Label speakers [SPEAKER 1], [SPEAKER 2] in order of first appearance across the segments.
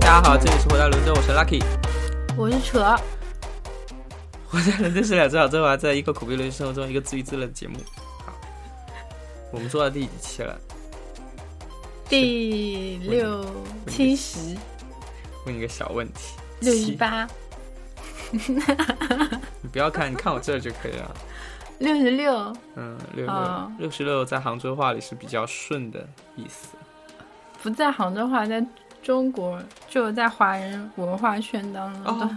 [SPEAKER 1] 家好，这里是活在伦敦，我是 Lucky。
[SPEAKER 2] 我是扯，
[SPEAKER 1] 活在伦敦是两只小正娃在一个苦逼伦敦生活中一个自娱自乐的节目。好，我们做到第几期了？
[SPEAKER 2] 第六七十
[SPEAKER 1] 问你个小问题。
[SPEAKER 2] 六
[SPEAKER 1] 七
[SPEAKER 2] 一，八
[SPEAKER 1] 你不要看，你看我这儿就可以了。
[SPEAKER 2] 六十六，
[SPEAKER 1] 嗯，六六
[SPEAKER 2] 哦
[SPEAKER 1] 六十六在杭州话里是比较顺的意思。
[SPEAKER 2] 不在杭州话，在中国只有在华人文化圈当中
[SPEAKER 1] 哦
[SPEAKER 2] 的、，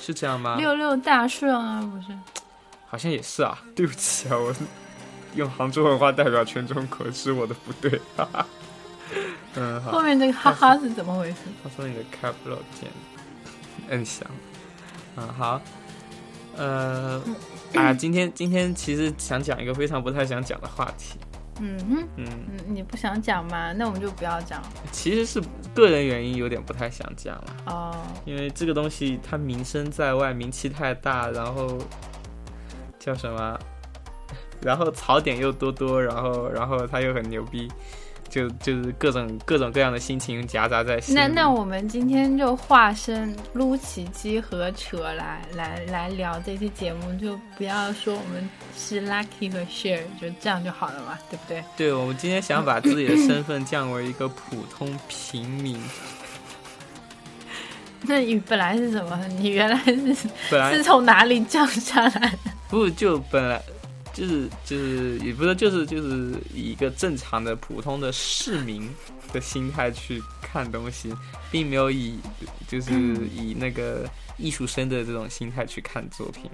[SPEAKER 1] 是这样吗？
[SPEAKER 2] 六六大顺啊，不是？
[SPEAKER 1] 好像也是啊。对不起啊，我用杭州文化代表全中国是我的不对。 哈哈。嗯，好。
[SPEAKER 2] 后面这个哈哈是怎么回事？
[SPEAKER 1] 他说你的 Caplock 键摁响。嗯，好。呃， 啊，今天今天其实想讲一个非常不太想讲的话题。
[SPEAKER 2] 嗯哼，
[SPEAKER 1] 嗯，
[SPEAKER 2] 嗯，你不想讲吗？那我们就不要讲了
[SPEAKER 1] 其实是个人原因有点不太想讲了，
[SPEAKER 2] 哦。
[SPEAKER 1] 因为这个东西它名声在外，名气太大，然后叫什么？ 然后槽点又多多，然后然后他又很牛逼，就就是各种各种各样的心情夹杂在心里。
[SPEAKER 2] 那那我们今天就化身撸起鸡和扯来来来聊这期节目，就不要说我们是 lucky 和 share，就这样就好了嘛，对不对？
[SPEAKER 1] 对，我们今天想把自己的身份降为一个普通平民。
[SPEAKER 2] 那你本来是什么？你原来是
[SPEAKER 1] 本来
[SPEAKER 2] 是从哪里降下来的？
[SPEAKER 1] 不就本来就是就是也不是就是就是以一个正常的普通的市民的心态去看东西，并没有以就是
[SPEAKER 2] 嗯
[SPEAKER 1] 以那个艺术生的这种心态去看作品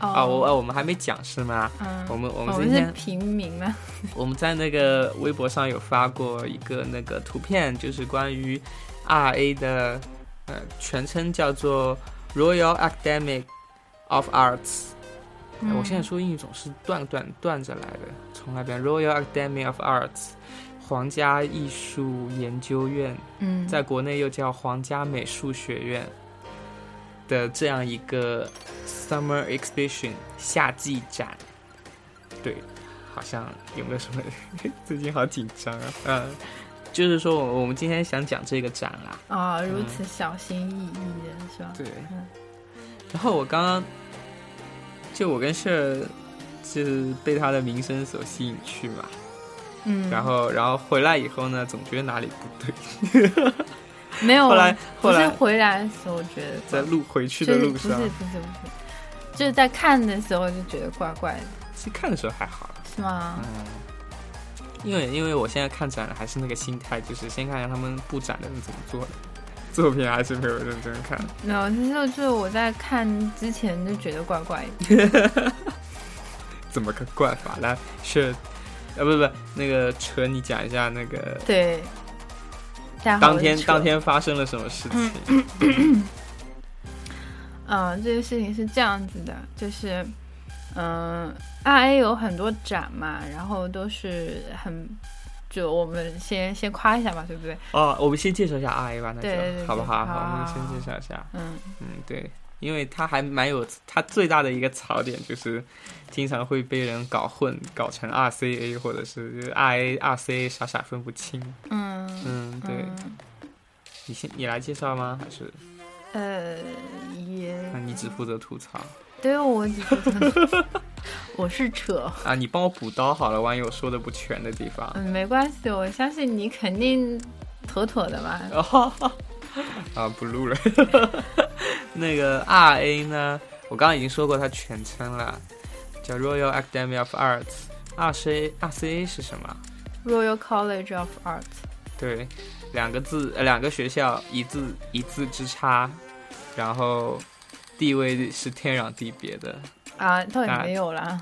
[SPEAKER 2] 哦
[SPEAKER 1] 啊。我啊，我们还没讲是吗？
[SPEAKER 2] 嗯，
[SPEAKER 1] 我们我
[SPEAKER 2] 我
[SPEAKER 1] 们
[SPEAKER 2] 们
[SPEAKER 1] 今
[SPEAKER 2] 是
[SPEAKER 1] 天
[SPEAKER 2] 平民啊嘛，
[SPEAKER 1] 我们在那个微博上有发过一个那个图片，就是关于 RA 的，呃，全称叫做 Royal Academic of Arts。哎
[SPEAKER 2] 嗯
[SPEAKER 1] 我现在说英语总是断断断着来的，从来不然 Royal Academy of Arts，皇家艺术研究院，
[SPEAKER 2] 嗯，
[SPEAKER 1] 在国内又叫皇家美术学院的这样一个 Summer Exhibition 夏季展。对，好像有没有什么？ 最近好紧张啊。嗯，就是说我我们今天想讲这个展啦。
[SPEAKER 2] 啊、如此小心翼翼的是吧？
[SPEAKER 1] 嗯对
[SPEAKER 2] 嗯
[SPEAKER 1] 然后我刚刚就我跟事儿就是被他的名声所吸引去嘛。
[SPEAKER 2] 嗯，
[SPEAKER 1] 然后然后回来以后呢，总觉得哪里不对。
[SPEAKER 2] 没有，
[SPEAKER 1] 后来后
[SPEAKER 2] 不是
[SPEAKER 1] 来
[SPEAKER 2] 回来的时候觉得
[SPEAKER 1] 在路回去
[SPEAKER 2] 就
[SPEAKER 1] 的
[SPEAKER 2] 是
[SPEAKER 1] 路
[SPEAKER 2] 不是
[SPEAKER 1] 上
[SPEAKER 2] 不，是不是，就是在看的时候就觉得怪怪的，
[SPEAKER 1] 其实看的时候还好，
[SPEAKER 2] 是吗？
[SPEAKER 1] 嗯，因为因为我现在看展还是那个心态，就是先看看他们布展的人怎么做的， 作品还是没有认真看。
[SPEAKER 2] 没有，就是就是我在看之前就觉得怪怪的，
[SPEAKER 1] 怎么个怪法？来是，呃，不不，那个车，你讲一下那个
[SPEAKER 2] 对。大家好
[SPEAKER 1] 当
[SPEAKER 2] 我是
[SPEAKER 1] 天
[SPEAKER 2] 扯
[SPEAKER 1] 当天发生了什么事情？
[SPEAKER 2] 嗯，这个事情是这样子的，就是，嗯、r a 有很多展嘛，然后都是很，就我们先先夸一下吧，对不对？
[SPEAKER 1] 哦，我们先介绍一下 RA 吧，那
[SPEAKER 2] 对对
[SPEAKER 1] 就
[SPEAKER 2] 对
[SPEAKER 1] 好不好？
[SPEAKER 2] 好啊
[SPEAKER 1] 我们
[SPEAKER 2] 好好
[SPEAKER 1] 先介绍一下。
[SPEAKER 2] 嗯，
[SPEAKER 1] 嗯，对，因为他还蛮有他最大的一个槽点就是，经常会被人搞混，搞成 RCA 或者是 RA、RCA 傻傻分不清。
[SPEAKER 2] 嗯，
[SPEAKER 1] 嗯，对
[SPEAKER 2] 嗯
[SPEAKER 1] 你先你来介绍吗？还是
[SPEAKER 2] 呃，也，
[SPEAKER 1] 那你只负责吐槽
[SPEAKER 2] 对我 只是我是扯，
[SPEAKER 1] 啊？你帮我补刀好了，万一我说的不全的地方。
[SPEAKER 2] 嗯，没关系，我相信你肯定妥妥的吧。
[SPEAKER 1] 哦，啊，不录了。 那个 RA 呢？我刚刚已经说过它全称了，叫 Royal Academy of Arts。RCA RCA 是什么？
[SPEAKER 2] Royal College of Art，
[SPEAKER 1] 对，两个字，呃，两个学校，一字一字之差，然后地位是天壤地别的，
[SPEAKER 2] 啊，倒也
[SPEAKER 1] 啊
[SPEAKER 2] 没有啦。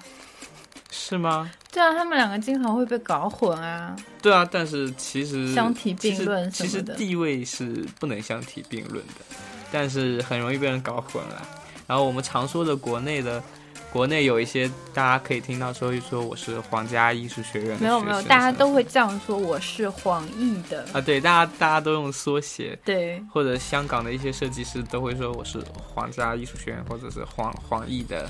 [SPEAKER 1] 是吗？
[SPEAKER 2] 对啊，他们两个经常会被搞混啊。
[SPEAKER 1] 对啊，但是其实
[SPEAKER 2] 相提并
[SPEAKER 1] 其实
[SPEAKER 2] 论什
[SPEAKER 1] 其
[SPEAKER 2] 么
[SPEAKER 1] 实
[SPEAKER 2] 的
[SPEAKER 1] 地位是不能相提并论的，但是很容易被人搞混了。然后我们常说的国内的，国内有一些大家可以听到说一说我是皇家艺术学院的
[SPEAKER 2] 没有
[SPEAKER 1] 学
[SPEAKER 2] 没有，
[SPEAKER 1] 生啊
[SPEAKER 2] 大家
[SPEAKER 1] 什么
[SPEAKER 2] 都会这样说，我是黄奕的。
[SPEAKER 1] 啊，对，大家大家都用缩写，
[SPEAKER 2] 对，
[SPEAKER 1] 或者香港的一些设计师都会说我是皇家艺术学院或者是黄黄奕的，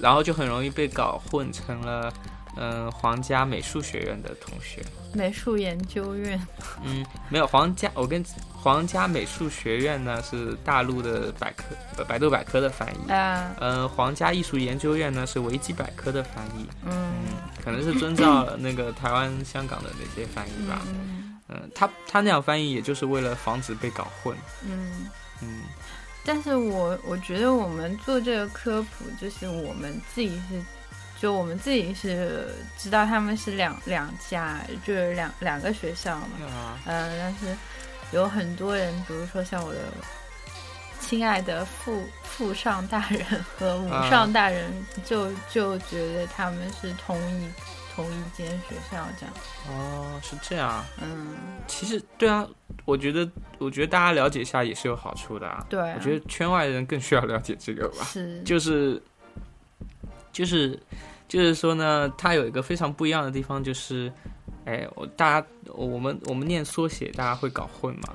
[SPEAKER 1] 然后就很容易被搞混成了嗯、皇家美术学院的同学。
[SPEAKER 2] 美术研究院，
[SPEAKER 1] 嗯，没有皇家，我跟皇家美术学院呢是大陆的百科，呃百度百科的翻译。
[SPEAKER 2] 啊，
[SPEAKER 1] 呃，皇家艺术研究院呢是维基百科的翻译，
[SPEAKER 2] 嗯，
[SPEAKER 1] 可能是遵照那个台湾、香港的那些翻译吧。
[SPEAKER 2] 嗯
[SPEAKER 1] 嗯，他他那样翻译也就是为了防止被搞混。
[SPEAKER 2] 嗯，
[SPEAKER 1] 嗯
[SPEAKER 2] 但是我我觉得我们做这个科普，就是我们自己是，就我们自己是知道他们是两两家，就是两两个学校嘛，
[SPEAKER 1] 啊，
[SPEAKER 2] 嗯、但是有很多人，比如说像我的亲爱的父父上大人和母
[SPEAKER 1] 啊
[SPEAKER 2] 上大人就，就觉得他们是同一同一间学校这样，
[SPEAKER 1] 哦，是这样。
[SPEAKER 2] 嗯，
[SPEAKER 1] 其实对啊，我觉得我觉得大家了解一下也是有好处的啊。
[SPEAKER 2] 对啊
[SPEAKER 1] 我觉得圈外人更需要了解这个吧。
[SPEAKER 2] 是，
[SPEAKER 1] 就是就是就是说呢，它有一个非常不一样的地方，就是，哎，我大家我们我们念缩写，大家会搞混吗？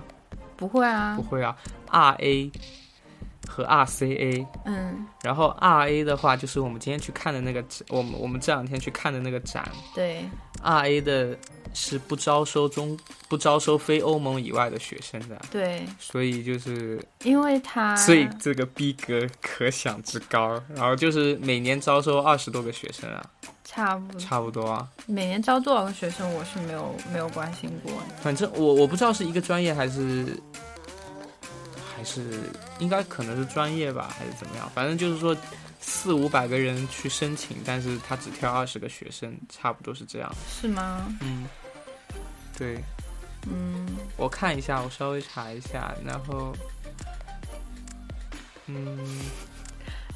[SPEAKER 2] 不会啊
[SPEAKER 1] 不，会啊，R A 和 R C A。
[SPEAKER 2] 嗯，
[SPEAKER 1] 然后 R A 的话，就是我们今天去看的那个展，我们我们这两天去看的那个展
[SPEAKER 2] 对，
[SPEAKER 1] ，R A 的是不招收中不招收非欧盟以外的学生的，
[SPEAKER 2] 对，
[SPEAKER 1] 所以就是
[SPEAKER 2] 因为他，
[SPEAKER 1] 所以这个逼格可想之高，然后就是每年招收二十多个学生啊，
[SPEAKER 2] 差不多
[SPEAKER 1] 差不多啊。
[SPEAKER 2] 每年招多少个学生，我是没有没有关心过的，
[SPEAKER 1] 反正我我不知道是一个专业还是还是应该可能是专业吧，还是怎么样？反正就是说四五百个人去申请，但是他只挑二十个学生，差不多是这样。
[SPEAKER 2] 是吗？
[SPEAKER 1] 嗯，对，
[SPEAKER 2] 嗯，
[SPEAKER 1] 我看一下，我稍微查一下，然后嗯。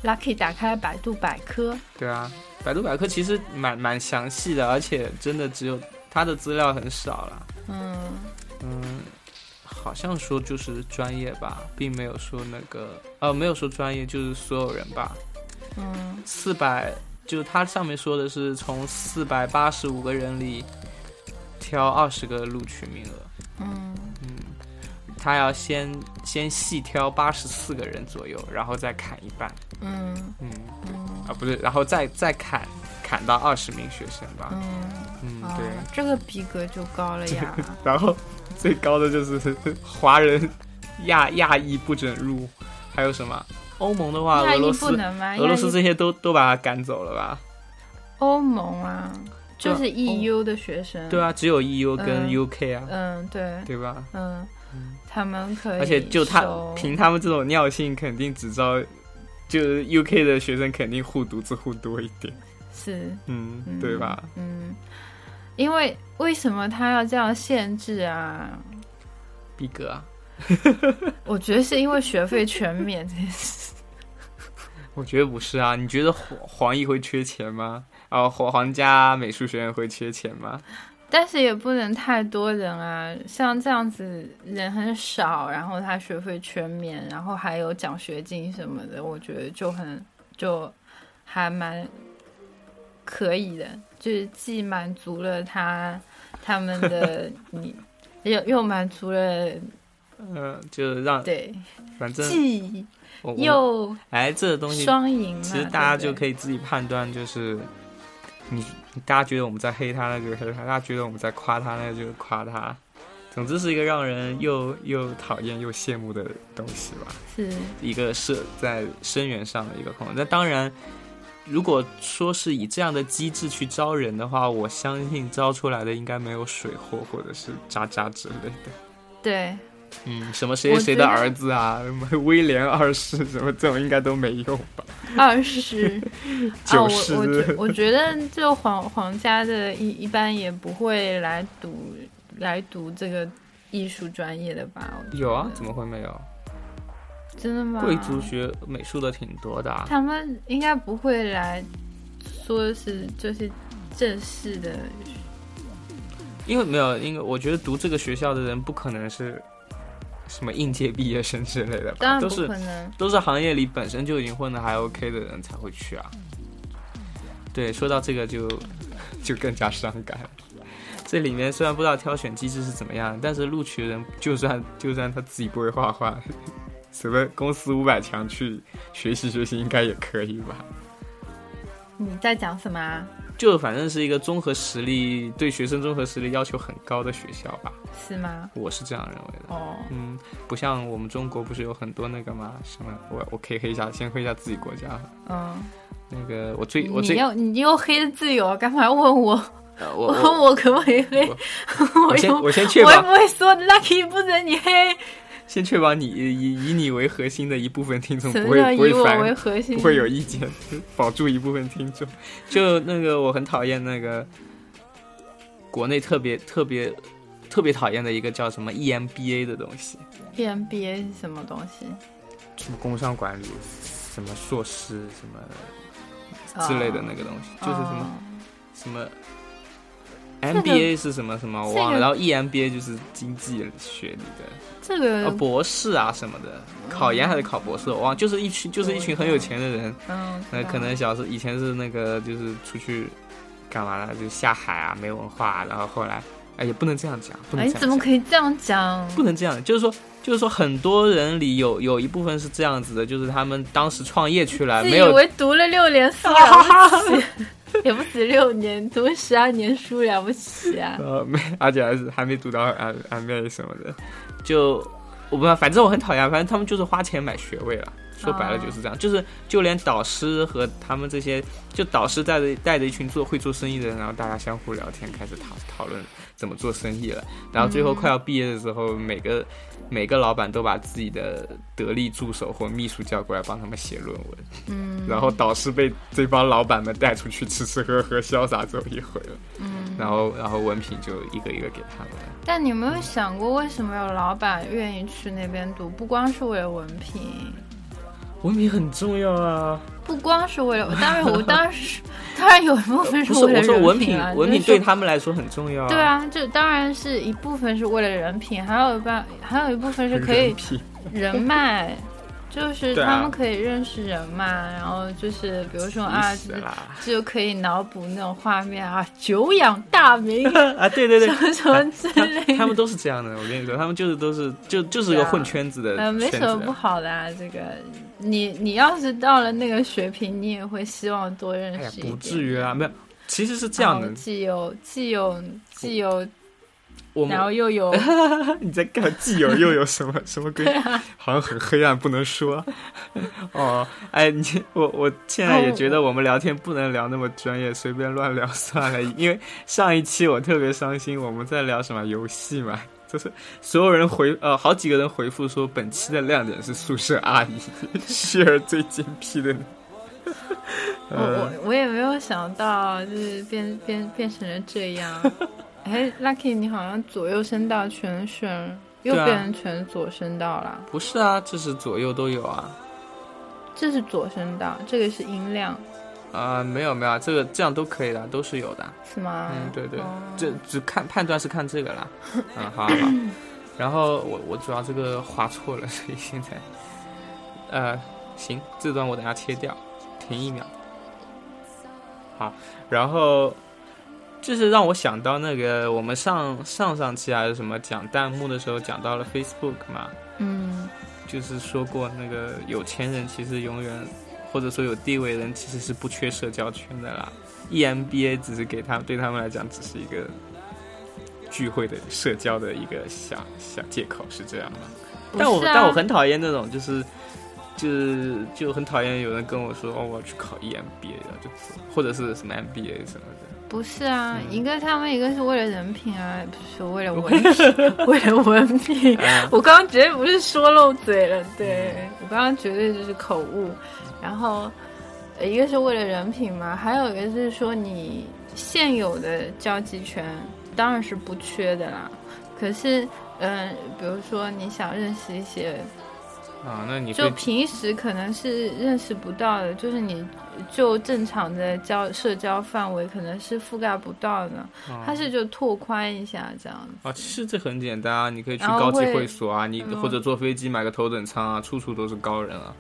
[SPEAKER 2] Lucky 打开百度百科，
[SPEAKER 1] 对啊，百度百科其实蛮蛮详细的，而且真的只有它的资料很少了。
[SPEAKER 2] 嗯，
[SPEAKER 1] 嗯，好像说就是专业吧，并没有说那个呃，没有说专业，就是所有人吧。
[SPEAKER 2] 嗯，
[SPEAKER 1] 四百，就是它上面说的是从四百八十五个人里挑二十个录取名额。
[SPEAKER 2] 嗯，
[SPEAKER 1] 嗯，他要先先细挑八十四个人左右，然后再砍一半。
[SPEAKER 2] 嗯，
[SPEAKER 1] 嗯，
[SPEAKER 2] 嗯，
[SPEAKER 1] 啊不是，然后再再砍砍到二十名学生吧。
[SPEAKER 2] 嗯。
[SPEAKER 1] 嗯，
[SPEAKER 2] 啊
[SPEAKER 1] 对。，
[SPEAKER 2] 这个逼格就高了 呀。
[SPEAKER 1] 然后最高的就是 华人亚亚裔不准入，还有什么？欧盟的话，
[SPEAKER 2] 亚
[SPEAKER 1] 俄
[SPEAKER 2] 裔
[SPEAKER 1] 罗
[SPEAKER 2] 不
[SPEAKER 1] 斯、
[SPEAKER 2] 能吗？
[SPEAKER 1] 俄罗斯
[SPEAKER 2] 亚裔
[SPEAKER 1] 这些都都把他赶走了吧？
[SPEAKER 2] 欧盟啊，
[SPEAKER 1] 对
[SPEAKER 2] 就
[SPEAKER 1] 啊
[SPEAKER 2] 是 EU 的学生。
[SPEAKER 1] 对，啊，只有 EU 跟
[SPEAKER 2] 嗯
[SPEAKER 1] UK 啊，
[SPEAKER 2] 嗯，对，
[SPEAKER 1] 对吧？
[SPEAKER 2] 嗯
[SPEAKER 1] 嗯，
[SPEAKER 2] 他们可以收。
[SPEAKER 1] 而且就他凭他们这种尿性，肯定只招就是 UK 的学生肯定护犊子护多一点，
[SPEAKER 2] 是，
[SPEAKER 1] 嗯，
[SPEAKER 2] 嗯
[SPEAKER 1] 对吧？？
[SPEAKER 2] 嗯，因为为什么他要这样限制啊？
[SPEAKER 1] 逼格啊，
[SPEAKER 2] 我觉得是因为学费全免这件事。
[SPEAKER 1] 我觉得不是啊，你觉得黄黄奕会缺钱吗？啊，皇皇家美术学院会缺钱吗？
[SPEAKER 2] 但是也不能太多人啊，像这样子人很少，然后他学费全免，然后还有奖学金什么的，我觉得就很就还蛮可以的，就是既满足了他他们 的你，又又满足了
[SPEAKER 1] 嗯、就让
[SPEAKER 2] 对，
[SPEAKER 1] 反正
[SPEAKER 2] 既
[SPEAKER 1] 我我
[SPEAKER 2] 又
[SPEAKER 1] 哎，这个东西
[SPEAKER 2] 双赢嘛，
[SPEAKER 1] 其实大家
[SPEAKER 2] 对
[SPEAKER 1] 就
[SPEAKER 2] 不对
[SPEAKER 1] 可以自己判断，就是你大家觉得我们在黑他，那就黑他；大家觉得我们在夸他，那就夸他。总之是一个让人又又讨厌又羡慕的东西吧，
[SPEAKER 2] 是
[SPEAKER 1] 一个是在生源上的一个空间。那当然，如果说是以这样的机制去招人的话，我相信招出来的应该没有水货或者是渣渣之类的。
[SPEAKER 2] 对。
[SPEAKER 1] 嗯，什么谁谁谁的
[SPEAKER 2] 我觉得
[SPEAKER 1] 儿子啊， 什么威廉二世什么这种应该都没有吧？，
[SPEAKER 2] 二十 啊，我
[SPEAKER 1] 90
[SPEAKER 2] 我觉我觉得就皇皇家的一一般也不会来读来读这个艺术专业的吧？我觉得
[SPEAKER 1] 有啊，怎么会没有？
[SPEAKER 2] 真的吗？
[SPEAKER 1] 贵族学美术的挺多的、啊，
[SPEAKER 2] 啊他们应该不会来说是就是正式的，
[SPEAKER 1] 因为没有，因为我觉得读这个学校的人不可能是什么应届毕业生之类的
[SPEAKER 2] 当
[SPEAKER 1] 吧，
[SPEAKER 2] 然
[SPEAKER 1] 都
[SPEAKER 2] 不
[SPEAKER 1] 是
[SPEAKER 2] 可能。
[SPEAKER 1] 都是行业里本身就已经混得还 OK 的人才会去啊。对，说到这个就 就更加伤感了。这里面虽然不知道挑选机制是怎么样，但是录取人就算就算他自己不会画画， 什么公司五百强去学习学习应该也可以吧？
[SPEAKER 2] 你在讲什么啊？
[SPEAKER 1] 就反正是一个综合实力对学生综合实力要求很高的学校吧，
[SPEAKER 2] 是吗？
[SPEAKER 1] 我是这样认为的。
[SPEAKER 2] 哦，
[SPEAKER 1] 嗯，不像我们中国不是有很多那个嘛什么，我我可以黑一下，先黑一下自己国家。
[SPEAKER 2] 嗯，
[SPEAKER 1] 那个我最我
[SPEAKER 2] 你
[SPEAKER 1] 最
[SPEAKER 2] 又你又黑的自由，干嘛问我？
[SPEAKER 1] 呃
[SPEAKER 2] 我
[SPEAKER 1] 我我
[SPEAKER 2] 我可不可以黑？我
[SPEAKER 1] 我先
[SPEAKER 2] 又
[SPEAKER 1] 我先确
[SPEAKER 2] 我
[SPEAKER 1] 保
[SPEAKER 2] 又不会说 Lucky 不准你黑，
[SPEAKER 1] 先确保你以以你为核心的一部分听众
[SPEAKER 2] 什
[SPEAKER 1] 不
[SPEAKER 2] 么叫
[SPEAKER 1] 会不
[SPEAKER 2] 以
[SPEAKER 1] 会
[SPEAKER 2] 我
[SPEAKER 1] 烦
[SPEAKER 2] 为核心？
[SPEAKER 1] 不会有意见，保住一部分听众。就那个，我很讨厌那个国内特别特别特别讨厌的一个叫什么，E EMBA 的东西，
[SPEAKER 2] EMBA 是什么东西
[SPEAKER 1] 什么工商管理，什么硕士，什么 之类的
[SPEAKER 2] 啊
[SPEAKER 1] 那个东西，就是什么、什么。
[SPEAKER 2] 哦个
[SPEAKER 1] MBA 是什么什么我忘了，
[SPEAKER 2] 这个
[SPEAKER 1] 然后 E EMBA 就是经济学里的，
[SPEAKER 2] 哦这
[SPEAKER 1] 呃、
[SPEAKER 2] 个
[SPEAKER 1] 博士啊什么的，考研还是考博士，我忘了，就是一群就是一群很有钱的人，
[SPEAKER 2] 嗯，
[SPEAKER 1] 那呃
[SPEAKER 2] 知道
[SPEAKER 1] 可能小时候以前是那个就是出去干嘛了，就下海啊，没文化、啊，然后后来哎也不能这样讲，不能
[SPEAKER 2] 哎，
[SPEAKER 1] 这样讲，
[SPEAKER 2] 你怎么可以这样讲？
[SPEAKER 1] 不能这样，就是说就是说很多人里有有一部分是这样子的，就是他们当时创业去了，
[SPEAKER 2] 自
[SPEAKER 1] 没
[SPEAKER 2] 以
[SPEAKER 1] 有
[SPEAKER 2] 为读了六年书了 不起，也不止六年，读了十二年书了不起啊！
[SPEAKER 1] 呃没，而且还是还没读到 M M A 什么的，就我不知道，反正我很讨厌，反正他们就是花钱买学位了。说白了就是这样，就是就连导师和他们这些，就导师带着带着一群做会做生意的人，然后大家相互聊天，开始讨讨论怎么做生意了。然后最后快要毕业的时候，每个每个老板都把自己的得力助手或秘书叫过来帮他们写论文。
[SPEAKER 2] 嗯，
[SPEAKER 1] 然后导师被这帮老板们带出去吃吃喝喝、潇洒走一回了。
[SPEAKER 2] 嗯，
[SPEAKER 1] 然后然后文凭就一个一个给他们了。
[SPEAKER 2] 但你有没有想过，为什么有老板愿意去那边读？不光是为了文凭，
[SPEAKER 1] 文凭很重要啊！
[SPEAKER 2] 不光是为了……当然，我当然是， 当然有一部分
[SPEAKER 1] 不是
[SPEAKER 2] 为了
[SPEAKER 1] 我说文
[SPEAKER 2] 凭
[SPEAKER 1] 凭
[SPEAKER 2] 啊，，
[SPEAKER 1] 文
[SPEAKER 2] 就是
[SPEAKER 1] 凭对他们来说很重要、
[SPEAKER 2] 对，啊，这当然是一部分是为了人品，还有一半，还有一部分是可以
[SPEAKER 1] 文凭
[SPEAKER 2] 人脉， 就是
[SPEAKER 1] 对啊
[SPEAKER 2] 他们可以认识人嘛，然后就是比如说啊，
[SPEAKER 1] 急死啦！
[SPEAKER 2] 就可以脑补那种画面啊，久仰大 名
[SPEAKER 1] 啊，对对对
[SPEAKER 2] 什。么什么之
[SPEAKER 1] 他
[SPEAKER 2] 类
[SPEAKER 1] 他们
[SPEAKER 2] 的，
[SPEAKER 1] 都是这样的，我跟你说，他们就是都是就就是个
[SPEAKER 2] 对啊
[SPEAKER 1] 混圈子的
[SPEAKER 2] 呃，没
[SPEAKER 1] 圈子
[SPEAKER 2] 什
[SPEAKER 1] 的
[SPEAKER 2] 么不好的啊。这个你你要是到了那个水平，你也会希望多认
[SPEAKER 1] 哎呀
[SPEAKER 2] 识，一
[SPEAKER 1] 不
[SPEAKER 2] 点。
[SPEAKER 1] 至于啊，没有，其实是这
[SPEAKER 2] 然
[SPEAKER 1] 样
[SPEAKER 2] 后
[SPEAKER 1] 的，
[SPEAKER 2] 既有既有既有，
[SPEAKER 1] 我们
[SPEAKER 2] 然后又有
[SPEAKER 1] 你在干既有又有什么 什么鬼？好像很黑暗，不能说。 哦，哎，你我我现在也觉得我们聊天不能聊那么专业，随便乱聊 算了。因为上一期我特别伤心，我们在聊什么游戏嘛，就是所有人回呃好几个人回复说本期的亮点是宿舍阿姨，雪儿最精辟的。嗯
[SPEAKER 2] 我我我也没有想到，就是变变变成了这样。 哎，Lucky，你好像左右声道全选，又
[SPEAKER 1] 对啊
[SPEAKER 2] 变成全左声道了。
[SPEAKER 1] 不是啊，这是左右都有啊。
[SPEAKER 2] 这是左声道，这个是音量，
[SPEAKER 1] 啊、没有没有，这个这样都可以的，都是有的。
[SPEAKER 2] 是吗？
[SPEAKER 1] 嗯，对对
[SPEAKER 2] 哦，
[SPEAKER 1] 这只看判断是看这个啦。嗯，好好好。然后我我主要这个划错了，所以现在，呃，行，这段我等下切掉，停一秒。好，然后就是让我想到那个我们上上上期还是什么讲弹幕的时候讲到了 Facebook 嘛，
[SPEAKER 2] 嗯
[SPEAKER 1] 就是说过那个有钱人其实永远，或者说有地位人其实是不缺社交圈的啦。EMBA 只是给他对他们来讲只是一个聚会的社交的一个小小借口，是这样吗？
[SPEAKER 2] 不
[SPEAKER 1] 但我、
[SPEAKER 2] 是啊
[SPEAKER 1] 但我很讨厌那种就是。就是就很讨厌有人跟我说哦，我要去考 EMBA 了，就或者是什么 MBA 什么 的。
[SPEAKER 2] 不是啊，
[SPEAKER 1] 嗯
[SPEAKER 2] 一个他们一个是为了人品啊，不是 为了文凭，为了文凭。
[SPEAKER 1] 嗯
[SPEAKER 2] 我刚刚绝对不是说漏嘴了，对我刚刚绝对就是口误。然后呃一个是为了人品嘛，还有一个是说你现有的交际圈当然是不缺的啦，可是。嗯，比如说你想认识一些
[SPEAKER 1] 啊，那你
[SPEAKER 2] 就
[SPEAKER 1] 会
[SPEAKER 2] 平时可能是认识不到的，就是你就正常的交社交范围可能是覆盖不到的，
[SPEAKER 1] 啊
[SPEAKER 2] 它是就拓宽一下这样。
[SPEAKER 1] 啊，其实这很简单啊，你可以去
[SPEAKER 2] 然后
[SPEAKER 1] 高级
[SPEAKER 2] 会
[SPEAKER 1] 会所啊，你
[SPEAKER 2] 嗯
[SPEAKER 1] 或者坐飞机买个头等舱啊，处处都是高人啊。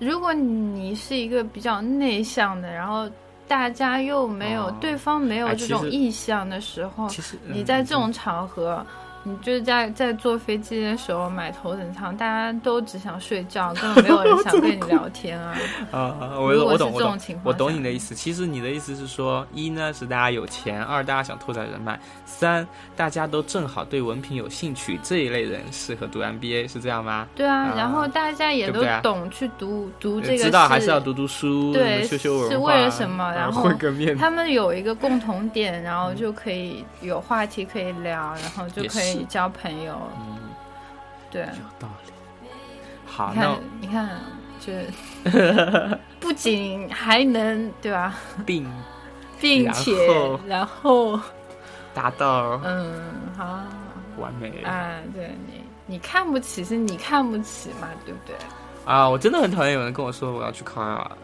[SPEAKER 2] 如果你是一个比较内向的，然后大家又没有、
[SPEAKER 1] 哦
[SPEAKER 2] 对方没有
[SPEAKER 1] 哎
[SPEAKER 2] 这
[SPEAKER 1] 其
[SPEAKER 2] 种
[SPEAKER 1] 实
[SPEAKER 2] 意向的时候，
[SPEAKER 1] 其实
[SPEAKER 2] 哦你在这，
[SPEAKER 1] 嗯
[SPEAKER 2] 种场合，你就是在在坐飞机的时候买头等舱，大家都只想睡 觉，根本没有人想跟你聊天啊。
[SPEAKER 1] 啊，
[SPEAKER 2] 如
[SPEAKER 1] 我
[SPEAKER 2] 果
[SPEAKER 1] 我
[SPEAKER 2] 是
[SPEAKER 1] 懂我
[SPEAKER 2] 这种
[SPEAKER 1] 懂
[SPEAKER 2] 情，
[SPEAKER 1] 我
[SPEAKER 2] 况
[SPEAKER 1] 懂
[SPEAKER 2] 下
[SPEAKER 1] 你的意思。其实你的意思是说，一呢是大家有钱，二大家想拓展人脉，三大家都正好对文凭有兴趣，这一类人适合读 MBA，是这样吗？
[SPEAKER 2] 对啊，
[SPEAKER 1] 啊
[SPEAKER 2] 然后大家也
[SPEAKER 1] 对不
[SPEAKER 2] 都
[SPEAKER 1] 对啊
[SPEAKER 2] 懂去读读
[SPEAKER 1] 呃
[SPEAKER 2] 这个
[SPEAKER 1] 知道还
[SPEAKER 2] 是
[SPEAKER 1] 是要读读书，
[SPEAKER 2] 对
[SPEAKER 1] 什么修修文化
[SPEAKER 2] 是为了什么
[SPEAKER 1] 呃
[SPEAKER 2] 然后
[SPEAKER 1] 混个面
[SPEAKER 2] 他们有一个共同点，然后就可以有话题可以聊，然后就
[SPEAKER 1] 也
[SPEAKER 2] 可以
[SPEAKER 1] 是
[SPEAKER 2] 交朋友。
[SPEAKER 1] 嗯，
[SPEAKER 2] 对，
[SPEAKER 1] 有道理。好，
[SPEAKER 2] 你
[SPEAKER 1] 那
[SPEAKER 2] 看，你看，就 不仅还能对吧，
[SPEAKER 1] 并
[SPEAKER 2] 并
[SPEAKER 1] 然
[SPEAKER 2] 且
[SPEAKER 1] 后
[SPEAKER 2] 然后
[SPEAKER 1] 达到
[SPEAKER 2] 嗯，好啊
[SPEAKER 1] 完美
[SPEAKER 2] 啊，对你你看不起是你看不起嘛，对不对？
[SPEAKER 1] 啊！我真的很讨厌有人跟我说我要去考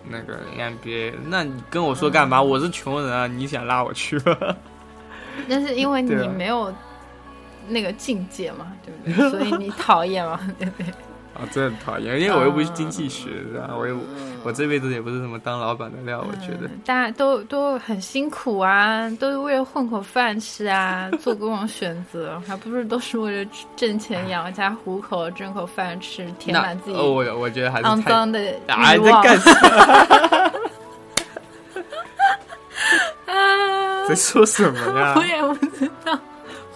[SPEAKER 1] 那个 MBA，那你跟我说干嘛？
[SPEAKER 2] 嗯
[SPEAKER 1] 我是穷人啊，你想拉我去吗？
[SPEAKER 2] 那是因为你
[SPEAKER 1] 对啊
[SPEAKER 2] 没有那个境界嘛，对不 对？所以你讨厌嘛，对不对？
[SPEAKER 1] 啊，真的很讨厌，因为我又不是经济学的，我也我这辈子也不是什么当老板的 料，我觉得。
[SPEAKER 2] 嗯嗯大家都都很辛苦啊，都是为了混口饭 吃啊，做各种选择，还不是都是为了挣钱养家糊口、挣口饭吃，填
[SPEAKER 1] 啊那
[SPEAKER 2] 满自己
[SPEAKER 1] 哦，我我觉得还
[SPEAKER 2] 肮
[SPEAKER 1] 是 太
[SPEAKER 2] 脏的欲
[SPEAKER 1] 啊，你在
[SPEAKER 2] 望。
[SPEAKER 1] 干什么？
[SPEAKER 2] 啊
[SPEAKER 1] 在说什么呀
[SPEAKER 2] 我？也不知道。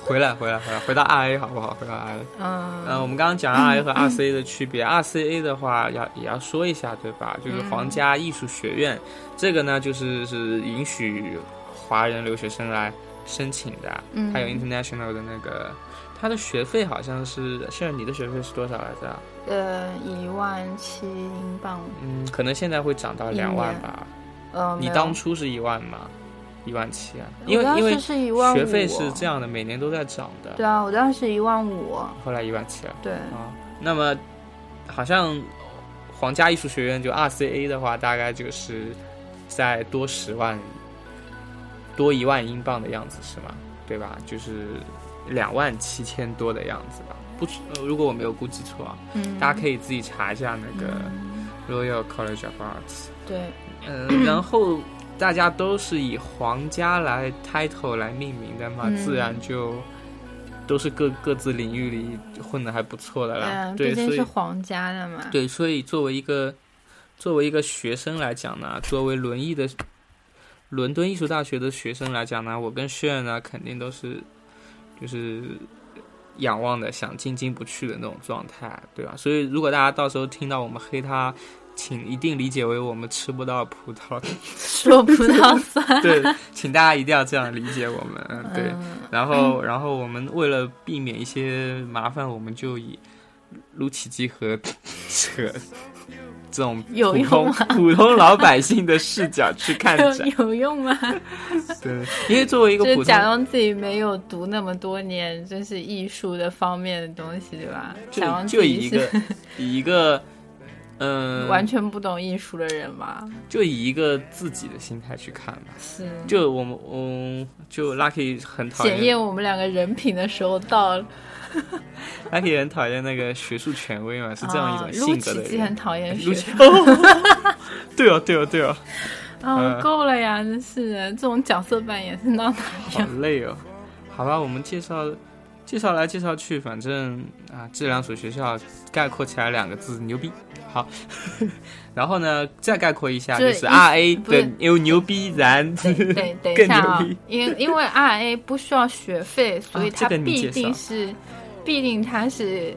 [SPEAKER 1] 回来回来回来，回到 RA 好不好？回到 RA。
[SPEAKER 2] 嗯
[SPEAKER 1] 嗯，我们刚刚讲 RA 和 RCA 的区别，RCA 的话要也要说一下，对吧？
[SPEAKER 2] 嗯
[SPEAKER 1] 就是皇家艺术学院，这个呢就是是允许华人留学生来申请的，
[SPEAKER 2] 嗯
[SPEAKER 1] 还有 international 的那个，它的学费好像是现在你的学费是多少来着？
[SPEAKER 2] 呃，一万七英镑，
[SPEAKER 1] 嗯，可能现在会涨到
[SPEAKER 2] 一
[SPEAKER 1] 两万
[SPEAKER 2] 年
[SPEAKER 1] 吧。
[SPEAKER 2] 呃，
[SPEAKER 1] 你
[SPEAKER 2] 没有
[SPEAKER 1] 当初是一万吗？一万七啊，
[SPEAKER 2] 我
[SPEAKER 1] 因为
[SPEAKER 2] 当
[SPEAKER 1] 因为
[SPEAKER 2] 时是一万五，啊
[SPEAKER 1] 学费是这样的，每年都在涨的。
[SPEAKER 2] 对啊，我当时一万五，
[SPEAKER 1] 后来一万七了
[SPEAKER 2] 对，
[SPEAKER 1] 啊。那么好像皇家艺术学院就 RCA 的话，大概就是再多十万，多一万英镑的样子是吗？对吧？就是两万七千多的样子吧。不止，呃如果我没有估计错啊，
[SPEAKER 2] 嗯，
[SPEAKER 1] 大家可以自己查一下那个
[SPEAKER 2] 嗯
[SPEAKER 1] Royal College of Arts。
[SPEAKER 2] 对，
[SPEAKER 1] 嗯，然后大家都是以皇家来 title 来命名的嘛，
[SPEAKER 2] 嗯
[SPEAKER 1] 自然就都是各各自领域里混的还不错的啦。
[SPEAKER 2] 嗯，
[SPEAKER 1] 对，
[SPEAKER 2] 毕竟
[SPEAKER 1] 所
[SPEAKER 2] 是
[SPEAKER 1] 以
[SPEAKER 2] 皇家的嘛，
[SPEAKER 1] 对，所以作为一个作为一个学生来讲呢，作为轮艺的伦敦艺术大学的学生来讲呢，我跟 s h a n 呢肯定都是就是仰望的，想进进不去的那种状态，对吧？所以如果大家到时候听到我们黑他，请一定理解为我们吃不到葡萄。
[SPEAKER 2] 说葡萄酸，
[SPEAKER 1] 对，请大家一定要这样理解我们。嗯 对，
[SPEAKER 2] 嗯
[SPEAKER 1] 然后然后我们为了避免一些麻烦，我们就以卢奇基和 扯这种
[SPEAKER 2] 有
[SPEAKER 1] 普
[SPEAKER 2] 用
[SPEAKER 1] 通 普通老百姓的视角去看展。
[SPEAKER 2] 有有用吗？
[SPEAKER 1] 对，因为作为一个
[SPEAKER 2] 就
[SPEAKER 1] 普
[SPEAKER 2] 是假
[SPEAKER 1] 通，
[SPEAKER 2] 装自己没有读那么多年，就是艺术的方面的东西，对吧？假
[SPEAKER 1] 就
[SPEAKER 2] 装
[SPEAKER 1] 就
[SPEAKER 2] 自
[SPEAKER 1] 以
[SPEAKER 2] 己
[SPEAKER 1] 一
[SPEAKER 2] 是
[SPEAKER 1] 个以一个。嗯，
[SPEAKER 2] 完全不懂艺术的人嘛，
[SPEAKER 1] 就以一个自己的心态去看吧。
[SPEAKER 2] 是。
[SPEAKER 1] 就我们，嗯，就 Lucky 很讨
[SPEAKER 2] 检
[SPEAKER 1] 厌
[SPEAKER 2] 验我们两个人品的时候到了，
[SPEAKER 1] ，Lucky 很讨厌那个学术权威嘛，是这样一
[SPEAKER 2] 啊
[SPEAKER 1] 种
[SPEAKER 2] 陆
[SPEAKER 1] 性格的人。哎
[SPEAKER 2] 琪琪很讨厌
[SPEAKER 1] 陆
[SPEAKER 2] 学
[SPEAKER 1] 琪， 哦，对哦，对哦，对哦，
[SPEAKER 2] 啊，
[SPEAKER 1] 嗯
[SPEAKER 2] 够了呀！真是的，这种角色扮演是闹哪
[SPEAKER 1] 好
[SPEAKER 2] 样？
[SPEAKER 1] 累哦。好吧，我们介绍介绍来介绍去，反正啊，这两所学校概括起来两个字，牛逼。好， 然后呢，再概括一下
[SPEAKER 2] 这
[SPEAKER 1] 就
[SPEAKER 2] 一
[SPEAKER 1] 是 R A
[SPEAKER 2] 不是
[SPEAKER 1] 的牛牛逼然，
[SPEAKER 2] 等等等一下啊
[SPEAKER 1] 更牛逼，
[SPEAKER 2] 因为因为 RA 不需要学费，所以
[SPEAKER 1] 啊
[SPEAKER 2] 它
[SPEAKER 1] 这个你
[SPEAKER 2] 必
[SPEAKER 1] 介绍
[SPEAKER 2] 定是、必定它是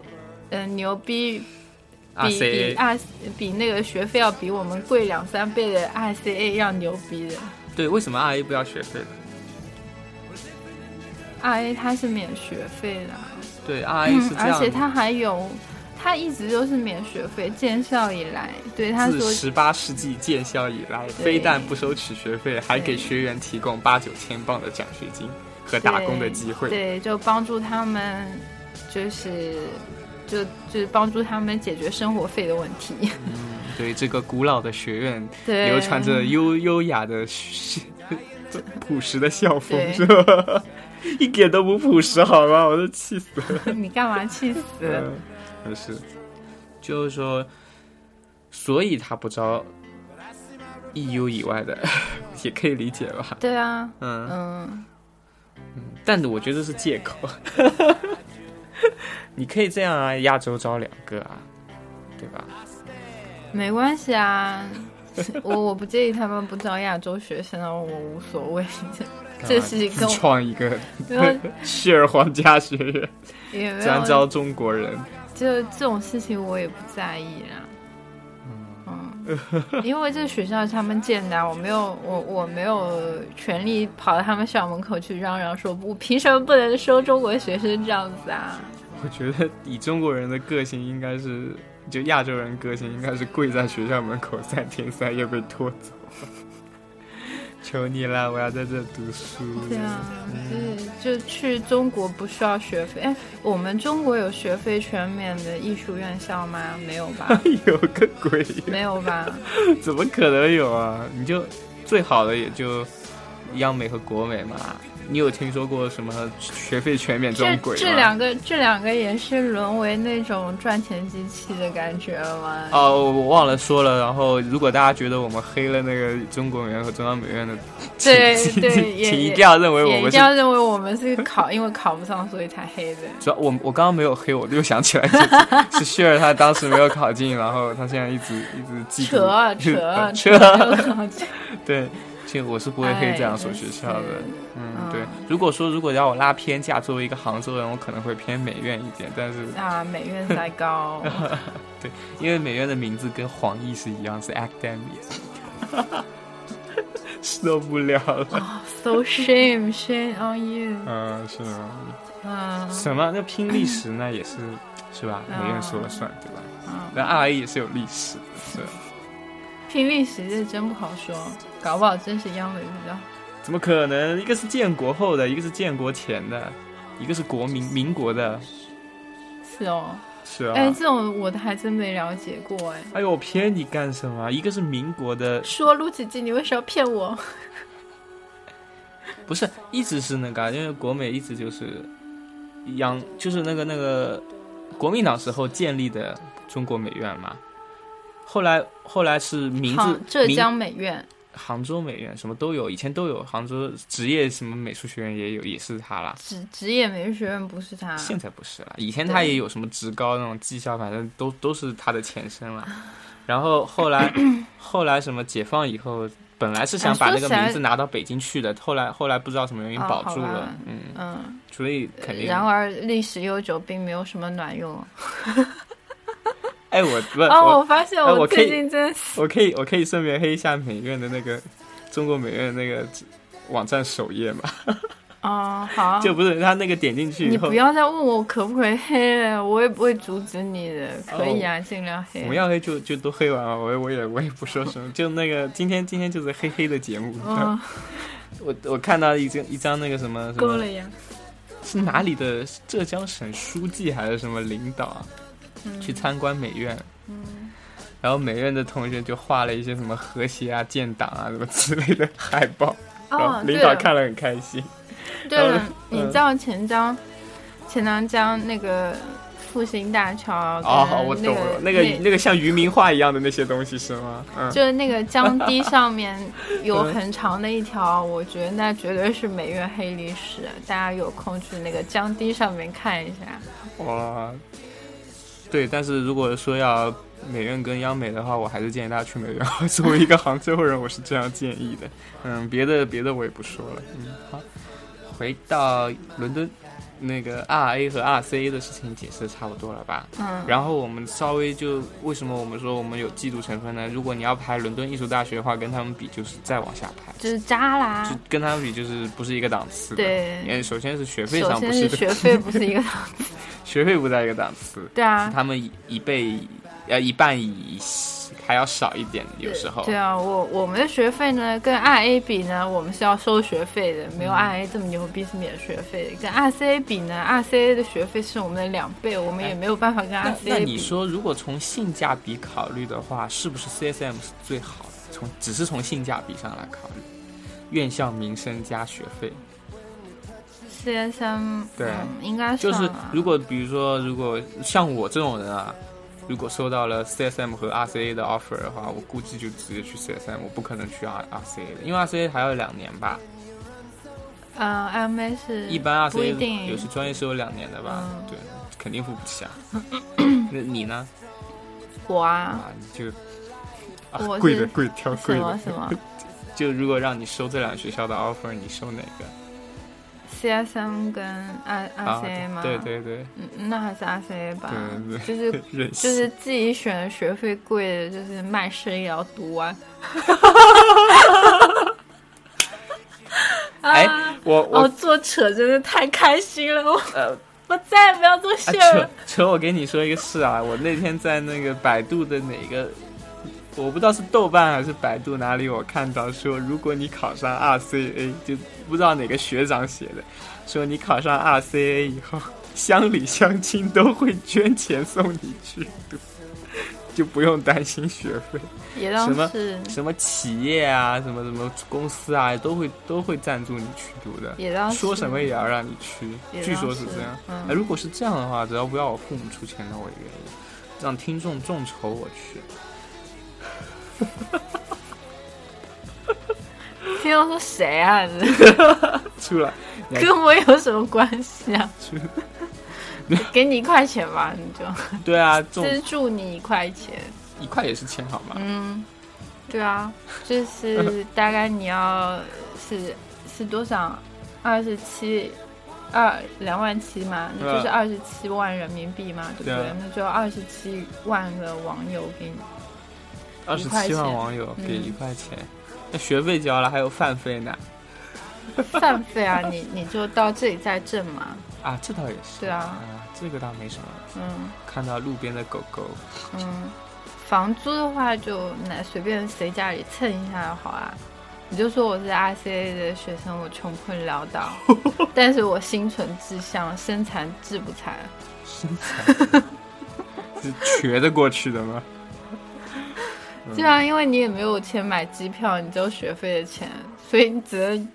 [SPEAKER 2] 呃牛逼。
[SPEAKER 1] 啊
[SPEAKER 2] 比比
[SPEAKER 1] 谁？
[SPEAKER 2] R 比那个学费要比我们贵两三倍的 RCA 要牛逼的
[SPEAKER 1] 对，为什么 R A 不要学费呢？
[SPEAKER 2] ，RA 它是免学费的啊，
[SPEAKER 1] 对，R A 是这
[SPEAKER 2] 而
[SPEAKER 1] 样
[SPEAKER 2] 且
[SPEAKER 1] 的，
[SPEAKER 2] 它还有，它一直都是免学费，建校以来，对他
[SPEAKER 1] 自
[SPEAKER 2] 说
[SPEAKER 1] 十八世纪建校以来，非但不收取学费，还给学员提供八九千镑的奖学金和打工的机会。
[SPEAKER 2] 对，就帮助他们，就是就就是帮助他们解决生活费的问题。
[SPEAKER 1] 嗯，对，这个古老的学院
[SPEAKER 2] 对，
[SPEAKER 1] 流传着优优雅的嘘 朴实的校风，
[SPEAKER 2] 对
[SPEAKER 1] 是吧？一点都不朴实，好吗？我都气死了。
[SPEAKER 2] 你干嘛气
[SPEAKER 1] 嗯
[SPEAKER 2] 死？
[SPEAKER 1] 不是，就是说，所以他不招 EU 以外的， 也可以理解吧？
[SPEAKER 2] 对啊，
[SPEAKER 1] 嗯，
[SPEAKER 2] 嗯，
[SPEAKER 1] 但我觉得这是借口。 你可以这样啊，亚洲招两个啊，对吧？
[SPEAKER 2] 没关系啊，我我不介意他们不招亚洲学生啊，我无所谓。 这事情跟
[SPEAKER 1] 自 创一个
[SPEAKER 2] 我
[SPEAKER 1] share 皇家学院，
[SPEAKER 2] 也 没
[SPEAKER 1] 专
[SPEAKER 2] 有，
[SPEAKER 1] 招中国人。
[SPEAKER 2] 就这种事情我也不在意啦。嗯，因为这学校是他们建的啊，我没有我我没有权利跑到他们校门口去嚷嚷说，我凭什么不能收中国学生这样子啊？
[SPEAKER 1] 我觉得以中国人的个性，应该是就亚洲人个性，应该是跪在学校门口三天三夜被拖走。求你了，我要在这读书。？
[SPEAKER 2] 对啊，就是就去中国不需要学费。哎，我们中国有学费全免的艺术院校吗？没有吧
[SPEAKER 1] 有个鬼呀！
[SPEAKER 2] 没 有吧？
[SPEAKER 1] 怎么可能有啊？你就最好的也就央美和国美嘛。你有听说过什么学费全免这
[SPEAKER 2] 这
[SPEAKER 1] 种鬼吗？
[SPEAKER 2] 这两个这两个也是沦为那种赚钱机器的感觉了吗？
[SPEAKER 1] 哦，我忘了说了。然后，如果大家觉得我们黑了那个中国美院和中央美院的，
[SPEAKER 2] 对
[SPEAKER 1] 请
[SPEAKER 2] 对
[SPEAKER 1] 请
[SPEAKER 2] 也
[SPEAKER 1] 请一
[SPEAKER 2] 也
[SPEAKER 1] 定要认为我
[SPEAKER 2] 也一
[SPEAKER 1] 们是
[SPEAKER 2] 定。要认为我们是考，因为考不上所以才黑的。
[SPEAKER 1] 主要我我刚刚没有黑，我又想起来这是 share 他当时没有考进，然后他现在一直一直嫉妒
[SPEAKER 2] 扯啊扯啊
[SPEAKER 1] 呃扯。
[SPEAKER 2] 扯！啊
[SPEAKER 1] 对，其实我是不会黑这两所学校的
[SPEAKER 2] 哎。
[SPEAKER 1] 嗯
[SPEAKER 2] 嗯，
[SPEAKER 1] 对。如果说如果让我拉偏架，作为一个杭州人，我可能会偏美院一点，但是
[SPEAKER 2] 啊，美院才高，
[SPEAKER 1] 因为美院的名字跟黄奕是一样，是 academy，受不了了。
[SPEAKER 2] so shame shame on you。
[SPEAKER 1] 嗯，是吗？
[SPEAKER 2] 嗯
[SPEAKER 1] 什么？那拼历史那也是是吧？美院说了算，对吧？
[SPEAKER 2] 嗯，
[SPEAKER 1] 那 RE 也是有历史的，是吧。
[SPEAKER 2] 拼历史这真不好说，搞不好真是央美比较好。
[SPEAKER 1] 怎么可能？一个是建国后的，一个是建国前的，一个是国民民国的，
[SPEAKER 2] 是哦，
[SPEAKER 1] 是啊。
[SPEAKER 2] 哎、这种我的还真没了解过哎。
[SPEAKER 1] 哎呦，我骗你干什么？一个是民国的，
[SPEAKER 2] 说陆姐姐，你为什么要骗我？
[SPEAKER 1] 不是一直是那个啊，因为国美一直就是央，就是那个那个国民党时候建立的中国美院嘛。后来后来是名字
[SPEAKER 2] 好，浙
[SPEAKER 1] 民
[SPEAKER 2] 江美院，
[SPEAKER 1] 杭州美院什么都有，以前都有杭州职业什么美术学院也有，也是他啦。
[SPEAKER 2] 职职业美术学院不是他，
[SPEAKER 1] 现在不是了，以前他
[SPEAKER 2] 啊对
[SPEAKER 1] 也有什么职高那种技校，反正都都是他的前身了。然后后 来后来什么解放以后，本来是想把
[SPEAKER 2] 哎
[SPEAKER 1] 那
[SPEAKER 2] 说
[SPEAKER 1] 个
[SPEAKER 2] 起来
[SPEAKER 1] 名字拿到北京去的，后来后来不知道什么原因
[SPEAKER 2] 哦
[SPEAKER 1] 保
[SPEAKER 2] 好
[SPEAKER 1] 住
[SPEAKER 2] 吧
[SPEAKER 1] 了，嗯，
[SPEAKER 2] 嗯，
[SPEAKER 1] 所以肯定。
[SPEAKER 2] 然而历史悠久，并没有什么卵用。
[SPEAKER 1] 哎， 我不
[SPEAKER 2] 哦，
[SPEAKER 1] 我
[SPEAKER 2] 我发现
[SPEAKER 1] 哎我可以
[SPEAKER 2] 最近真是
[SPEAKER 1] 我可以我可以顺便黑一下美院的那个中国美院那个网站首页嘛？
[SPEAKER 2] 哦，好，
[SPEAKER 1] 就不是他那个点进去以
[SPEAKER 2] 你
[SPEAKER 1] 后
[SPEAKER 2] 不，要再问我可不可以黑了，我也不会阻止你的，可以
[SPEAKER 1] 哦
[SPEAKER 2] 啊，尽量黑。
[SPEAKER 1] 我们要黑就就都黑完了，我也我也我也不说什么，就那个今天今天就是黑黑的节目。
[SPEAKER 2] 嗯，
[SPEAKER 1] 我我看到一张一张那个什么什
[SPEAKER 2] 够
[SPEAKER 1] 么
[SPEAKER 2] 了呀，
[SPEAKER 1] 是哪里的浙江省书记还是什么领导啊，
[SPEAKER 2] 嗯
[SPEAKER 1] 去参观美院，
[SPEAKER 2] 嗯，
[SPEAKER 1] 然后美院的同学就画了一些什么和谐啊、建党啊什么之类的海报，然
[SPEAKER 2] 哦
[SPEAKER 1] 后，
[SPEAKER 2] 对
[SPEAKER 1] 领导
[SPEAKER 2] 了，
[SPEAKER 1] 看了很开心。
[SPEAKER 2] 对
[SPEAKER 1] 然后
[SPEAKER 2] 了
[SPEAKER 1] 呢，
[SPEAKER 2] 你
[SPEAKER 1] 嗯
[SPEAKER 2] 知道钱江、钱塘江那个复兴大桥跟
[SPEAKER 1] 哦，我懂了，那
[SPEAKER 2] 嗯那
[SPEAKER 1] 个那个像渔民画一样的那些东西是吗？嗯，
[SPEAKER 2] 就是那个江堤上面有
[SPEAKER 1] 嗯
[SPEAKER 2] 很长的一条，我觉得那绝对是美院黑历史，大家有空去那个江堤上面看一下。
[SPEAKER 1] 哇，对，但是如果说要美院跟央美的话，我还是建议大家去美院。作为一个杭州人，我是这样建议的。嗯，别的别的我也不说了。嗯，好，回到伦敦，那个 RA 和 RCA 的事情解释差不多了吧？
[SPEAKER 2] 嗯，
[SPEAKER 1] 然后我们稍微就为什么我们说我们有嫉妒成分呢？如果你要排伦敦艺术大学的话，跟他们比就是再往下排，
[SPEAKER 2] 就是渣啦
[SPEAKER 1] 就，跟他们比就是不是一个档次的。，
[SPEAKER 2] 对，
[SPEAKER 1] 嗯，首先是学费
[SPEAKER 2] 首
[SPEAKER 1] 上不
[SPEAKER 2] 先
[SPEAKER 1] 是
[SPEAKER 2] 是
[SPEAKER 1] 一个
[SPEAKER 2] 学费不是一个，
[SPEAKER 1] 学费不在一个档次。
[SPEAKER 2] 对啊，
[SPEAKER 1] 他们一一倍呃一半以还要少一点，有时候
[SPEAKER 2] 对啊，我我们的学费呢，跟 RA 比呢，我们是要收学费的，没有
[SPEAKER 1] 嗯
[SPEAKER 2] RA 这么牛逼是免学费的。跟 RCA 比呢，RCA 的学费是我们的两倍，我们也没有办法跟
[SPEAKER 1] 哎那
[SPEAKER 2] RCA 比。
[SPEAKER 1] 那你说，如果从性价比考虑的话，是不是 CSM 是最好的？从只是从性价比上来考虑，院校名声加学费，
[SPEAKER 2] CSM
[SPEAKER 1] 对
[SPEAKER 2] 嗯、应该
[SPEAKER 1] 就
[SPEAKER 2] 算
[SPEAKER 1] 是
[SPEAKER 2] 了
[SPEAKER 1] 如果比如说，如果像我这种人啊，如果收到了 CSM 和 RCA 的 offer 的话，我估计就直接去 CSM，我不可能去 R RCA 的，因为 RCA 还要两年吧。
[SPEAKER 2] 嗯，MA 是
[SPEAKER 1] 一般二啊
[SPEAKER 2] 不一
[SPEAKER 1] C
[SPEAKER 2] 定
[SPEAKER 1] 有时专业是有两年的吧？
[SPEAKER 2] 嗯
[SPEAKER 1] 对，肯定付不 起啊。那你呢？
[SPEAKER 2] 我啊，
[SPEAKER 1] 啊，你就啊
[SPEAKER 2] 我，是
[SPEAKER 1] 贵的贵的挑
[SPEAKER 2] 什
[SPEAKER 1] 贵
[SPEAKER 2] 么
[SPEAKER 1] 的。
[SPEAKER 2] 什么
[SPEAKER 1] 就如果让你收这两个学校的 offer，你收哪个？
[SPEAKER 2] CSM 跟 I
[SPEAKER 1] 啊
[SPEAKER 2] RCA 吗？，
[SPEAKER 1] 对对对
[SPEAKER 2] 嗯，那还是 RCA 吧，
[SPEAKER 1] 对对
[SPEAKER 2] 就是
[SPEAKER 1] 对，任性
[SPEAKER 2] 就是自己选的学费贵的，就是卖肾也要读完。啊
[SPEAKER 1] 哎，我我、
[SPEAKER 2] 哦，做扯真的太开心了，我
[SPEAKER 1] 呃
[SPEAKER 2] 我再也不要做
[SPEAKER 1] 啊，
[SPEAKER 2] 事了
[SPEAKER 1] 扯。扯，我给你说一个事啊，我那天在那个百度的哪个，我不知道是豆瓣还是百度哪里，我看到说，如果你考上 RCA，就不知道哪个学长写的，说你考上 RCA 以后，乡里乡亲都会捐钱送你去读，就不用担心学费，
[SPEAKER 2] 也当
[SPEAKER 1] 什么
[SPEAKER 2] 是
[SPEAKER 1] 什么企业啊，什么什么公司啊，都会都会赞助你去读的。
[SPEAKER 2] 也当
[SPEAKER 1] 说什么
[SPEAKER 2] 是
[SPEAKER 1] 也要让你去，
[SPEAKER 2] 也
[SPEAKER 1] 据
[SPEAKER 2] 当
[SPEAKER 1] 说是
[SPEAKER 2] 是
[SPEAKER 1] 这样。
[SPEAKER 2] 嗯
[SPEAKER 1] 哎，如果是这样的话，只要不要我父母出钱，那我也愿意。让听众众筹我去，
[SPEAKER 2] 听到说 谁啊？
[SPEAKER 1] 出来哎
[SPEAKER 2] 跟我有什么关系啊？
[SPEAKER 1] 出，
[SPEAKER 2] 给你一块钱吧，你就
[SPEAKER 1] 对啊，众
[SPEAKER 2] 资助你一块钱。
[SPEAKER 1] 一块也是钱好吗？
[SPEAKER 2] 嗯，对啊，就是 大概你要是是多少？二十七，二两万七嘛，
[SPEAKER 1] 对啊
[SPEAKER 2] 那就是二十七万人民币嘛，对不
[SPEAKER 1] 对
[SPEAKER 2] 对？
[SPEAKER 1] 啊
[SPEAKER 2] 那就二十七万个网友给你。
[SPEAKER 1] 二十
[SPEAKER 2] 一块
[SPEAKER 1] 七
[SPEAKER 2] 钱
[SPEAKER 1] 万网友给
[SPEAKER 2] 嗯
[SPEAKER 1] 一块钱，那学费交了，还有饭费呢。
[SPEAKER 2] 饭费啊，你你就到这里再挣嘛。
[SPEAKER 1] 啊，这倒也是。哎
[SPEAKER 2] 对啊
[SPEAKER 1] 这个倒没什么。
[SPEAKER 2] 嗯
[SPEAKER 1] 看到路边的狗狗，
[SPEAKER 2] 嗯，房租的话就那随便谁家里蹭一下就好啦。你就说我是 RCA 的学生，我穷困潦 倒，但是我心存志向，身残志不残。
[SPEAKER 1] 身材是瘸得过去的吗？ 嗯
[SPEAKER 2] 对啊，因为你也没有钱买机票，你只有学费的钱，所以你只能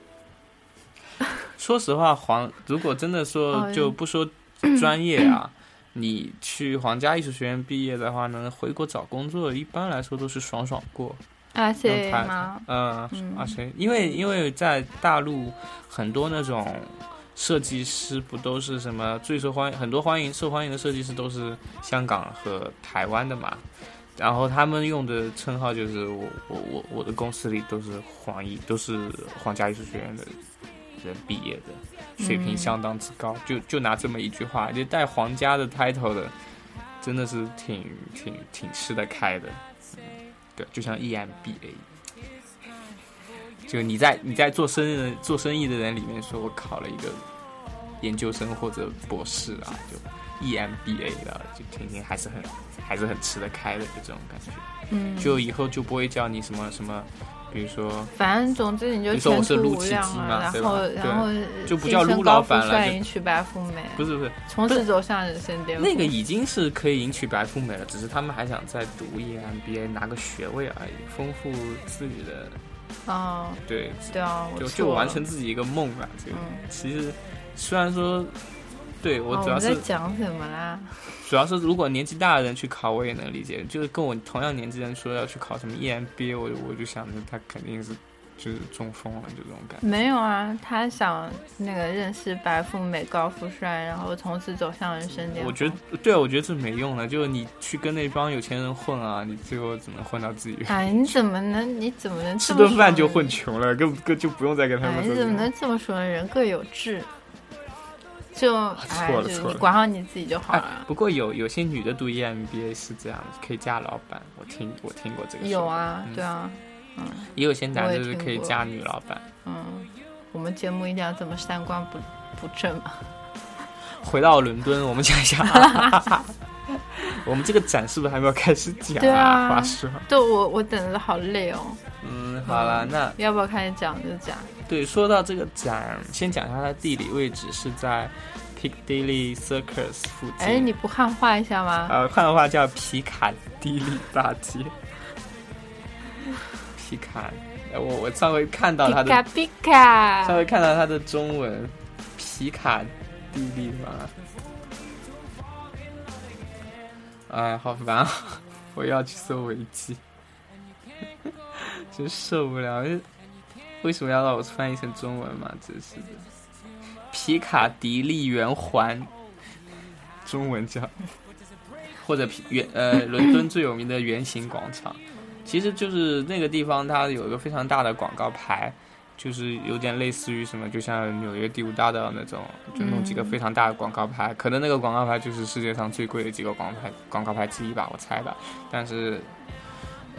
[SPEAKER 1] 说实话，皇如果真的说
[SPEAKER 2] 哦
[SPEAKER 1] 就不 说专业啊，你去皇家艺术学院毕业的话呢，回国找工作一般来说都是爽爽过，
[SPEAKER 2] RCA
[SPEAKER 1] 谈
[SPEAKER 2] 吗？
[SPEAKER 1] 嗯
[SPEAKER 2] 嗯，
[SPEAKER 1] 啊谁？因为因为在大陆很多那种设计师不都是什么最受欢迎，很多欢迎受欢迎的设计师都是香港和台湾的嘛。然后他们用的称号就是我我我我的公司里都是黄艺都是皇家艺术学院的人毕业的，水平
[SPEAKER 2] 嗯
[SPEAKER 1] 相当之高。就就拿这么一句话，就带皇家的 title 的，真的是挺挺挺吃得开的。对，就像 E EMBA，就你在你在做生意的做生意的人里面说，我考了一个研究生或者博士啊，就 EMBA 了，啊就天天还是很还是很吃得开的这种感觉。
[SPEAKER 2] 嗯，
[SPEAKER 1] 就以后就不会叫你什么什么，比如说
[SPEAKER 2] 反正总之你就
[SPEAKER 1] 你说我
[SPEAKER 2] 前
[SPEAKER 1] 是
[SPEAKER 2] 途
[SPEAKER 1] 撸
[SPEAKER 2] 无
[SPEAKER 1] 起
[SPEAKER 2] 量
[SPEAKER 1] 鸡嘛
[SPEAKER 2] 啊，
[SPEAKER 1] 对
[SPEAKER 2] 然
[SPEAKER 1] 吧
[SPEAKER 2] 后
[SPEAKER 1] 对
[SPEAKER 2] 然后
[SPEAKER 1] 就不
[SPEAKER 2] 晋
[SPEAKER 1] 叫
[SPEAKER 2] 升
[SPEAKER 1] 撸
[SPEAKER 2] 呃高
[SPEAKER 1] 老
[SPEAKER 2] 富
[SPEAKER 1] 板了
[SPEAKER 2] 帅
[SPEAKER 1] 就
[SPEAKER 2] 迎娶白富美，
[SPEAKER 1] 不是不是
[SPEAKER 2] 从此走向人生巅峰。
[SPEAKER 1] 那个已经是可以迎娶白富美了，只是他们还想再读 EMBA 拿个学位而已，丰富自己的
[SPEAKER 2] 哦，
[SPEAKER 1] 对
[SPEAKER 2] 对啊，我
[SPEAKER 1] 就
[SPEAKER 2] 错
[SPEAKER 1] 就
[SPEAKER 2] 了
[SPEAKER 1] 完成自己一个梦吧。这个、
[SPEAKER 2] 嗯
[SPEAKER 1] 其实虽然说，对我
[SPEAKER 2] 哦
[SPEAKER 1] 主要
[SPEAKER 2] 们
[SPEAKER 1] 是、
[SPEAKER 2] 在讲什么啦？
[SPEAKER 1] 主要是如果年纪大的人去考，我也能理解。就是跟我同样年纪的人说要去考什么 E EMBA，我我就想着他肯定是就是中风了就这种感觉。
[SPEAKER 2] 没有啊，他想那个认识白富美、高富帅，然后从此走向人生巅峰。
[SPEAKER 1] 我觉得对啊，我觉得这没用的。就是你去跟那帮有钱人混啊，你最后只能混到自己
[SPEAKER 2] 哎，你怎么能你怎么 能
[SPEAKER 1] 吃
[SPEAKER 2] 这么
[SPEAKER 1] 顿饭
[SPEAKER 2] 说
[SPEAKER 1] 就
[SPEAKER 2] 呢
[SPEAKER 1] 混穷了，根根就不用 再跟他
[SPEAKER 2] 哎，
[SPEAKER 1] 们
[SPEAKER 2] 你
[SPEAKER 1] 说
[SPEAKER 2] 怎
[SPEAKER 1] 这
[SPEAKER 2] 么
[SPEAKER 1] 个。
[SPEAKER 2] 能这么说呢？人各有志，就哎，
[SPEAKER 1] 啊错了
[SPEAKER 2] 就是
[SPEAKER 1] 错了
[SPEAKER 2] 你管好你自己就好
[SPEAKER 1] 哎
[SPEAKER 2] 了。
[SPEAKER 1] 不过有有些女的读 EMBA 是这样的，可以嫁老板。我听我听过这个。
[SPEAKER 2] 有，啊
[SPEAKER 1] 嗯，
[SPEAKER 2] 对啊，
[SPEAKER 1] 也有些男
[SPEAKER 2] 我
[SPEAKER 1] 的
[SPEAKER 2] 也
[SPEAKER 1] 是
[SPEAKER 2] 听
[SPEAKER 1] 可以
[SPEAKER 2] 过
[SPEAKER 1] 嫁女老板。
[SPEAKER 2] 嗯，我们节目一定要这么三观不不正嘛。
[SPEAKER 1] 回到伦敦，我们讲一下、 啊，我们这个展是不是还没有开始讲
[SPEAKER 2] 对啊
[SPEAKER 1] 话说，
[SPEAKER 2] 对，我我等的好累哦。
[SPEAKER 1] 嗯，好了，那
[SPEAKER 2] 要不要开始讲就讲？
[SPEAKER 1] 对，说到这个展，先讲一下它的地理位置是在 Piccadilly Circus 附近。
[SPEAKER 2] 哎，你不汉化一下吗？
[SPEAKER 1] 呃，汉化叫皮卡迪利大街。皮卡，呃我我上回看到
[SPEAKER 2] 皮
[SPEAKER 1] 它的
[SPEAKER 2] 卡皮卡
[SPEAKER 1] 稍，微看到它的中文，皮卡蒂利吗？哎，好烦啊！ 我又要去搜维基，真受不了。为什么要让我翻译成中文嘛？真是的。皮卡迪利圆环，中文叫，或者皮圆呃，伦敦最有名的圆形广场，其实就是那个地方，它有一个非常大的广告牌，就是有点类似于什么，就像纽约第五大道那种，就弄几个非常大的广告牌，可能那个广告牌就是世界上最贵的几个广告牌广告牌之一吧，我猜吧。但是，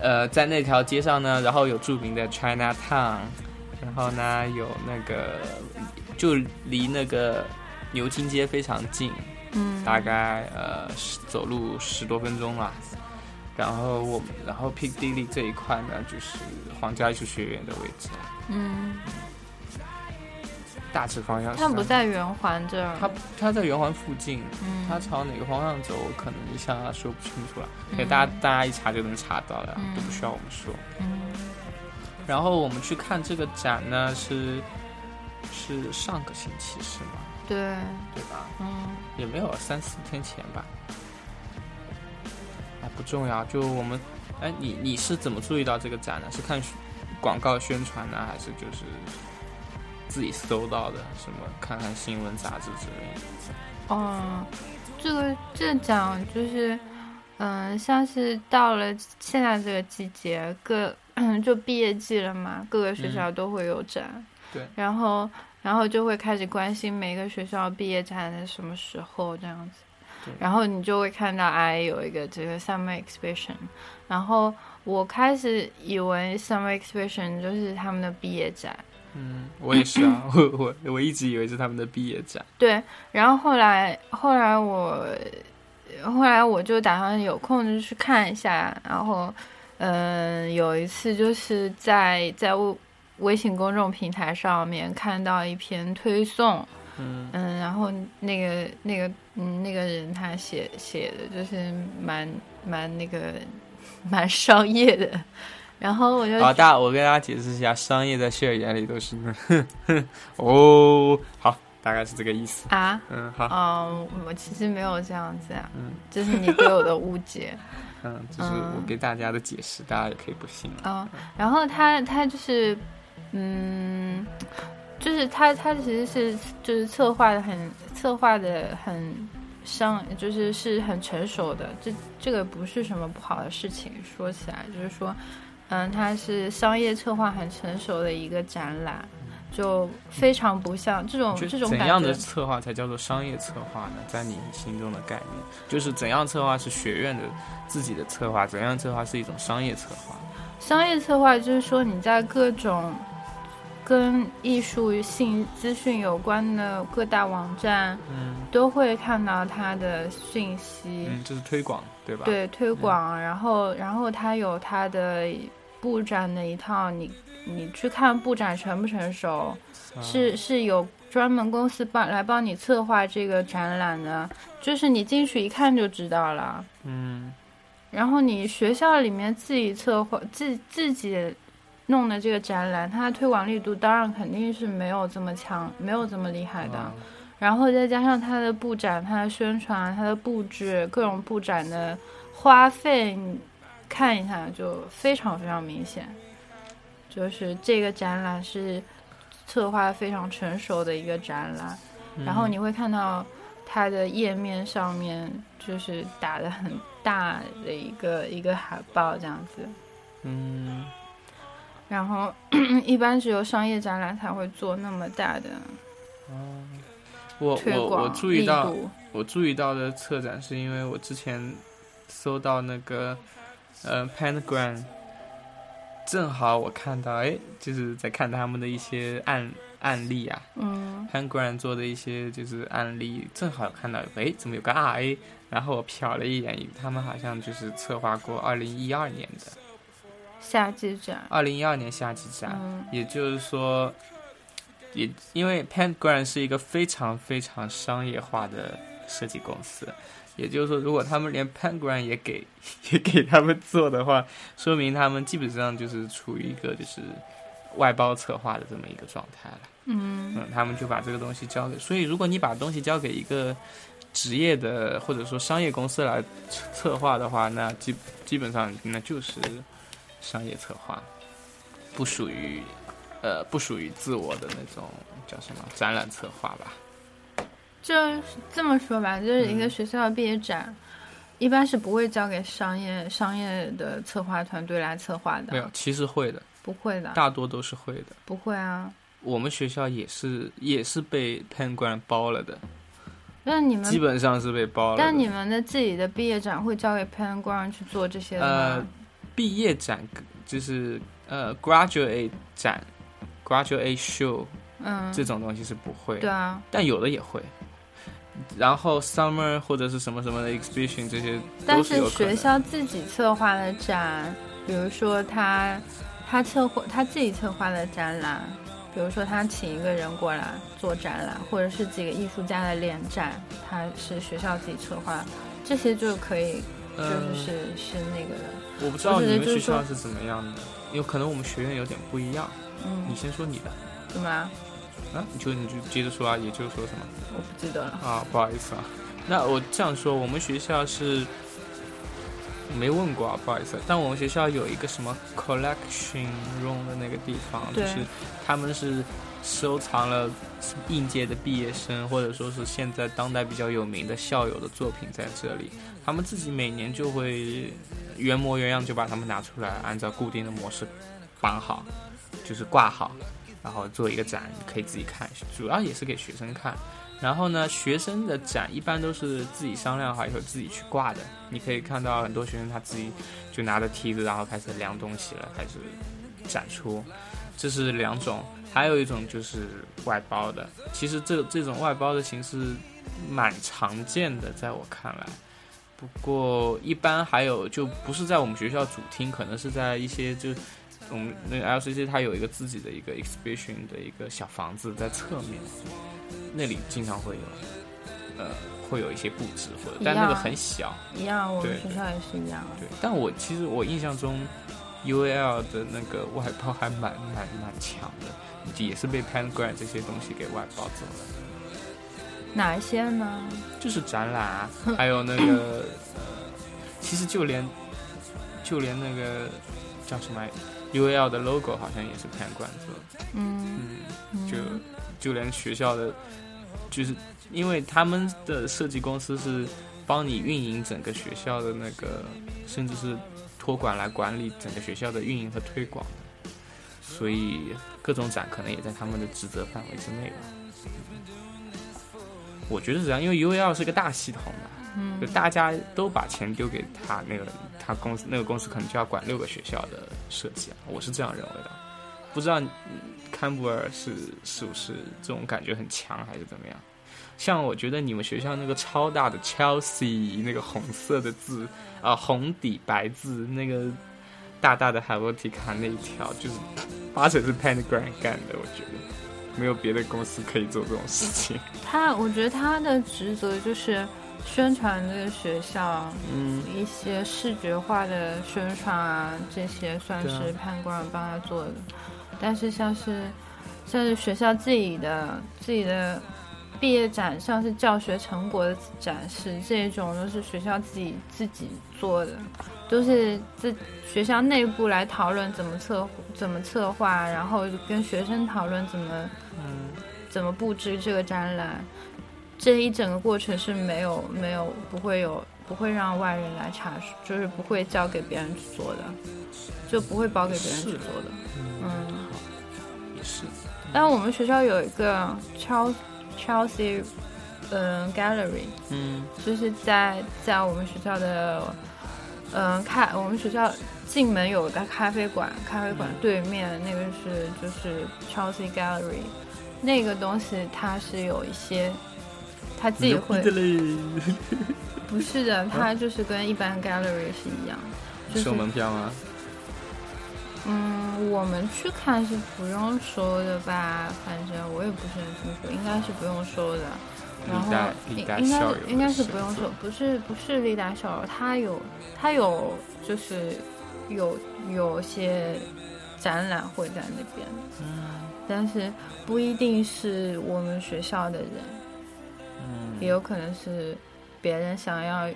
[SPEAKER 1] 呃，在那条街上呢，然后有著名的 China Town，然后呢有那个就离那个牛津街非常近，
[SPEAKER 2] 嗯，
[SPEAKER 1] 大概呃十走路十多分钟吧。然后我，然后 Piccadilly 这一块呢，就是皇家艺术学院的位置，
[SPEAKER 2] 嗯，
[SPEAKER 1] 大致方向是这
[SPEAKER 2] 它
[SPEAKER 1] 样。
[SPEAKER 2] 不在圆环这儿，
[SPEAKER 1] 它它在圆环附近，
[SPEAKER 2] 嗯，
[SPEAKER 1] 它朝哪个方向走，我可能一下说不清楚了。
[SPEAKER 2] 嗯
[SPEAKER 1] 给大家大家一查就能查到了，
[SPEAKER 2] 嗯
[SPEAKER 1] 都不需要我们说。
[SPEAKER 2] 嗯
[SPEAKER 1] 然后我们去看这个展呢，是是上个星期是吗？
[SPEAKER 2] 对，
[SPEAKER 1] 对吧？
[SPEAKER 2] 嗯
[SPEAKER 1] 也没有三四天前吧。哎，不重要。就我们，哎，你你是怎么注意到这个展的？是看宣广告宣传呢，还是就是自己搜到的？什么看看新闻杂志之类的？
[SPEAKER 2] 哦，这个这讲就是，嗯，像是到了现在这个季节，各就毕业季了嘛，各个学校都会有展，
[SPEAKER 1] 嗯对
[SPEAKER 2] 然后然后就会开始关心每个学校毕业展在什么时候这样子
[SPEAKER 1] 对，
[SPEAKER 2] 然后你就会看到 I 有一个这个 summer exhibition，然后我开始以为 summer exhibition 就是他们的毕业展。
[SPEAKER 1] 嗯，我也是啊， 我我我一直以为是他们的毕业展。
[SPEAKER 2] 对，然后后来后来我后来我就打算有空就去看一下，然后嗯，有一次就是在在微微信公众平台上面看到一篇推送，
[SPEAKER 1] 嗯
[SPEAKER 2] 嗯，然后那个那个嗯那个人他写写的就是蛮蛮那个蛮商业的，然后我就
[SPEAKER 1] 啊，大我跟大家解释一下，商业在谢眼里都是 哦，好，大概是这个意思。
[SPEAKER 2] 啊
[SPEAKER 1] 嗯，好，
[SPEAKER 2] 嗯，我其实没有这样子啊，
[SPEAKER 1] 嗯
[SPEAKER 2] 这是你对我的误解。
[SPEAKER 1] 嗯，这是我给大家的解释，大家也可以不信啊了。
[SPEAKER 2] 嗯，然后他他就是，嗯，就是他他其实是就是策划的很策划的很商，就是是很成熟的，这这个不是什么不好的事情。说起来就是说，嗯，他是商业策划很成熟的一个展览，就非常不像这种
[SPEAKER 1] 就
[SPEAKER 2] 哦这种
[SPEAKER 1] 怎
[SPEAKER 2] 感
[SPEAKER 1] 样
[SPEAKER 2] 觉
[SPEAKER 1] 的策划才叫做商业策划呢？在你心中的概念，就是怎样策划是学院的自己的策划，怎样策划是一种商业策划。
[SPEAKER 2] 商业策划就是说你在各种跟艺术性资讯有关的各大网站
[SPEAKER 1] 嗯
[SPEAKER 2] 都会看到它的讯息，
[SPEAKER 1] 嗯，这是推广，对吧？，嗯
[SPEAKER 2] 对推广，然后然后它有它的布展的一套，你你去看布展成不成熟，
[SPEAKER 1] 啊嗯
[SPEAKER 2] 是是有专门公司帮来帮你策划这个展览的，就是你进去一看就知道了。
[SPEAKER 1] 嗯
[SPEAKER 2] 然后你学校里面自己策划、自自己弄的这个展览，它的推广力度当然肯定是没有这么强，没有这么厉害的。
[SPEAKER 1] 啊
[SPEAKER 2] 然后再加上它的布展、它的宣传、它的布置、各种布展的花费，你看一下就非常非常明显，就是这个展览是策划非常成熟的一个展览。然后
[SPEAKER 1] 嗯
[SPEAKER 2] 你会看到它的页面上面就是打的很大的一个一个海报这样子，
[SPEAKER 1] 嗯
[SPEAKER 2] 然后 一般只有商业展览才会做那么大的
[SPEAKER 1] 我
[SPEAKER 2] 推
[SPEAKER 1] 我
[SPEAKER 2] 广
[SPEAKER 1] 我注意
[SPEAKER 2] 力
[SPEAKER 1] 到
[SPEAKER 2] 度。
[SPEAKER 1] 我注意到的策展是因为我之前搜到那个呃 Pentagram，正好我看到哎，就是在看他们的一些案案例啊
[SPEAKER 2] 嗯，
[SPEAKER 1] ，Pentagram 做的一些就是案例，正好看到哎，怎么有个 RA？然后我瞟了一眼，他们好像就是策划过二零一二年的
[SPEAKER 2] 夏季展，
[SPEAKER 1] 二零一二年夏季展，
[SPEAKER 2] 嗯
[SPEAKER 1] 也就是说，也因为 Pentagram 是一个非常非常商业化的设计公司，也就是说，如果他们连 Pentagram 也给 也给他们做的话，说明他们基本上就是处于一个就是外包策划的这么一个状态了。
[SPEAKER 2] 嗯
[SPEAKER 1] 嗯，他们就把这个东西交给，所以如果你把东西交给一个职业的或者说商业公司来策策划的话，那基基本上那就是商业策划，不属于呃不属于自我的那种叫什么展览策划吧。
[SPEAKER 2] 就这么说吧，就是一个学校的毕业展，一般是不会交给商业商业的策划团队来策划
[SPEAKER 1] 没
[SPEAKER 2] 的，啊
[SPEAKER 1] 有，其实会的，
[SPEAKER 2] 不会的，
[SPEAKER 1] 大多都是会的。
[SPEAKER 2] 不会啊。
[SPEAKER 1] 我们学校也是也是被 Penguin 包了的，
[SPEAKER 2] 那你
[SPEAKER 1] 基
[SPEAKER 2] 们，
[SPEAKER 1] 本上是被包了的。
[SPEAKER 2] 但你们的自己的毕业展会交给 Pan g r o u n 去做这些的吗？
[SPEAKER 1] 呃毕业展就是呃 graduate 展、graduate show
[SPEAKER 2] 嗯，
[SPEAKER 1] 呃这种东西是不会的
[SPEAKER 2] 对啊，
[SPEAKER 1] 但有的也会。然后 summer 或者是什么什么的 exhibition 这些都
[SPEAKER 2] 但
[SPEAKER 1] 有可能
[SPEAKER 2] 学校自己策划的展，比如说他他策划他自己策划的展览，比如说他请一个人过来做展览，或者是几个艺术家的联展，他是学校自己策划，这些就可以就
[SPEAKER 1] 呃
[SPEAKER 2] 是是、是那个的，
[SPEAKER 1] 我不知道
[SPEAKER 2] 我只
[SPEAKER 1] 你
[SPEAKER 2] 是
[SPEAKER 1] 们
[SPEAKER 2] 就是
[SPEAKER 1] 学校
[SPEAKER 2] 说
[SPEAKER 1] 是怎么样的，有可能我们学院有点不一样。你
[SPEAKER 2] 嗯，
[SPEAKER 1] 先说你的
[SPEAKER 2] 怎么啦？
[SPEAKER 1] 啊，你就你就接着说啊，也就是说什么？
[SPEAKER 2] 我不记得了，
[SPEAKER 1] 啊，不好意思啊。那我这样说，我们学校是没问过啊，不好意思。但我们学校有一个什么 collection room 的那个地方，就
[SPEAKER 2] 对
[SPEAKER 1] 是他们是收藏了应届的毕业生，或者说是现在当代比较有名的校友的作品在这里。他们自己每年就会原模原样就把它们拿出来，按照固定的模式绑好，就是挂好，然后做一个展，可以自己看，主要也是给学生看。然后呢，学生的展一般都是自己商量好以后自己去挂的。你可以看到很多学生他自己就拿着梯子，然后开始量东西了，开始展出。这是两种，还有一种就是外包的。其实这这种外包的形式蛮常见的，在我看来。不过一般还有就不是在我们学校主厅，可能是在一些就我们那个 LCC 它有一个自己的一个 exhibition 的一个小房子在侧面，那里经常会有，呃，会有一些布置或者，但
[SPEAKER 2] 一样
[SPEAKER 1] 那个很小。
[SPEAKER 2] 一样，我们
[SPEAKER 1] 对
[SPEAKER 2] 学校也是一样。
[SPEAKER 1] 对，但我其实我印象中，UAL 的那个外包还蛮蛮蛮强的，也是被 Pangram 这些东西给外包走了，
[SPEAKER 2] 哪一些呢？
[SPEAKER 1] 就是展览啊，还有那个呃，其实就连就连那个叫什么 UAL 的 logo 好像也是 Pangram 做的，
[SPEAKER 2] 嗯，
[SPEAKER 1] 嗯，
[SPEAKER 2] 嗯
[SPEAKER 1] 就就连学校的，就是因为他们的设计公司是帮你运营整个学校的那个，甚至是托管来管理整个学校的运营和推广的，所以各种展可能也在他们的职责范围之内吧。我觉得是这样，因为 UAL 是个大系统嘛，就
[SPEAKER 2] 嗯
[SPEAKER 1] 大家都把钱丢给他那个他公司那个公司可能就要管六个学校的设计啊，我是这样认为的。不知道嗯堪布尔是是不是这种感觉很强，还是怎么样？像我觉得你们学校那个超大的 Chelsea 那个红色的字啊、红底白字那个大大的海沃提卡那一条，就是八成是 Pentagram 干的，我觉得没有别的公司可以做这种事情。
[SPEAKER 2] 他我觉得他的职责就是宣传这个学校，
[SPEAKER 1] 嗯，
[SPEAKER 2] 一些视觉化的宣传啊，这些算
[SPEAKER 1] 对啊
[SPEAKER 2] 是潘官帮他做的。但是像是像是学校自己的自己的毕业展，像是教学成果的展示这种，都是学校自己自己做的，都是自学校内部来讨论怎么策怎么策划，然后跟学生讨论怎么
[SPEAKER 1] 嗯
[SPEAKER 2] 怎么布置这个展览，这一整个过程是没有没有不会有不会让外人来查，就是不会交给别人去做的，就不会包给别人去做的。嗯，
[SPEAKER 1] 也是。
[SPEAKER 2] 但我们学校有一个 Chelsea Chelsea 嗯 Gallery，
[SPEAKER 1] 嗯
[SPEAKER 2] 就是在在我们学校的，嗯，咖我们学校进门有个咖啡馆，咖啡馆
[SPEAKER 1] 嗯
[SPEAKER 2] 对面那个是就是 Chelsea Gallery，那个东西它是有一些，它自己会
[SPEAKER 1] 嘞，
[SPEAKER 2] 不是的，它就是跟一般 gallery 是一样的，就是
[SPEAKER 1] 收门票吗？
[SPEAKER 2] 嗯，我们去看是不用收的吧，反正我也不是很清楚，应该是不用收的。然后
[SPEAKER 1] 历代历
[SPEAKER 2] 应
[SPEAKER 1] 代
[SPEAKER 2] 应该
[SPEAKER 1] 校友
[SPEAKER 2] 是
[SPEAKER 1] 的
[SPEAKER 2] 应该是
[SPEAKER 1] 选
[SPEAKER 2] 不用
[SPEAKER 1] 择
[SPEAKER 2] 收，不是不是历代校友，他有他有就是有有些展览会在那边，
[SPEAKER 1] 嗯
[SPEAKER 2] 但是不一定是我们学校的人，
[SPEAKER 1] 嗯
[SPEAKER 2] 也有可能是别人想要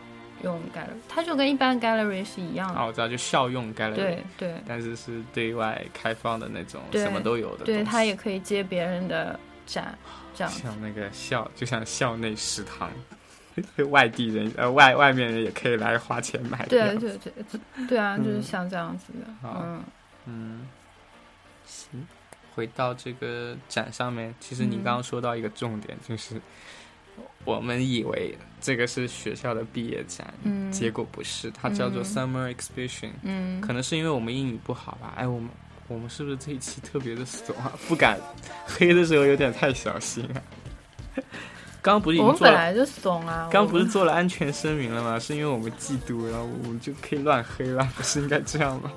[SPEAKER 2] 用 gallery，它就跟一般 gallery 是一样的。
[SPEAKER 1] 啊，我知道，就校用 gallery，
[SPEAKER 2] 对对
[SPEAKER 1] 但是是对外开放的那种，
[SPEAKER 2] 对
[SPEAKER 1] 什么都有的东西。
[SPEAKER 2] 对，它也可以接别人的展，这样
[SPEAKER 1] 像那个校，就像校内食堂， 外地人呃外外面人也可以来花钱买票。
[SPEAKER 2] 对对对对啊，就是
[SPEAKER 1] 嗯
[SPEAKER 2] 像这样子的，
[SPEAKER 1] 好
[SPEAKER 2] 嗯
[SPEAKER 1] 嗯，行，回到这个展上面，其实你
[SPEAKER 2] 嗯
[SPEAKER 1] 刚刚说到一个重点，就是我们以为这个是学校的毕业展，
[SPEAKER 2] 嗯，
[SPEAKER 1] 结果不是，它叫做
[SPEAKER 2] 嗯
[SPEAKER 1] Summer Exhibition，、
[SPEAKER 2] 嗯，
[SPEAKER 1] 可能是因为我们英语不好吧？哎，我们我们是不是这一期特别的怂啊？不敢黑的时候有点太小心啊。 刚不是已
[SPEAKER 2] 我
[SPEAKER 1] 经
[SPEAKER 2] 们
[SPEAKER 1] 做
[SPEAKER 2] 本
[SPEAKER 1] 了，
[SPEAKER 2] 来就怂啊，
[SPEAKER 1] 刚
[SPEAKER 2] 我
[SPEAKER 1] 不是做了安全声明了吗？是因为我们嫉妒，然后我们就可以乱黑了，不是应该这样吗？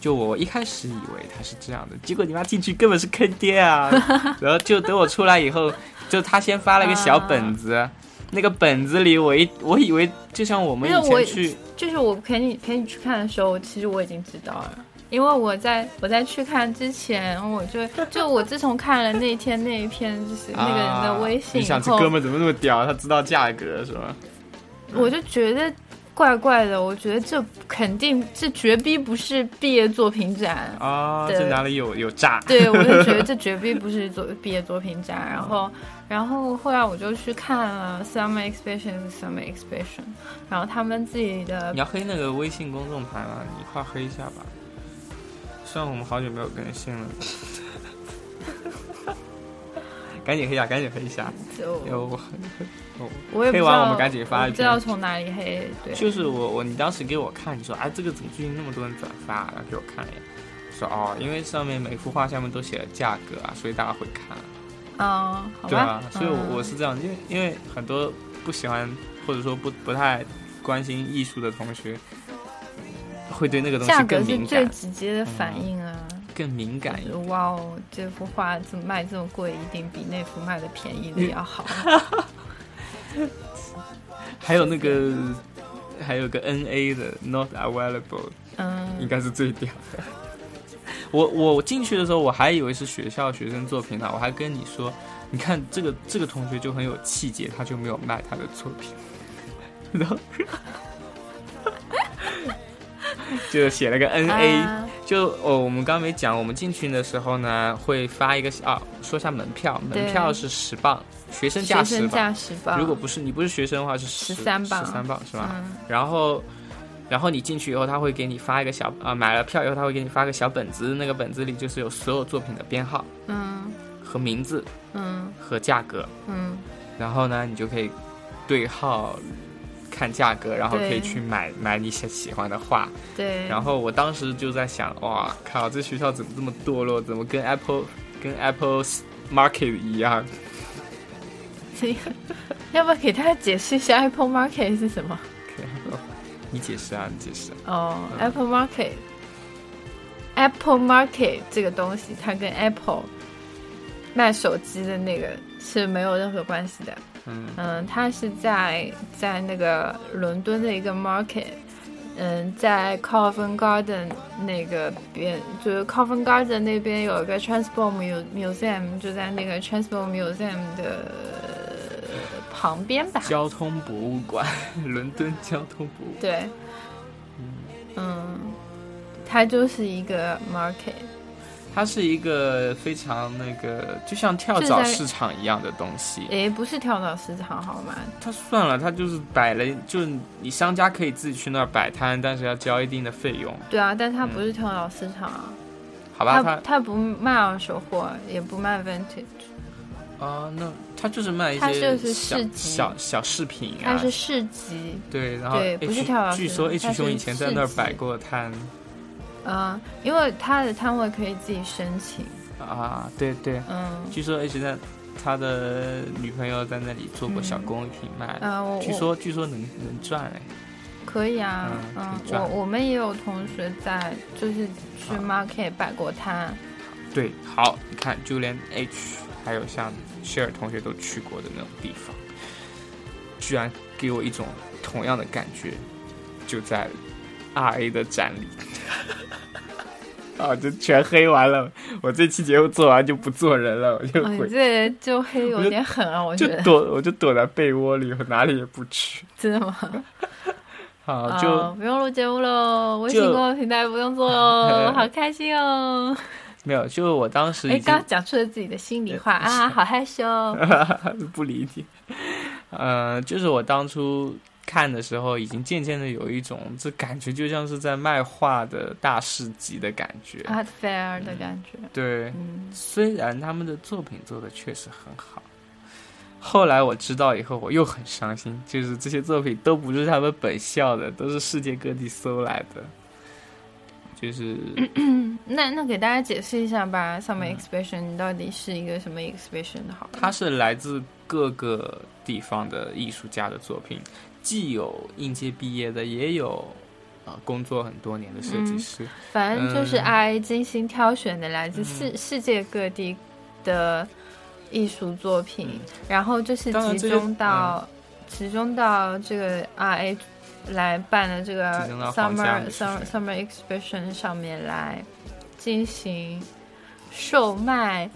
[SPEAKER 1] 就我一开始以为他是这样的，结果你妈进去根本是坑爹啊！ 然后就等我出来以后，就他先发了个小本子，
[SPEAKER 2] 啊
[SPEAKER 1] 那个本子里我一我以为就像我们
[SPEAKER 2] 因为
[SPEAKER 1] 以
[SPEAKER 2] 我
[SPEAKER 1] 前去
[SPEAKER 2] 就是我陪你陪你去看的时候，其实我已经知道了，因为我在我在去看之前，我 就就我自从看了那一天那一篇就是那个人的微
[SPEAKER 1] 啊、
[SPEAKER 2] 信
[SPEAKER 1] 你
[SPEAKER 2] 以
[SPEAKER 1] 想这
[SPEAKER 2] 后，
[SPEAKER 1] 哥们怎么那么屌？他知道价格是吧？
[SPEAKER 2] 我就觉得怪怪的，我觉得这肯定这绝逼不是毕业作品展，
[SPEAKER 1] 啊，
[SPEAKER 2] 对
[SPEAKER 1] 这哪里有有诈？
[SPEAKER 2] 对，我就觉得这绝对不是作毕业作品 展。然后，然后后来我就去看了 Summer Exhibition 是 Summer Exhibition，然后他们自己的
[SPEAKER 1] 你要黑那个微信公众牌吗？你一块儿黑一下吧。虽然我们好久没有更新了， 赶紧黑一下，赶紧黑一下。有
[SPEAKER 2] 就
[SPEAKER 1] 我，
[SPEAKER 2] 我也不
[SPEAKER 1] 黑
[SPEAKER 2] 知
[SPEAKER 1] 完
[SPEAKER 2] 道，
[SPEAKER 1] 我们赶紧发
[SPEAKER 2] 我
[SPEAKER 1] 一
[SPEAKER 2] 不知道
[SPEAKER 1] 篇。
[SPEAKER 2] 从哪里黑，对，
[SPEAKER 1] 就是我我你当时给我看，你说哎这个怎么最近那么多人转发，啊然后给我看了一眼，说哦因为上面每幅画下面都写了价格啊，所以大家会看。
[SPEAKER 2] 嗯，好
[SPEAKER 1] 对
[SPEAKER 2] 吧
[SPEAKER 1] 啊，，所以我，
[SPEAKER 2] 嗯
[SPEAKER 1] 我是这样，因为因为很多不喜欢或者说不不太关心艺术的同学，会对那个东
[SPEAKER 2] 价
[SPEAKER 1] 西
[SPEAKER 2] 格
[SPEAKER 1] 更
[SPEAKER 2] 是
[SPEAKER 1] 敏
[SPEAKER 2] 最
[SPEAKER 1] 感，
[SPEAKER 2] 直接的反应啊。
[SPEAKER 1] 更敏感一点。
[SPEAKER 2] 哇哦，这幅画这么卖这么贵，一定比那幅卖的便宜的
[SPEAKER 1] 嗯
[SPEAKER 2] 要好。
[SPEAKER 1] 还有那个还有个 N A 的 Not Available，应
[SPEAKER 2] 嗯，
[SPEAKER 1] 该是最屌的。我我进去的时候，我还以为是学校学生作品呢，我还跟你说，你看这个这个同学就很有气节，他就没有卖他的作品， 然后就写了个 N 嗯 A，、
[SPEAKER 2] 啊
[SPEAKER 1] 就哦，我们刚没讲，我们进去的时候呢，会发一个啊，说一下门票，
[SPEAKER 2] 对
[SPEAKER 1] 门票是十磅，学生价
[SPEAKER 2] 学
[SPEAKER 1] 十
[SPEAKER 2] 生
[SPEAKER 1] 磅。
[SPEAKER 2] 价十吧。
[SPEAKER 1] 如果不是你不是学生的话是
[SPEAKER 2] 13磅
[SPEAKER 1] 十三磅是吧？
[SPEAKER 2] 嗯
[SPEAKER 1] 然后，然后你进去以后，他会给你发一个小啊、买了票以后他会给你发个小本子，那个本子里就是有所有作品的编号
[SPEAKER 2] 嗯
[SPEAKER 1] 和名字
[SPEAKER 2] 嗯
[SPEAKER 1] 和价格，
[SPEAKER 2] 嗯，
[SPEAKER 1] 然后呢，你就可以对号看价格，然后可以
[SPEAKER 2] 对
[SPEAKER 1] 去买买你喜喜欢的画。
[SPEAKER 2] 对。
[SPEAKER 1] 然后我当时就在想，哇靠，这学校怎么这么堕落？怎么跟 Apple 跟 Apple Market 一样？
[SPEAKER 2] 要不要给大家解释一下 Apple Market 是什么？
[SPEAKER 1] 你解释啊，你解释。
[SPEAKER 2] 哦、
[SPEAKER 1] 嗯
[SPEAKER 2] a p p l e Market。Apple Market 这个东西，它跟 Apple 卖手机的那个是没有任何关系的。
[SPEAKER 1] 嗯
[SPEAKER 2] 嗯，它是在在那个伦敦的一个 market，嗯，在 Covent Garden 那个边，就是 Covent Garden 那边有一个 Transport Mu- Museum，就在那个 Transport Museum 的旁边吧。
[SPEAKER 1] 交通博物馆，伦敦交通博物馆。
[SPEAKER 2] 对，嗯，它就是一个 market，
[SPEAKER 1] 它是一个非常那个，就像跳蚤市场一样的东西。
[SPEAKER 2] 诶，不是跳蚤市场好吗？
[SPEAKER 1] 它算了，它就是摆了，就是你商家可以自己去那儿摆摊，但是要交一定的费用，
[SPEAKER 2] 对啊，但它不是跳蚤市场啊，
[SPEAKER 1] 好吧？
[SPEAKER 2] 它
[SPEAKER 1] 嗯它
[SPEAKER 2] 它不卖二手货，也不卖 vintage，
[SPEAKER 1] 啊、那它就是卖一
[SPEAKER 2] 它
[SPEAKER 1] 些
[SPEAKER 2] 就是
[SPEAKER 1] 小
[SPEAKER 2] 市集
[SPEAKER 1] 小小饰品
[SPEAKER 2] 它
[SPEAKER 1] 啊，
[SPEAKER 2] 是市集，
[SPEAKER 1] 对，然后
[SPEAKER 2] 对
[SPEAKER 1] H,
[SPEAKER 2] 不是跳蚤市
[SPEAKER 1] 据说
[SPEAKER 2] 场它
[SPEAKER 1] H
[SPEAKER 2] 是
[SPEAKER 1] 兄以前在那儿摆过摊
[SPEAKER 2] 嗯，因为它的摊位可以自己申请，
[SPEAKER 1] 啊，对对，
[SPEAKER 2] 嗯
[SPEAKER 1] 据说 H 在他的女朋友在那里做过小工艺品卖，
[SPEAKER 2] 嗯，我
[SPEAKER 1] 据
[SPEAKER 2] 我
[SPEAKER 1] 说据说能能赚哎，
[SPEAKER 2] 可以啊，
[SPEAKER 1] 嗯
[SPEAKER 2] 嗯
[SPEAKER 1] 可以，赚
[SPEAKER 2] 我我们也有同学在就是去
[SPEAKER 1] 啊
[SPEAKER 2] market 摆 过摊，
[SPEAKER 1] 对，好，你看就连 H 还有像 Share 同学都去过的那种地方，居然给我一种同样的感觉，就在 RA 的展里。啊，就全黑完了！我这期节目做完就不做人了，我就
[SPEAKER 2] 哎，
[SPEAKER 1] 回
[SPEAKER 2] 这就黑
[SPEAKER 1] 我
[SPEAKER 2] 有
[SPEAKER 1] 就
[SPEAKER 2] 点狠啊，我
[SPEAKER 1] 就
[SPEAKER 2] 觉得
[SPEAKER 1] 躲，我就躲在被窝里，我哪里也不去。
[SPEAKER 2] 真的吗？
[SPEAKER 1] 好，
[SPEAKER 2] 啊
[SPEAKER 1] 就、
[SPEAKER 2] 不用录节目喽，微信
[SPEAKER 1] 就
[SPEAKER 2] 公众平台不用 做哦，好开心哦！
[SPEAKER 1] 没有，就是我当时
[SPEAKER 2] 哎
[SPEAKER 1] 已，经
[SPEAKER 2] 刚刚讲出了自己的心里话 啊，好害羞。
[SPEAKER 1] 不理你。呃，就是我当初看的时候，已经渐渐的有一种这感觉，就像是在卖画的大市集的感觉。
[SPEAKER 2] Art 啊 Fair 的感觉，
[SPEAKER 1] 对，
[SPEAKER 2] 嗯，
[SPEAKER 1] 虽然他们的作品做的确实很好，后来我知道以后，我又很伤心，就是这些作品都不是他们本校的，都是世界各地搜来的。就是
[SPEAKER 2] 那那给大家解释一下吧，Summer
[SPEAKER 1] 嗯
[SPEAKER 2] Exhibition 到底是一个什么 exhibition 的好？
[SPEAKER 1] 它是来自各个地方的艺术家的作品，既有应届毕业的，也有啊、呃工作很多年的设计师。
[SPEAKER 2] 反正就是
[SPEAKER 1] 嗯
[SPEAKER 2] I 精心挑选的来自世、世界各地的艺术作品，
[SPEAKER 1] 嗯
[SPEAKER 2] 然后就是
[SPEAKER 1] 当然这
[SPEAKER 2] 集
[SPEAKER 1] 些嗯
[SPEAKER 2] 中到、集中到这个 RA 来办的这个
[SPEAKER 1] 集中到皇家
[SPEAKER 2] Summer
[SPEAKER 1] 美术
[SPEAKER 2] Summer
[SPEAKER 1] 学
[SPEAKER 2] Summer Exhibition 上面来进行售卖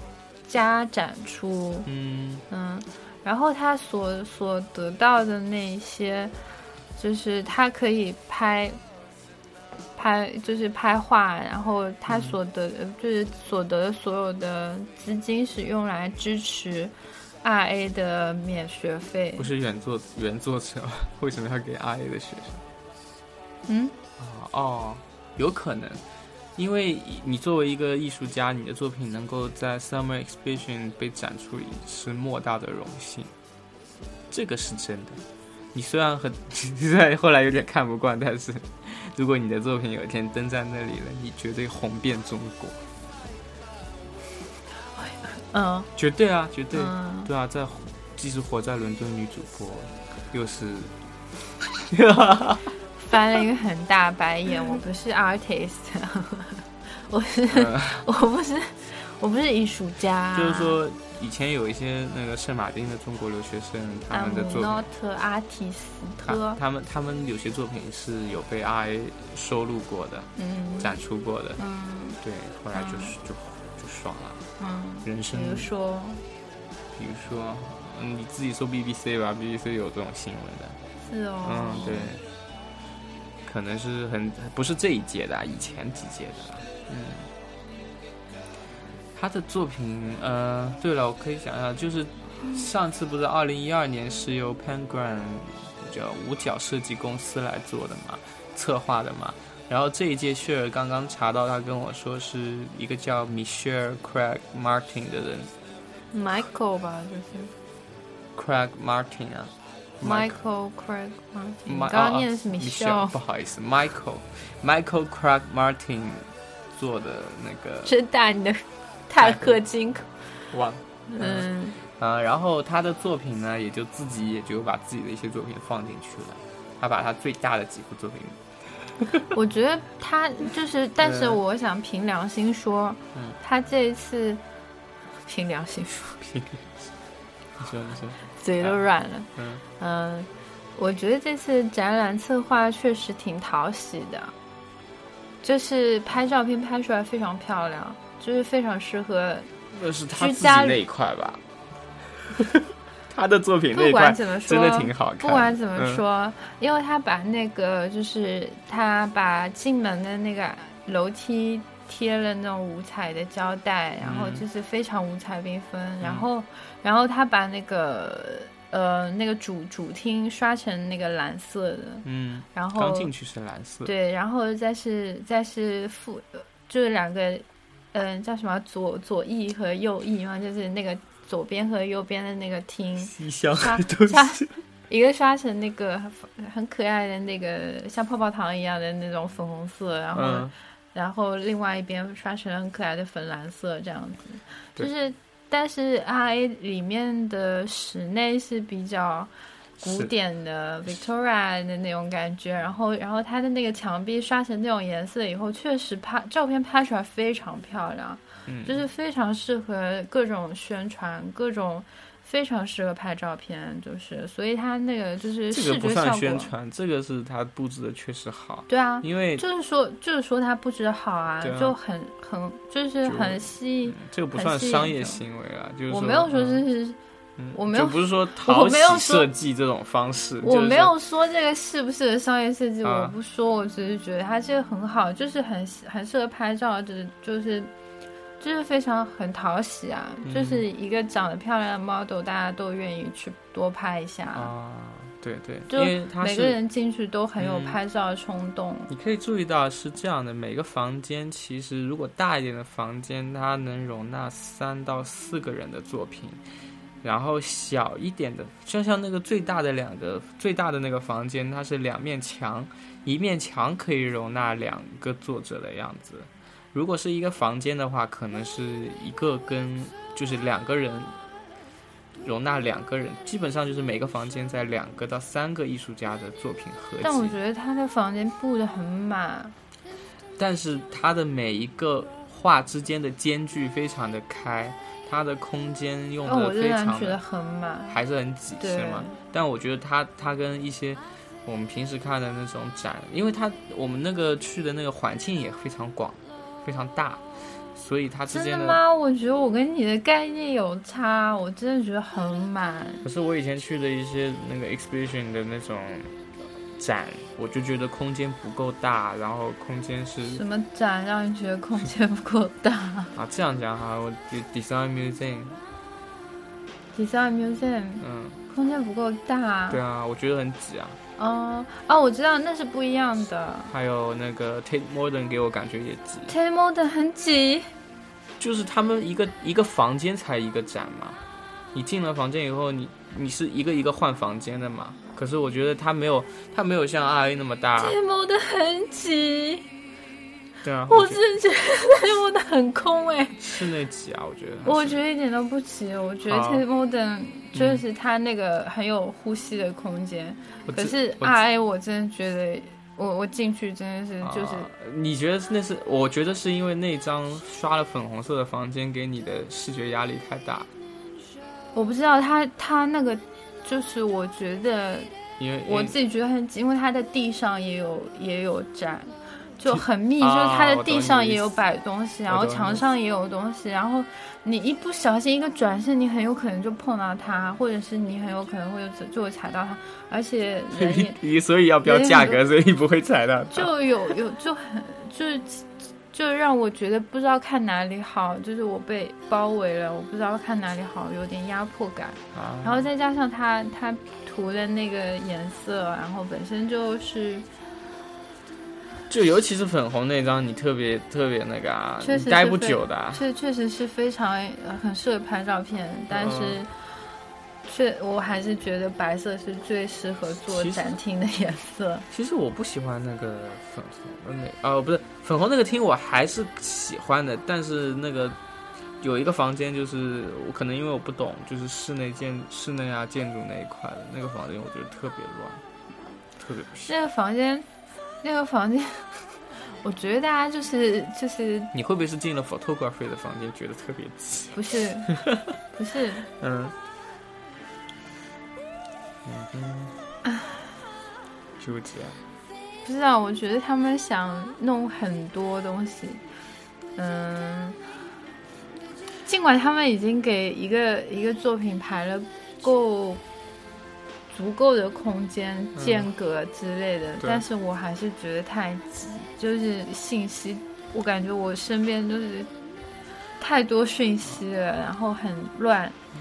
[SPEAKER 2] 加展出。
[SPEAKER 1] 嗯
[SPEAKER 2] 嗯，然后他所所得到的那一些，就是他可以拍拍，就是拍画，然后他所得、呃就是所得的所有的资金是用来支持 R A 的免学费
[SPEAKER 1] 嗯不。是原作原作者 吗，为什么要给 RA 的学生？
[SPEAKER 2] 嗯，
[SPEAKER 1] 哦哦，有可能，因为你作为一个艺术家，你的作品能够在 Summer Exhibition 被展出是莫大的荣幸，这个是真的。你虽然很， 虽然后来有点看不惯，但是如果你的作品有一天登在那里了，你绝对红遍中国，
[SPEAKER 2] 嗯
[SPEAKER 1] 绝对啊，绝对，
[SPEAKER 2] 嗯，
[SPEAKER 1] 对啊，在即使活在伦敦女主播，又是
[SPEAKER 2] 翻了一个很大白眼。
[SPEAKER 1] 嗯
[SPEAKER 2] 我不是 artist，我是、
[SPEAKER 1] 呃
[SPEAKER 2] 我不是我不是艺术家，
[SPEAKER 1] 就是说，以前有一些那个圣马丁的中国留学生，他们的啊
[SPEAKER 2] I'm
[SPEAKER 1] 作品，
[SPEAKER 2] not artist，
[SPEAKER 1] 他他们他们有些作品是有被 RA 收录过的、
[SPEAKER 2] 嗯
[SPEAKER 1] 展出过的，
[SPEAKER 2] 嗯
[SPEAKER 1] 对，后来就是就就爽了。
[SPEAKER 2] 嗯。
[SPEAKER 1] 人
[SPEAKER 2] 比
[SPEAKER 1] 生，
[SPEAKER 2] 如说
[SPEAKER 1] 比如说，嗯，你自己搜 BBC 吧，BBC 有这种新闻的，
[SPEAKER 2] 是哦，
[SPEAKER 1] 嗯，对，可能是很不是这一届的啊，以前几届的啊，嗯。他的作品，呃，对了，我可以想一下，就是上次不是二零一二年是由 Penguin 叫五角设计公司来做的嘛，策划的嘛。然后这一届雪儿刚刚查到，他跟我说是一个叫 Michelle Craig Martin 的人
[SPEAKER 2] Michael 吧，就是
[SPEAKER 1] ，Craig Martin 啊
[SPEAKER 2] Michael Craig Martin。你
[SPEAKER 1] Mi-
[SPEAKER 2] 刚刚念的是
[SPEAKER 1] 啊 Michelle，
[SPEAKER 2] Michelle，
[SPEAKER 1] 不好意思，Michael，Michael Craig Martin 做的那个
[SPEAKER 2] 真大 你的泰克金口。
[SPEAKER 1] 哇，嗯
[SPEAKER 2] 嗯
[SPEAKER 1] 呃，然后他的作品呢，也就自己也就把自己的一些作品放进去了，他把他最大的几部作品，
[SPEAKER 2] 我觉得他就是，但是
[SPEAKER 1] 嗯
[SPEAKER 2] 我想凭良心说
[SPEAKER 1] 嗯，
[SPEAKER 2] 他这一次凭良心说，
[SPEAKER 1] 你说你说，
[SPEAKER 2] 嘴都软了。
[SPEAKER 1] 嗯
[SPEAKER 2] 嗯，我觉得这次展览策划确实挺讨喜的，就是拍照片拍出来非常漂亮，就是非常适合
[SPEAKER 1] 那是他
[SPEAKER 2] 居
[SPEAKER 1] 自己
[SPEAKER 2] 家
[SPEAKER 1] 那一块 吧，他的作品那
[SPEAKER 2] 不
[SPEAKER 1] 一
[SPEAKER 2] 管
[SPEAKER 1] 块
[SPEAKER 2] 怎么说，
[SPEAKER 1] 真的挺好看的，
[SPEAKER 2] 不管怎么
[SPEAKER 1] 嗯，
[SPEAKER 2] 说，因为他把那个就是他把进门的那个楼梯贴了那种五彩的胶带，然后就是非常五彩缤纷，然后然后他把那个呃那个主主厅刷成那个蓝色的，
[SPEAKER 1] 嗯，
[SPEAKER 2] 然后
[SPEAKER 1] 刚进去是蓝色，
[SPEAKER 2] 对，然后再是再是副，就是两个，嗯，叫什么左左翼和右翼嘛，就是那个左边和右边的那个厅，
[SPEAKER 1] 西厢
[SPEAKER 2] 刷
[SPEAKER 1] 的东
[SPEAKER 2] 刷
[SPEAKER 1] 西，
[SPEAKER 2] 一个刷成那个很很可爱的那个像泡泡糖一样的那种粉红色，然后、
[SPEAKER 1] 嗯，
[SPEAKER 2] 然后另外一边刷成了很可爱的粉蓝色这样子，就
[SPEAKER 1] 对
[SPEAKER 2] 是但是 R A 里面的室内是比较。古
[SPEAKER 1] 是
[SPEAKER 2] 典的 Victoria 的那种感觉，然后然后它的那个墙壁刷成那种颜色以后，确实拍照片拍出来非常漂亮，
[SPEAKER 1] 嗯
[SPEAKER 2] 就是非常适合各种宣传，各种非常适合拍照片，就是所以它那个就是
[SPEAKER 1] 这个
[SPEAKER 2] 视
[SPEAKER 1] 不
[SPEAKER 2] 觉效
[SPEAKER 1] 算
[SPEAKER 2] 果，
[SPEAKER 1] 宣传，这个是他布置的确实好，
[SPEAKER 2] 对啊，
[SPEAKER 1] 因为
[SPEAKER 2] 就是说就是说它布置得好啊，
[SPEAKER 1] 对啊
[SPEAKER 2] 就很很就是
[SPEAKER 1] 就
[SPEAKER 2] 很吸引。
[SPEAKER 1] 这个不
[SPEAKER 2] 很
[SPEAKER 1] 算
[SPEAKER 2] 吸引
[SPEAKER 1] 商业
[SPEAKER 2] 人
[SPEAKER 1] 行为啊，就是
[SPEAKER 2] 我没有说
[SPEAKER 1] 嗯
[SPEAKER 2] 这是
[SPEAKER 1] 嗯
[SPEAKER 2] 我没有
[SPEAKER 1] 就不是说讨
[SPEAKER 2] 我
[SPEAKER 1] 喜
[SPEAKER 2] 没有说
[SPEAKER 1] 设计这种方式，
[SPEAKER 2] 我
[SPEAKER 1] 就是
[SPEAKER 2] 没有说这个是不是商业设计，
[SPEAKER 1] 啊
[SPEAKER 2] 我不说，我只是觉得它这个很好，就是很很适合拍照，就是就是就是非常很讨喜啊，
[SPEAKER 1] 嗯
[SPEAKER 2] 就是一个长得漂亮的 model，大家都愿意去多拍一下，
[SPEAKER 1] 啊，对对，
[SPEAKER 2] 就
[SPEAKER 1] 因为它
[SPEAKER 2] 每个
[SPEAKER 1] 是
[SPEAKER 2] 人进去都很有
[SPEAKER 1] 嗯
[SPEAKER 2] 拍照的冲动。
[SPEAKER 1] 你可以注意到是这样的，每个房间其实如果大一点的房间，它能容纳三到四个人的作品。然后小一点的，就像那个最大的两个最大的那个房间，它是两面墙，一面墙可以容纳两个作者的样子。如果是一个房间的话，可能是一个跟就是两个人容纳两个人，基本上就是每个房间在两个到三个艺术家的作品合集。
[SPEAKER 2] 但我觉得他的房间布的很满，
[SPEAKER 1] 但是它的每一个画之间的间距非常的开，它的空间用
[SPEAKER 2] 但哦我
[SPEAKER 1] 的
[SPEAKER 2] 仍
[SPEAKER 1] 非
[SPEAKER 2] 然
[SPEAKER 1] 常
[SPEAKER 2] 觉得
[SPEAKER 1] 的
[SPEAKER 2] 很满。
[SPEAKER 1] 还是很挤，是
[SPEAKER 2] 对，
[SPEAKER 1] 吗？但我觉得它它跟一些我们平时看的那种展，因为它我们那个去的那个环境也非常广，非常大，所以它之
[SPEAKER 2] 真
[SPEAKER 1] 间
[SPEAKER 2] 的
[SPEAKER 1] 的。
[SPEAKER 2] 吗？我觉得我跟你的概念有差，我真的觉得很满。
[SPEAKER 1] 可是我以前去的一些那个 exhibition 的那种展，我就觉得空间不够大，然后空间是
[SPEAKER 2] 什么展让你觉得空间不够大
[SPEAKER 1] 啊这样讲哈，我 design museum，
[SPEAKER 2] ？Design Museum
[SPEAKER 1] 嗯，
[SPEAKER 2] 空间不够大。
[SPEAKER 1] 对啊，我觉得很挤啊。
[SPEAKER 2] 哦哦，我知道那是不一样的。
[SPEAKER 1] 还有那个 Tate Modern 给我感觉也挤，
[SPEAKER 2] t a m o d 很挤，
[SPEAKER 1] 就是他们一个一个房间才一个展嘛，你进了房间以后，你你是一个一个换房间的嘛。可是我觉得它没有它没有像 RA 那么大
[SPEAKER 2] t，a m o d 很挤，
[SPEAKER 1] 对啊，
[SPEAKER 2] 我
[SPEAKER 1] 觉
[SPEAKER 2] 真的觉得 t a m o d 很空哎、
[SPEAKER 1] 得室内挤啊，我觉得还是，
[SPEAKER 2] 我觉得一点都不挤，我觉得
[SPEAKER 1] 好
[SPEAKER 2] Tate
[SPEAKER 1] 嗯
[SPEAKER 2] Modern 就是它那个很有呼吸的空间，
[SPEAKER 1] 我
[SPEAKER 2] 可
[SPEAKER 1] 只
[SPEAKER 2] 是
[SPEAKER 1] 我
[SPEAKER 2] RA 我真的觉得我我进去真的是就是
[SPEAKER 1] 啊你觉得那是？我觉得是因为那张刷了粉红色的房间给你的视觉压力太大，
[SPEAKER 2] 我不知道它它那个就是我觉得
[SPEAKER 1] 因为因
[SPEAKER 2] 我
[SPEAKER 1] 为
[SPEAKER 2] 自己觉得很挤，因为它的地上也有也有展，就
[SPEAKER 1] 就
[SPEAKER 2] 很密，就
[SPEAKER 1] 啊
[SPEAKER 2] 是它的
[SPEAKER 1] 我懂
[SPEAKER 2] 地
[SPEAKER 1] 你
[SPEAKER 2] 上
[SPEAKER 1] 的意
[SPEAKER 2] 也有
[SPEAKER 1] 思
[SPEAKER 2] 摆东西，然
[SPEAKER 1] 我
[SPEAKER 2] 后
[SPEAKER 1] 懂你
[SPEAKER 2] 墙
[SPEAKER 1] 的
[SPEAKER 2] 上也有东西，然后你一不小心一个转身，你很有可能就碰到它，或者是你很有可能会有就会踩到它，而且人也
[SPEAKER 1] 你你 所以要标价格，所以你不会踩到它。
[SPEAKER 2] 就有 有就很就是就让我觉得不知道看哪里好，就是我被包围了，我不知道看哪里好，有点压迫感。
[SPEAKER 1] 啊
[SPEAKER 2] 然后再加上它它涂的那个颜色，然后本身就是
[SPEAKER 1] 就尤其是粉红那张，你特别特别那个啊，
[SPEAKER 2] 确实
[SPEAKER 1] 你待
[SPEAKER 2] 是
[SPEAKER 1] 不
[SPEAKER 2] 被
[SPEAKER 1] 久的、啊。
[SPEAKER 2] 确确实是非常呃很适合拍照片，但是。
[SPEAKER 1] 嗯
[SPEAKER 2] 却，我还是觉得白色是最适合做
[SPEAKER 1] 其实
[SPEAKER 2] 展厅的颜色。
[SPEAKER 1] 其实我不喜欢那个粉红的那哦，不是粉红那个厅，我还是喜欢的，但是那个有一个房间，就是我可能因为我不懂，就是室内建室内啊建筑那一块的那个房间，我觉得特别乱，特别不行。
[SPEAKER 2] 那个房间，那个房间， 我觉得大家就是就是
[SPEAKER 1] 你会不会是进了 photography 的房间，觉得特别挤？
[SPEAKER 2] 不是不是，
[SPEAKER 1] 嗯。嗯哼，纠结。
[SPEAKER 2] 不知道，我觉得他们想弄很多东西，嗯，尽管他们已经给一个一个作品排了够足够的空间、
[SPEAKER 1] 嗯
[SPEAKER 2] 间隔之类的，
[SPEAKER 1] 对
[SPEAKER 2] 但是我还是觉得太挤，就是信息，我感觉我身边就是太多讯息了，然后很乱，
[SPEAKER 1] 嗯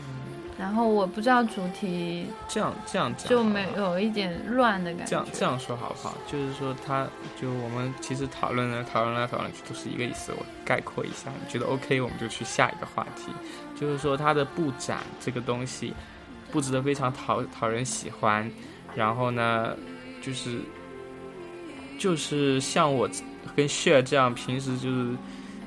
[SPEAKER 2] 然后我不知道主题，
[SPEAKER 1] 这样这样讲
[SPEAKER 2] 就
[SPEAKER 1] 好
[SPEAKER 2] 没
[SPEAKER 1] 了
[SPEAKER 2] 有一点乱的感觉。
[SPEAKER 1] 这样这样说好不好？就是说他，就我们其实讨论来讨论来讨论去都是一个意思。我概括一下，你觉得 OK，我们就去下一个话题。就是说，它的布展这个东西，布置的非常讨讨人喜欢。然后呢，就是就是像我跟 Share 这样，平时就是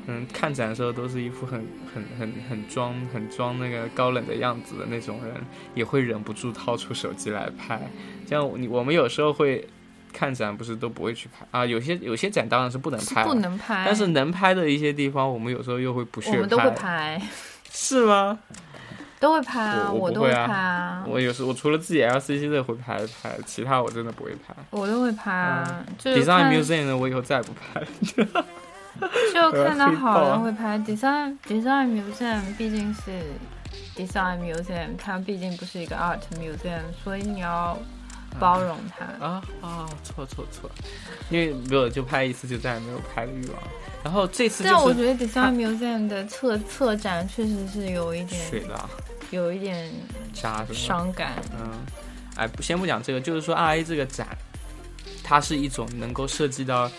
[SPEAKER 1] 嗯看展的时候都是一副很很很很装很装那个高冷的样子的那种人，也会忍不住掏出手机来拍。这样你我们有时候会看展，不是都不会去拍啊？有些有些展当然是不能
[SPEAKER 2] 是
[SPEAKER 1] 拍了，
[SPEAKER 2] 不能拍，
[SPEAKER 1] 但是能拍的一些地方，我们有时候又会不屑
[SPEAKER 2] 我们都会拍，
[SPEAKER 1] 是吗？
[SPEAKER 2] 都会拍啊，
[SPEAKER 1] 我我不
[SPEAKER 2] 都
[SPEAKER 1] 会啊
[SPEAKER 2] 拍啊，
[SPEAKER 1] 我有时我除了自己 LCC 的会拍拍，其他我真的不会拍。
[SPEAKER 2] 我都会拍啊，就是看
[SPEAKER 1] 嗯 Design Museum 呢，我以后再也不拍了。
[SPEAKER 2] 就看到好
[SPEAKER 1] 黑豹啊啊
[SPEAKER 2] 的会拍，design design museum 毕竟是 design museum，它毕竟不是一个 art museum，所以你要包容它。
[SPEAKER 1] 嗯啊啊，错错错，因为没有就拍一次，就再也没有拍的欲望。然后这次就
[SPEAKER 2] 但我
[SPEAKER 1] 是啊
[SPEAKER 2] 觉得 design museum 的策策展确实是有一
[SPEAKER 1] 水
[SPEAKER 2] 点
[SPEAKER 1] 了，
[SPEAKER 2] 有一点
[SPEAKER 1] 渣什么的。
[SPEAKER 2] 伤感。
[SPEAKER 1] 嗯，哎，不先不讲这个，就是说 R A 这个展，它是一种能够涉及到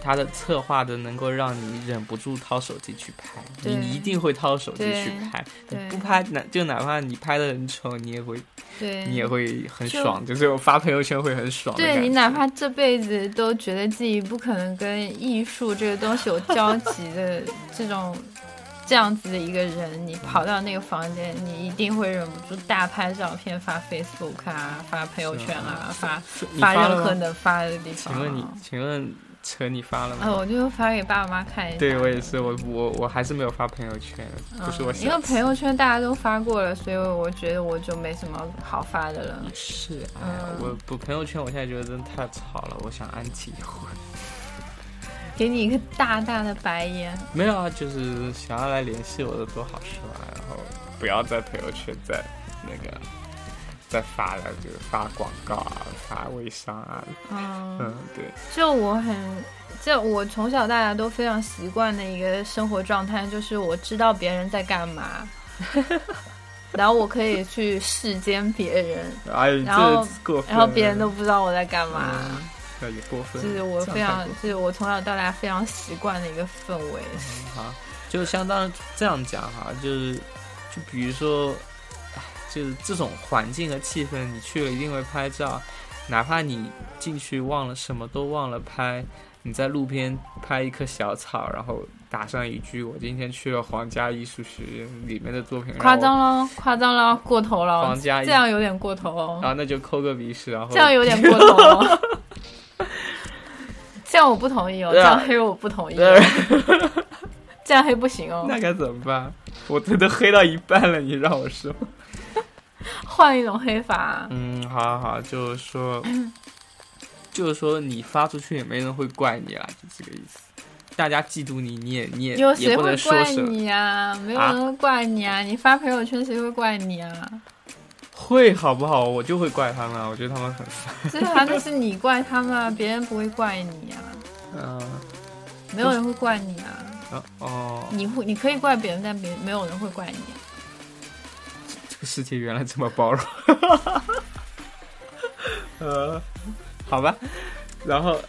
[SPEAKER 1] 它的策划的，能够让你忍不住掏手机去拍，你
[SPEAKER 2] 对
[SPEAKER 1] 你一定会掏手机
[SPEAKER 2] 对
[SPEAKER 1] 去拍，你
[SPEAKER 2] 对
[SPEAKER 1] 不拍哪就哪怕你拍的很丑，你也会
[SPEAKER 2] 对，
[SPEAKER 1] 你也会很
[SPEAKER 2] 就
[SPEAKER 1] 爽，就是我发朋友圈会很爽的感觉。
[SPEAKER 2] 对你哪怕这辈子都觉得自己不可能跟艺术这个东西有交集的这种这样子的一个人，你跑到那个房间，你一定会忍不住大拍照片发 Facebook 啊，发朋友圈啊，发
[SPEAKER 1] 是你
[SPEAKER 2] 发
[SPEAKER 1] 了
[SPEAKER 2] 任何
[SPEAKER 1] 吗
[SPEAKER 2] 能发的地方。
[SPEAKER 1] 请
[SPEAKER 2] 啊
[SPEAKER 1] 问你，请问车你发了吗？
[SPEAKER 2] 呃，我就发给爸妈看一下。 嗯
[SPEAKER 1] 对我也是，我我我还是没有发朋友圈，不是我
[SPEAKER 2] 因为
[SPEAKER 1] 想。
[SPEAKER 2] 朋友圈大家都发过了，所以我觉得我就没什么好发的了。
[SPEAKER 1] 是，哎呀，
[SPEAKER 2] 嗯
[SPEAKER 1] 我不朋友圈，我现在觉得真的太吵了，我想安静一会儿。
[SPEAKER 2] 给你一个大大的白眼，
[SPEAKER 1] 没有啊，就是想要来联系我的多好事嘛，然后不要在朋友圈再那个再发了，就是发广告啊，发微商啊，
[SPEAKER 2] 嗯
[SPEAKER 1] 嗯，对，
[SPEAKER 2] 就我很，就我从小到大都非常习惯的一个生活状态，就是我知道别人在干嘛， 然后我可以去世间别人，
[SPEAKER 1] 哎，
[SPEAKER 2] 然后
[SPEAKER 1] 这过分
[SPEAKER 2] 然
[SPEAKER 1] 了，
[SPEAKER 2] 后别人都不知道我在干嘛。
[SPEAKER 1] 嗯那也过分
[SPEAKER 2] 这
[SPEAKER 1] 了，
[SPEAKER 2] 是我
[SPEAKER 1] 这样
[SPEAKER 2] 非
[SPEAKER 1] 太
[SPEAKER 2] 常
[SPEAKER 1] 过，
[SPEAKER 2] 这是我从小到大非常习惯的一个氛围。
[SPEAKER 1] 啊，就相当这样讲哈，就是就比如说，哎就是这种环境和气氛，你去了一定会拍照，哪怕你进去忘了什么都忘了拍，你在路边拍一棵小草，然后打上一句“我今天去了皇家艺术学院里面的作品”，
[SPEAKER 2] 夸
[SPEAKER 1] 嗯然后
[SPEAKER 2] 张喽，夸张喽，过头喽，
[SPEAKER 1] 皇家艺
[SPEAKER 2] 这样有点过头哦
[SPEAKER 1] 然。后那就抠个鼻屎，然后
[SPEAKER 2] 这样有点过头 哦。这样我不同意哦，
[SPEAKER 1] 对
[SPEAKER 2] 这
[SPEAKER 1] 啊
[SPEAKER 2] 样黑我不同意哦
[SPEAKER 1] 对，
[SPEAKER 2] 这样黑不行哦，
[SPEAKER 1] 那该怎么办？我这都黑到一半了，你让我说。
[SPEAKER 2] 换一种黑法。啊
[SPEAKER 1] 嗯，好好好，就是说，
[SPEAKER 2] 嗯
[SPEAKER 1] 就是说，你发出去也没人会怪你啦，就这个意思。大家嫉妒你，你也你也
[SPEAKER 2] 有
[SPEAKER 1] 也
[SPEAKER 2] 谁
[SPEAKER 1] 不
[SPEAKER 2] 会
[SPEAKER 1] 能说啊
[SPEAKER 2] 怪
[SPEAKER 1] 什么。
[SPEAKER 2] 你呀、没有人会怪你啊！你发朋友圈谁会怪你啊？
[SPEAKER 1] 会好不好？我就会怪他们啊，我觉得他们很烦。
[SPEAKER 2] 这还那是你怪他们，啊，别人不会怪你啊，
[SPEAKER 1] 嗯、
[SPEAKER 2] 没有人会怪你啊。
[SPEAKER 1] 啊哦，
[SPEAKER 2] 你会你可以怪别人，但别没有人会怪你、啊。
[SPEAKER 1] 这个世界原来这么包容。 呃，好吧。然后，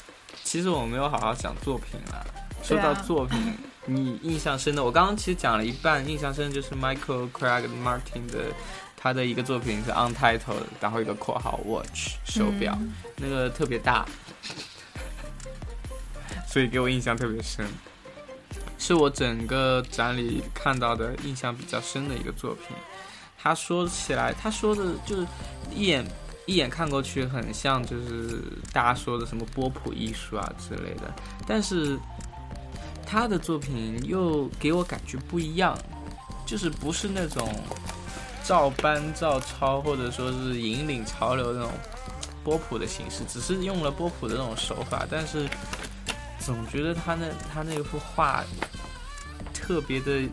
[SPEAKER 1] 其实我没有好好讲作品啦。说到
[SPEAKER 2] 对啊
[SPEAKER 1] 作品，你印象深的，我刚刚其实讲了一半，印象深的就是 Michael Craig Martin 的他的一个作品是 Untitled，然后一个括号 Watch 手表，
[SPEAKER 2] 嗯
[SPEAKER 1] 那个特别大，所以给我印象特别深，是我整个展里看到的印象比较深的一个作品。他说起来，他说的就是一眼一眼看过去很像就是大家说的什么波普艺术啊之类的，但是他的作品又给我感觉不一样，就是不是那种照搬照抄或者说是引领潮流那种波普的形式，只是用了波普的那种手法，但是总觉得他那他那幅画特别的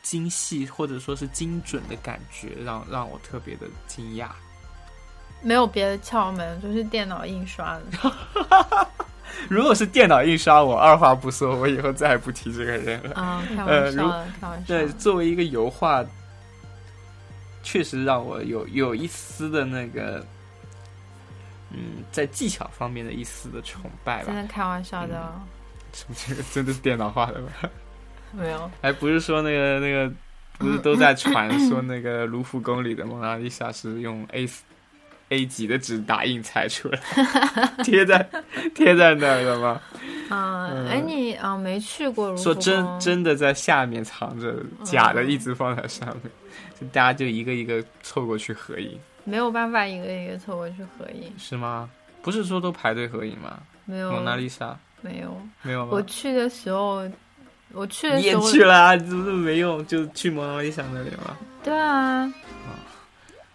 [SPEAKER 1] 精细或者说是精准的感觉，让让我特别的惊讶。
[SPEAKER 2] 没有别的窍门，就是电脑印刷 的。
[SPEAKER 1] 如果是电脑印刷，我二话不说，我以后再也不提这个人了。
[SPEAKER 2] 啊，开
[SPEAKER 1] 呃
[SPEAKER 2] 玩笑
[SPEAKER 1] 如
[SPEAKER 2] 的，开玩 笑
[SPEAKER 1] 对，
[SPEAKER 2] 的。
[SPEAKER 1] 作为一个油画，确实让我有有一丝的那个，嗯，在技巧方面的一丝的崇拜
[SPEAKER 2] 真
[SPEAKER 1] 吧。
[SPEAKER 2] 的开玩笑的哦、
[SPEAKER 1] 什么这个真的是电脑画的吗？嗯
[SPEAKER 2] 没有。
[SPEAKER 1] 还不是说那个那个，不是都在 传说那个卢浮宫里的蒙娜丽莎是用 A 四 A 级的纸打印裁出来，贴 在贴在那儿的吗？
[SPEAKER 2] 嗯，哎，你啊、没去过卢浮
[SPEAKER 1] 说
[SPEAKER 2] 宫？
[SPEAKER 1] 真
[SPEAKER 2] 嗯
[SPEAKER 1] 真的在下面藏着，假的一直放在上面，就大家就一个一个凑过去合影，
[SPEAKER 2] 没有办法一个一个凑过去合影，
[SPEAKER 1] 是吗？不是说都排队合影吗？
[SPEAKER 2] 没有
[SPEAKER 1] 蒙娜丽莎
[SPEAKER 2] 没有。
[SPEAKER 1] 没有
[SPEAKER 2] 我
[SPEAKER 1] 吗？
[SPEAKER 2] 去的时候，我去的
[SPEAKER 1] 嗯你也
[SPEAKER 2] 时候，
[SPEAKER 1] 去了啊，你怎么没用？就去蒙娜丽莎那里吗？
[SPEAKER 2] 对啊，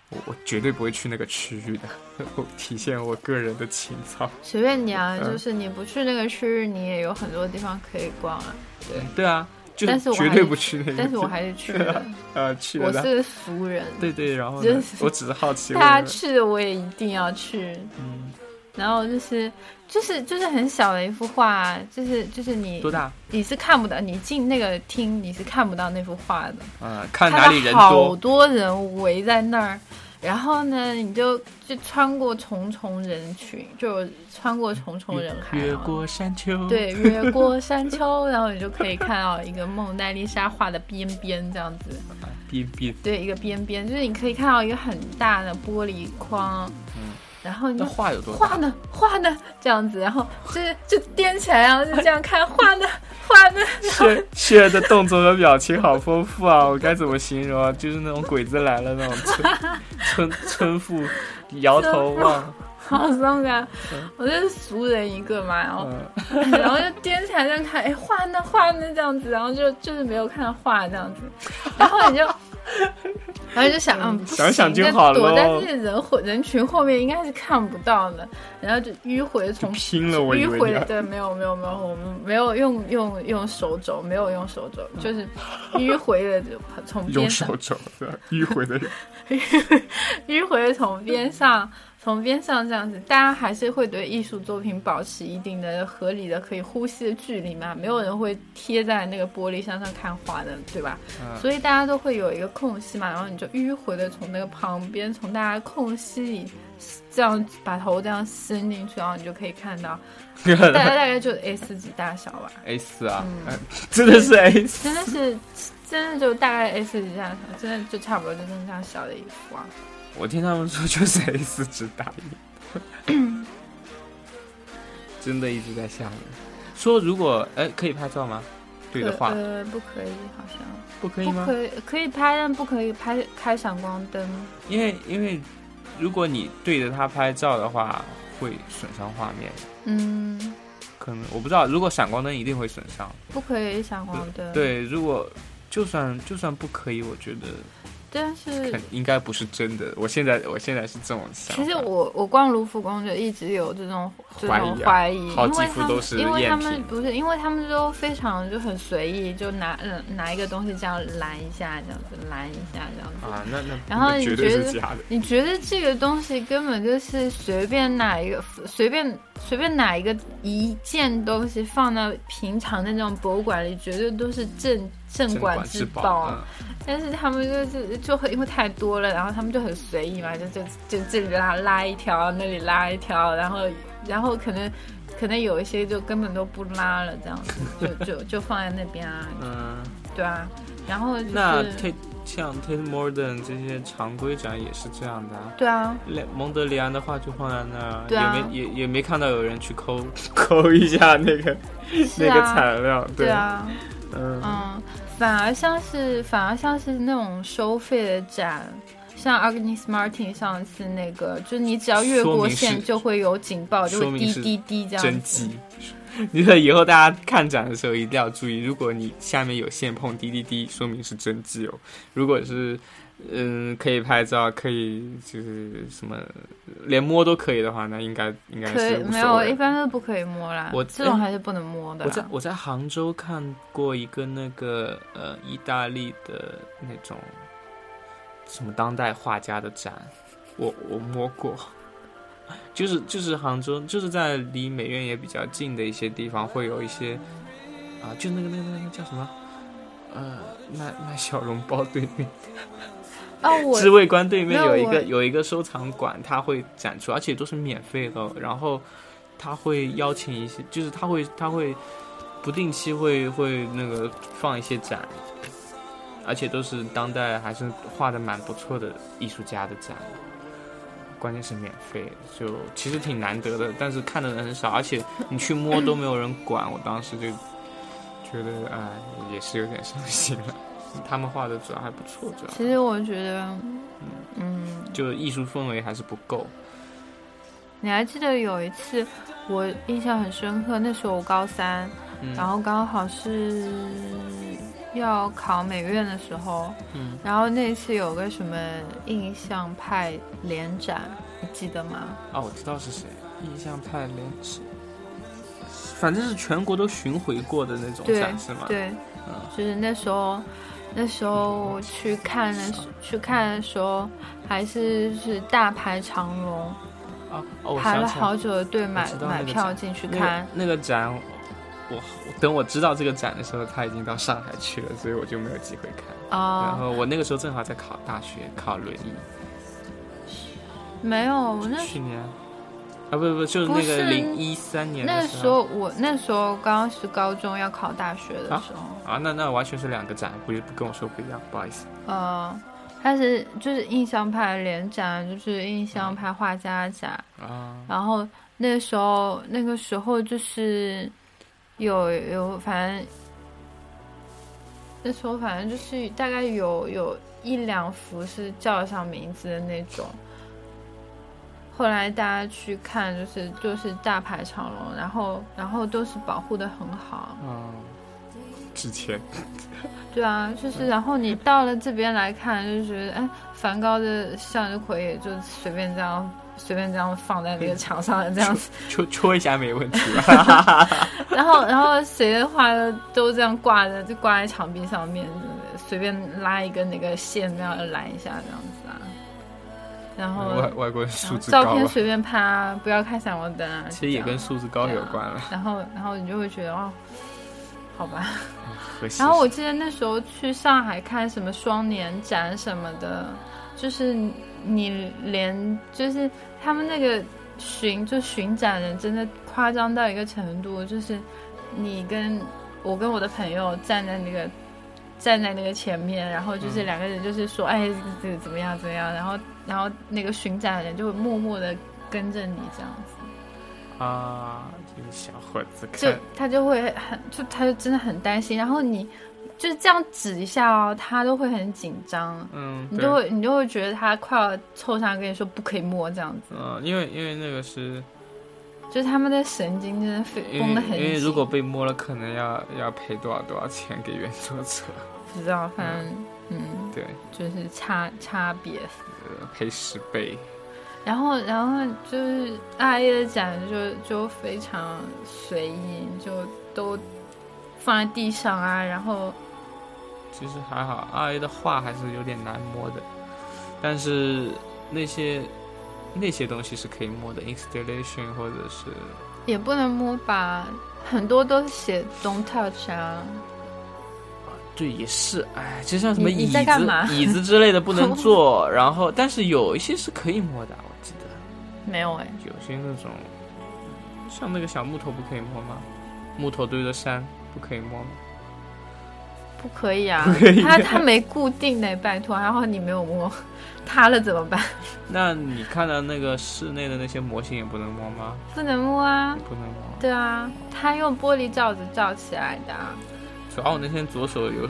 [SPEAKER 1] 我我绝对不会去那个区域的， 我体现我个人的情操。
[SPEAKER 2] 随便你啊，
[SPEAKER 1] 嗯
[SPEAKER 2] 就是你不去那个区域，你也有很多地方可以逛啊。
[SPEAKER 1] 对对啊，就
[SPEAKER 2] 但是我
[SPEAKER 1] 绝
[SPEAKER 2] 还
[SPEAKER 1] 对
[SPEAKER 2] 是
[SPEAKER 1] 不去那个地方。
[SPEAKER 2] 但是我还是去了，
[SPEAKER 1] 呃去了
[SPEAKER 2] 我
[SPEAKER 1] 的，
[SPEAKER 2] 是服人，
[SPEAKER 1] 对对，然后
[SPEAKER 2] 就
[SPEAKER 1] 呢
[SPEAKER 2] 是
[SPEAKER 1] 我只是好奇，
[SPEAKER 2] 大
[SPEAKER 1] 为什
[SPEAKER 2] 家
[SPEAKER 1] 么
[SPEAKER 2] 去了我也一定要去，
[SPEAKER 1] 嗯
[SPEAKER 2] 然后就是就是就是很小的一幅画、啊，就是就是你
[SPEAKER 1] 多大？
[SPEAKER 2] 你是看不到，你进那个厅你是看不到那幅画的，
[SPEAKER 1] 嗯，看
[SPEAKER 2] 看
[SPEAKER 1] 哪
[SPEAKER 2] 到
[SPEAKER 1] 里人多，
[SPEAKER 2] 好多人围在那儿，然后呢，你就就穿过重重人群，就穿过重重人海，
[SPEAKER 1] 越
[SPEAKER 2] 然后
[SPEAKER 1] 过山丘，，
[SPEAKER 2] 对，越过山丘，然后你就可以看到一个蒙娜丽莎画的边边这样子，
[SPEAKER 1] 啊比比
[SPEAKER 2] 对，一个边边，就是你可以看到一个很大的玻璃框，
[SPEAKER 1] 嗯
[SPEAKER 2] 然后你
[SPEAKER 1] 那
[SPEAKER 2] 就
[SPEAKER 1] 画有多大？
[SPEAKER 2] 画呢画呢这样子，然后就是就颠起来，然后就这样看画呢画呢，
[SPEAKER 1] 雪雪的动作和表情好丰富啊， 我该怎么形容啊？就是那种鬼子来了那种村 村村妇摇头望，
[SPEAKER 2] 好伤感，我就是俗人一个嘛，然后
[SPEAKER 1] 嗯，
[SPEAKER 2] 然后就颠起来这样看，哎，画呢画呢这样子，然后就就是没有看到画这样子，然后你就，然后就想，嗯，不
[SPEAKER 1] 想想
[SPEAKER 2] 行
[SPEAKER 1] 就
[SPEAKER 2] 那
[SPEAKER 1] 好了
[SPEAKER 2] 躲在
[SPEAKER 1] 咯
[SPEAKER 2] 这些人后人群后面应该是看不到的，然后就迂回从
[SPEAKER 1] 拼了我以
[SPEAKER 2] 迂
[SPEAKER 1] 为
[SPEAKER 2] 回
[SPEAKER 1] 你要
[SPEAKER 2] 对，没有没有没有，我们没有用用用手肘，没有用手肘，就是迂回的就从边
[SPEAKER 1] 用
[SPEAKER 2] 上
[SPEAKER 1] 手肘的迂回的，
[SPEAKER 2] 迂回地从边上，从边上这样子，大家还是会对艺术作品保持一定的合理的可以呼吸的距离嘛，没有人会贴在那个玻璃上上看花的，对吧？
[SPEAKER 1] 嗯
[SPEAKER 2] 所以大家都会有一个空隙嘛，然后你就迂回的从那个旁边，从大家空隙里。这样把头这样伸进去，然后你就可以看 到，大概大概就 A 四级大小吧，
[SPEAKER 1] A 四啊
[SPEAKER 2] 嗯，
[SPEAKER 1] 哎真的 是 A 四，
[SPEAKER 2] 真的是，真的就大概 A 四级大小，真的就差不多就这么这样小的一幅啊。
[SPEAKER 1] 我听他们说就是 A 四只大衣， 真的一直在下面。说如果哎可以拍照吗？对的话
[SPEAKER 2] 呃，呃不可以，好像。
[SPEAKER 1] 不可以
[SPEAKER 2] 不
[SPEAKER 1] 吗？
[SPEAKER 2] 可以可以拍，但不可以拍开闪光灯。
[SPEAKER 1] 因为因为如果你对着它拍照的话，会损伤画面。
[SPEAKER 2] 嗯，
[SPEAKER 1] 可能我不知道，如果闪光灯一定会损伤。
[SPEAKER 2] 不可以闪光灯。，
[SPEAKER 1] 对，如果就算就算不可以，我觉得
[SPEAKER 2] 但是
[SPEAKER 1] 肯应该不是真的。我现在我现在是这种想法。
[SPEAKER 2] 其实我我逛卢浮宫就一直有这种这
[SPEAKER 1] 怀疑啊
[SPEAKER 2] 种怀疑，
[SPEAKER 1] 好
[SPEAKER 2] 因
[SPEAKER 1] 几
[SPEAKER 2] 为
[SPEAKER 1] 幅
[SPEAKER 2] 他
[SPEAKER 1] 都
[SPEAKER 2] 们
[SPEAKER 1] 是
[SPEAKER 2] 因为他
[SPEAKER 1] 赝
[SPEAKER 2] 们
[SPEAKER 1] 品
[SPEAKER 2] 不是因为他们都非常就很随意，就拿嗯拿一个东西这样拦一下，这样子拦一下这样子。
[SPEAKER 1] 啊，那那
[SPEAKER 2] 然后
[SPEAKER 1] 那
[SPEAKER 2] 你
[SPEAKER 1] 绝对
[SPEAKER 2] 觉
[SPEAKER 1] 是
[SPEAKER 2] 得
[SPEAKER 1] 假的。
[SPEAKER 2] 你觉得这个东西根本就是随便哪一个随便随便哪一个一件东西放到平常的那种博物馆里，绝对都是镇镇
[SPEAKER 1] 镇
[SPEAKER 2] 馆
[SPEAKER 1] 馆
[SPEAKER 2] 之
[SPEAKER 1] 之
[SPEAKER 2] 宝。
[SPEAKER 1] 宝，嗯
[SPEAKER 2] 但是他们就是就很因为太多了，然后他们就很随意嘛，就就就这里拉拉一条，那里拉一条，然后然后可能可能有一些就根本都不拉了，这样子就 就就放在那边啊，
[SPEAKER 1] 嗯。
[SPEAKER 2] 对啊，然后就是
[SPEAKER 1] 那 Tate 像 Tate Modern 这些常规展也是这样的、啊。
[SPEAKER 2] 对啊，
[SPEAKER 1] 雷蒙德里安的画就放在那儿，
[SPEAKER 2] 对啊
[SPEAKER 1] 也没也也没看到有人去抠 抠一下那个、
[SPEAKER 2] 是
[SPEAKER 1] 那个
[SPEAKER 2] 啊，
[SPEAKER 1] 材料，
[SPEAKER 2] 对啊，
[SPEAKER 1] 嗯，
[SPEAKER 2] 嗯，反而像是反而像是那种收费的展。像 Agnes Martin 上次那个，就是你只要越
[SPEAKER 1] 说
[SPEAKER 2] 过
[SPEAKER 1] 明是
[SPEAKER 2] 线就会有警报，就
[SPEAKER 1] 说
[SPEAKER 2] 会
[SPEAKER 1] 明
[SPEAKER 2] 滴
[SPEAKER 1] 是
[SPEAKER 2] 滴滴这样子。
[SPEAKER 1] 真机。 你说以后大家看展的时候一定要注意，如果你下面有线碰滴滴滴，说明是真机哦。如果是嗯可以拍照，可以就是什么连摸都可以的话，那应该应该
[SPEAKER 2] 可以
[SPEAKER 1] 是无
[SPEAKER 2] 没
[SPEAKER 1] 所
[SPEAKER 2] 有，
[SPEAKER 1] 谓
[SPEAKER 2] 一
[SPEAKER 1] 的。
[SPEAKER 2] 般都不可以摸啦。
[SPEAKER 1] 我
[SPEAKER 2] 这种还是不能摸的啊
[SPEAKER 1] 我在
[SPEAKER 2] 啦。
[SPEAKER 1] 我在杭州看过一个那个呃意大利的那种什么当代画家的展，我我摸过， 就是就是杭州就是在离美院也比较近的一些地方会有一些啊、就那个那个那个叫什么呃卖卖小笼包对面
[SPEAKER 2] 啊，我
[SPEAKER 1] 知味观对面有一
[SPEAKER 2] 没
[SPEAKER 1] 个
[SPEAKER 2] 有
[SPEAKER 1] 有一个收藏馆，它会展出，而且都是免费的。然后他会邀请一些，就是他会他会不定期会会那个放一些展，而且都是当代还是画的蛮不错的艺术家的展。关键是免费，就其实挺难得的，但是看的人很少，而且你去摸都没有人管。我当时就觉得，哎，也是有点伤心了。他们画的主要还不错，主要
[SPEAKER 2] 其实我觉得，嗯，
[SPEAKER 1] 就艺术氛围还是不够。
[SPEAKER 2] 你还记得有一次我印象很深刻，那时候我高三，
[SPEAKER 1] 嗯，
[SPEAKER 2] 然后刚好是要考美院的时候，
[SPEAKER 1] 嗯，
[SPEAKER 2] 然后那次有个什么印象派联展，你记得吗？
[SPEAKER 1] 啊，我知道是谁，印象派联指，反正是全国都巡回过的那种
[SPEAKER 2] 对
[SPEAKER 1] 展示嘛。
[SPEAKER 2] 对，
[SPEAKER 1] 嗯
[SPEAKER 2] 就是那时候，那时候去看的去看的时候，还是是大排长龙，
[SPEAKER 1] 啊，哦，我
[SPEAKER 2] 排了
[SPEAKER 1] 想起来
[SPEAKER 2] 好久的队买
[SPEAKER 1] 知道那
[SPEAKER 2] 买
[SPEAKER 1] 个
[SPEAKER 2] 票
[SPEAKER 1] 展
[SPEAKER 2] 进去
[SPEAKER 1] 那
[SPEAKER 2] 看
[SPEAKER 1] 个。那个展，我我等我知道这个展的时候，他已经到上海去了，所以我就没有机会看。然
[SPEAKER 2] 哦，
[SPEAKER 1] 后我那个时候正好在考大学，考轮椅。
[SPEAKER 2] 没有，我那
[SPEAKER 1] 去年啊，不不不，就是
[SPEAKER 2] 不
[SPEAKER 1] 那个
[SPEAKER 2] 是
[SPEAKER 1] 零一三年
[SPEAKER 2] 那
[SPEAKER 1] 的
[SPEAKER 2] 个时候我那时候刚是高中要考大学的时候，
[SPEAKER 1] 啊，那那完全是两个展，不是不跟我说不一样，不好意思。
[SPEAKER 2] 呃，它是就是印象派联展，就是印象派画家展，
[SPEAKER 1] 啊，
[SPEAKER 2] 然后那时候那个时候就是有有反正那时候反正就是大概有有一两幅是叫得上名字的那种。后来大家去看，就是就是大排长龙，然后然后都是保护的很好，
[SPEAKER 1] 嗯，之前
[SPEAKER 2] 对啊，就是然后你到了这边来看，就觉得哎，梵高的向日葵也就随便这样随便这样放在那个墙上这样子，
[SPEAKER 1] 戳戳一下没问题吧？
[SPEAKER 2] 然后然后谁的画都这样挂着，就挂在墙壁上面，随便拉一根那个线那样拦一下这样子啊，然后
[SPEAKER 1] 外外国人哎
[SPEAKER 2] 然后
[SPEAKER 1] 素质
[SPEAKER 2] 哦照
[SPEAKER 1] 高
[SPEAKER 2] 片
[SPEAKER 1] 吧，
[SPEAKER 2] 随便拍啊，不要开闪光灯啊，
[SPEAKER 1] 其实也跟素质高
[SPEAKER 2] 这
[SPEAKER 1] 有
[SPEAKER 2] 样
[SPEAKER 1] 关了。
[SPEAKER 2] 然后然后你就会觉得哦，好吧。
[SPEAKER 1] 和谐
[SPEAKER 2] 然后我记得那时候去上海看什么双年展什么的，就是你连就是他们那个巡就巡展人真的夸张到一个程度，就是你跟我跟我的朋友站在那个。站在那个前面，然后就是
[SPEAKER 1] 嗯
[SPEAKER 2] 两个人就是说，哎，这个怎么样怎么样，然后然后那个巡展的人就会默默的跟着你这样子。
[SPEAKER 1] 啊，这个小伙子
[SPEAKER 2] 就
[SPEAKER 1] 看
[SPEAKER 2] 他就会很，就他就真的很担心。然后你就是这样指一下哦，他都会很紧张，
[SPEAKER 1] 嗯，
[SPEAKER 2] 你
[SPEAKER 1] 对
[SPEAKER 2] 就会你就会觉得他快要凑上来跟你说不可以摸这样子，
[SPEAKER 1] 嗯，因为因为那个是，
[SPEAKER 2] 就是他们的神经真的非
[SPEAKER 1] 因
[SPEAKER 2] 绷得
[SPEAKER 1] 为
[SPEAKER 2] 很
[SPEAKER 1] 因为
[SPEAKER 2] 紧。
[SPEAKER 1] 如果被摸了，可能要要赔多少多少钱给原作者，
[SPEAKER 2] 不知道，反正嗯，
[SPEAKER 1] 对，
[SPEAKER 2] 就是差差别。
[SPEAKER 1] 呃，赔十倍，
[SPEAKER 2] 然后然后就是阿叶的展就就非常随意，就都放在地上啊，然后
[SPEAKER 1] 其实还好，R A 的画还是有点难摸的，但是那些那些东西是可以摸的，installation 或者是
[SPEAKER 2] 也不能摸吧，很多都写 “don't touch” 啊。
[SPEAKER 1] 对，也是，哎，就像什么
[SPEAKER 2] 你
[SPEAKER 1] 椅
[SPEAKER 2] 你
[SPEAKER 1] 子
[SPEAKER 2] 在干嘛
[SPEAKER 1] 椅子之类的不能 坐，然后但是有一些是可以摸的，我记得
[SPEAKER 2] 没有哎、
[SPEAKER 1] 有些那种像那个小木头不可以摸吗？木头堆的山不可以摸吗？
[SPEAKER 2] 不可以啊
[SPEAKER 1] 不可以！
[SPEAKER 2] 它它没固定呢，拜托。然后你没有摸， 塌了怎么办？
[SPEAKER 1] 那你看到那个室内的那些模型也不能摸吗？
[SPEAKER 2] 不能摸啊！
[SPEAKER 1] 不能摸。
[SPEAKER 2] 对啊，它用玻璃罩子罩起来的啊，
[SPEAKER 1] 主要我那天左手有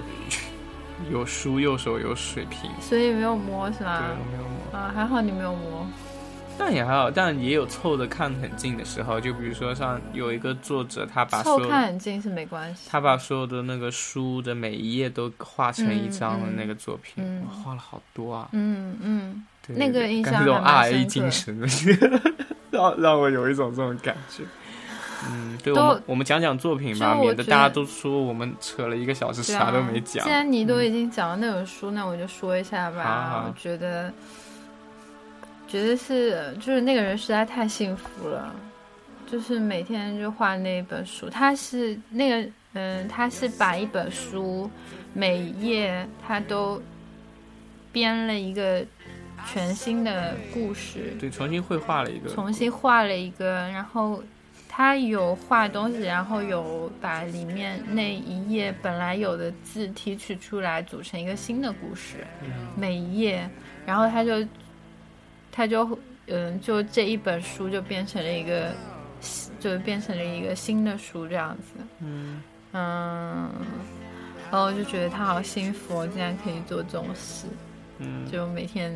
[SPEAKER 1] 有书，右手有水瓶，
[SPEAKER 2] 所以没有摸是
[SPEAKER 1] 对，
[SPEAKER 2] 吗？
[SPEAKER 1] 我没有摸。
[SPEAKER 2] 啊，还好你没有摸。
[SPEAKER 1] 但也还好，但也有凑的看很近的时候，就比如说像有一个作者，他把
[SPEAKER 2] 凑
[SPEAKER 1] 所有
[SPEAKER 2] 看很近是没关系。
[SPEAKER 1] 他把所有的那个书的每一页都画成一张的那个作品，
[SPEAKER 2] 嗯嗯
[SPEAKER 1] 哇画了好多啊。
[SPEAKER 2] 嗯嗯，
[SPEAKER 1] 对
[SPEAKER 2] 那个印象
[SPEAKER 1] 感觉这种
[SPEAKER 2] 还蛮
[SPEAKER 1] R
[SPEAKER 2] 深
[SPEAKER 1] A
[SPEAKER 2] 刻
[SPEAKER 1] 精神的， 让让我有一种这种感觉。嗯，对，
[SPEAKER 2] 都
[SPEAKER 1] 我们我们讲讲作品吧，
[SPEAKER 2] 就我
[SPEAKER 1] 免得
[SPEAKER 2] 觉得
[SPEAKER 1] 大家都说我们扯了一个小时
[SPEAKER 2] 对
[SPEAKER 1] 啥都
[SPEAKER 2] 啊
[SPEAKER 1] 没讲嗯
[SPEAKER 2] 既。然你都已经讲了那本书，那我就说一下吧。
[SPEAKER 1] 好好
[SPEAKER 2] 我觉得，觉得是就是那个人实在太幸福了，就是每天就画那一本书。他是那个嗯，他是把一本书每一页他都编了一个全新的故事，
[SPEAKER 1] 对，重新绘画了一个，
[SPEAKER 2] 重新画了一个，然后他有画东西，然后有把里面那一页本来有的字提取出来，组成一个新的故事，
[SPEAKER 1] 嗯
[SPEAKER 2] 每一页，然后他就他就嗯，就这一本书就变成了一个，就变成了一个新的书这样子，
[SPEAKER 1] 嗯。
[SPEAKER 2] 嗯。然后我就觉得他好幸福、哦，竟然可以做这种事，
[SPEAKER 1] 嗯
[SPEAKER 2] 就每天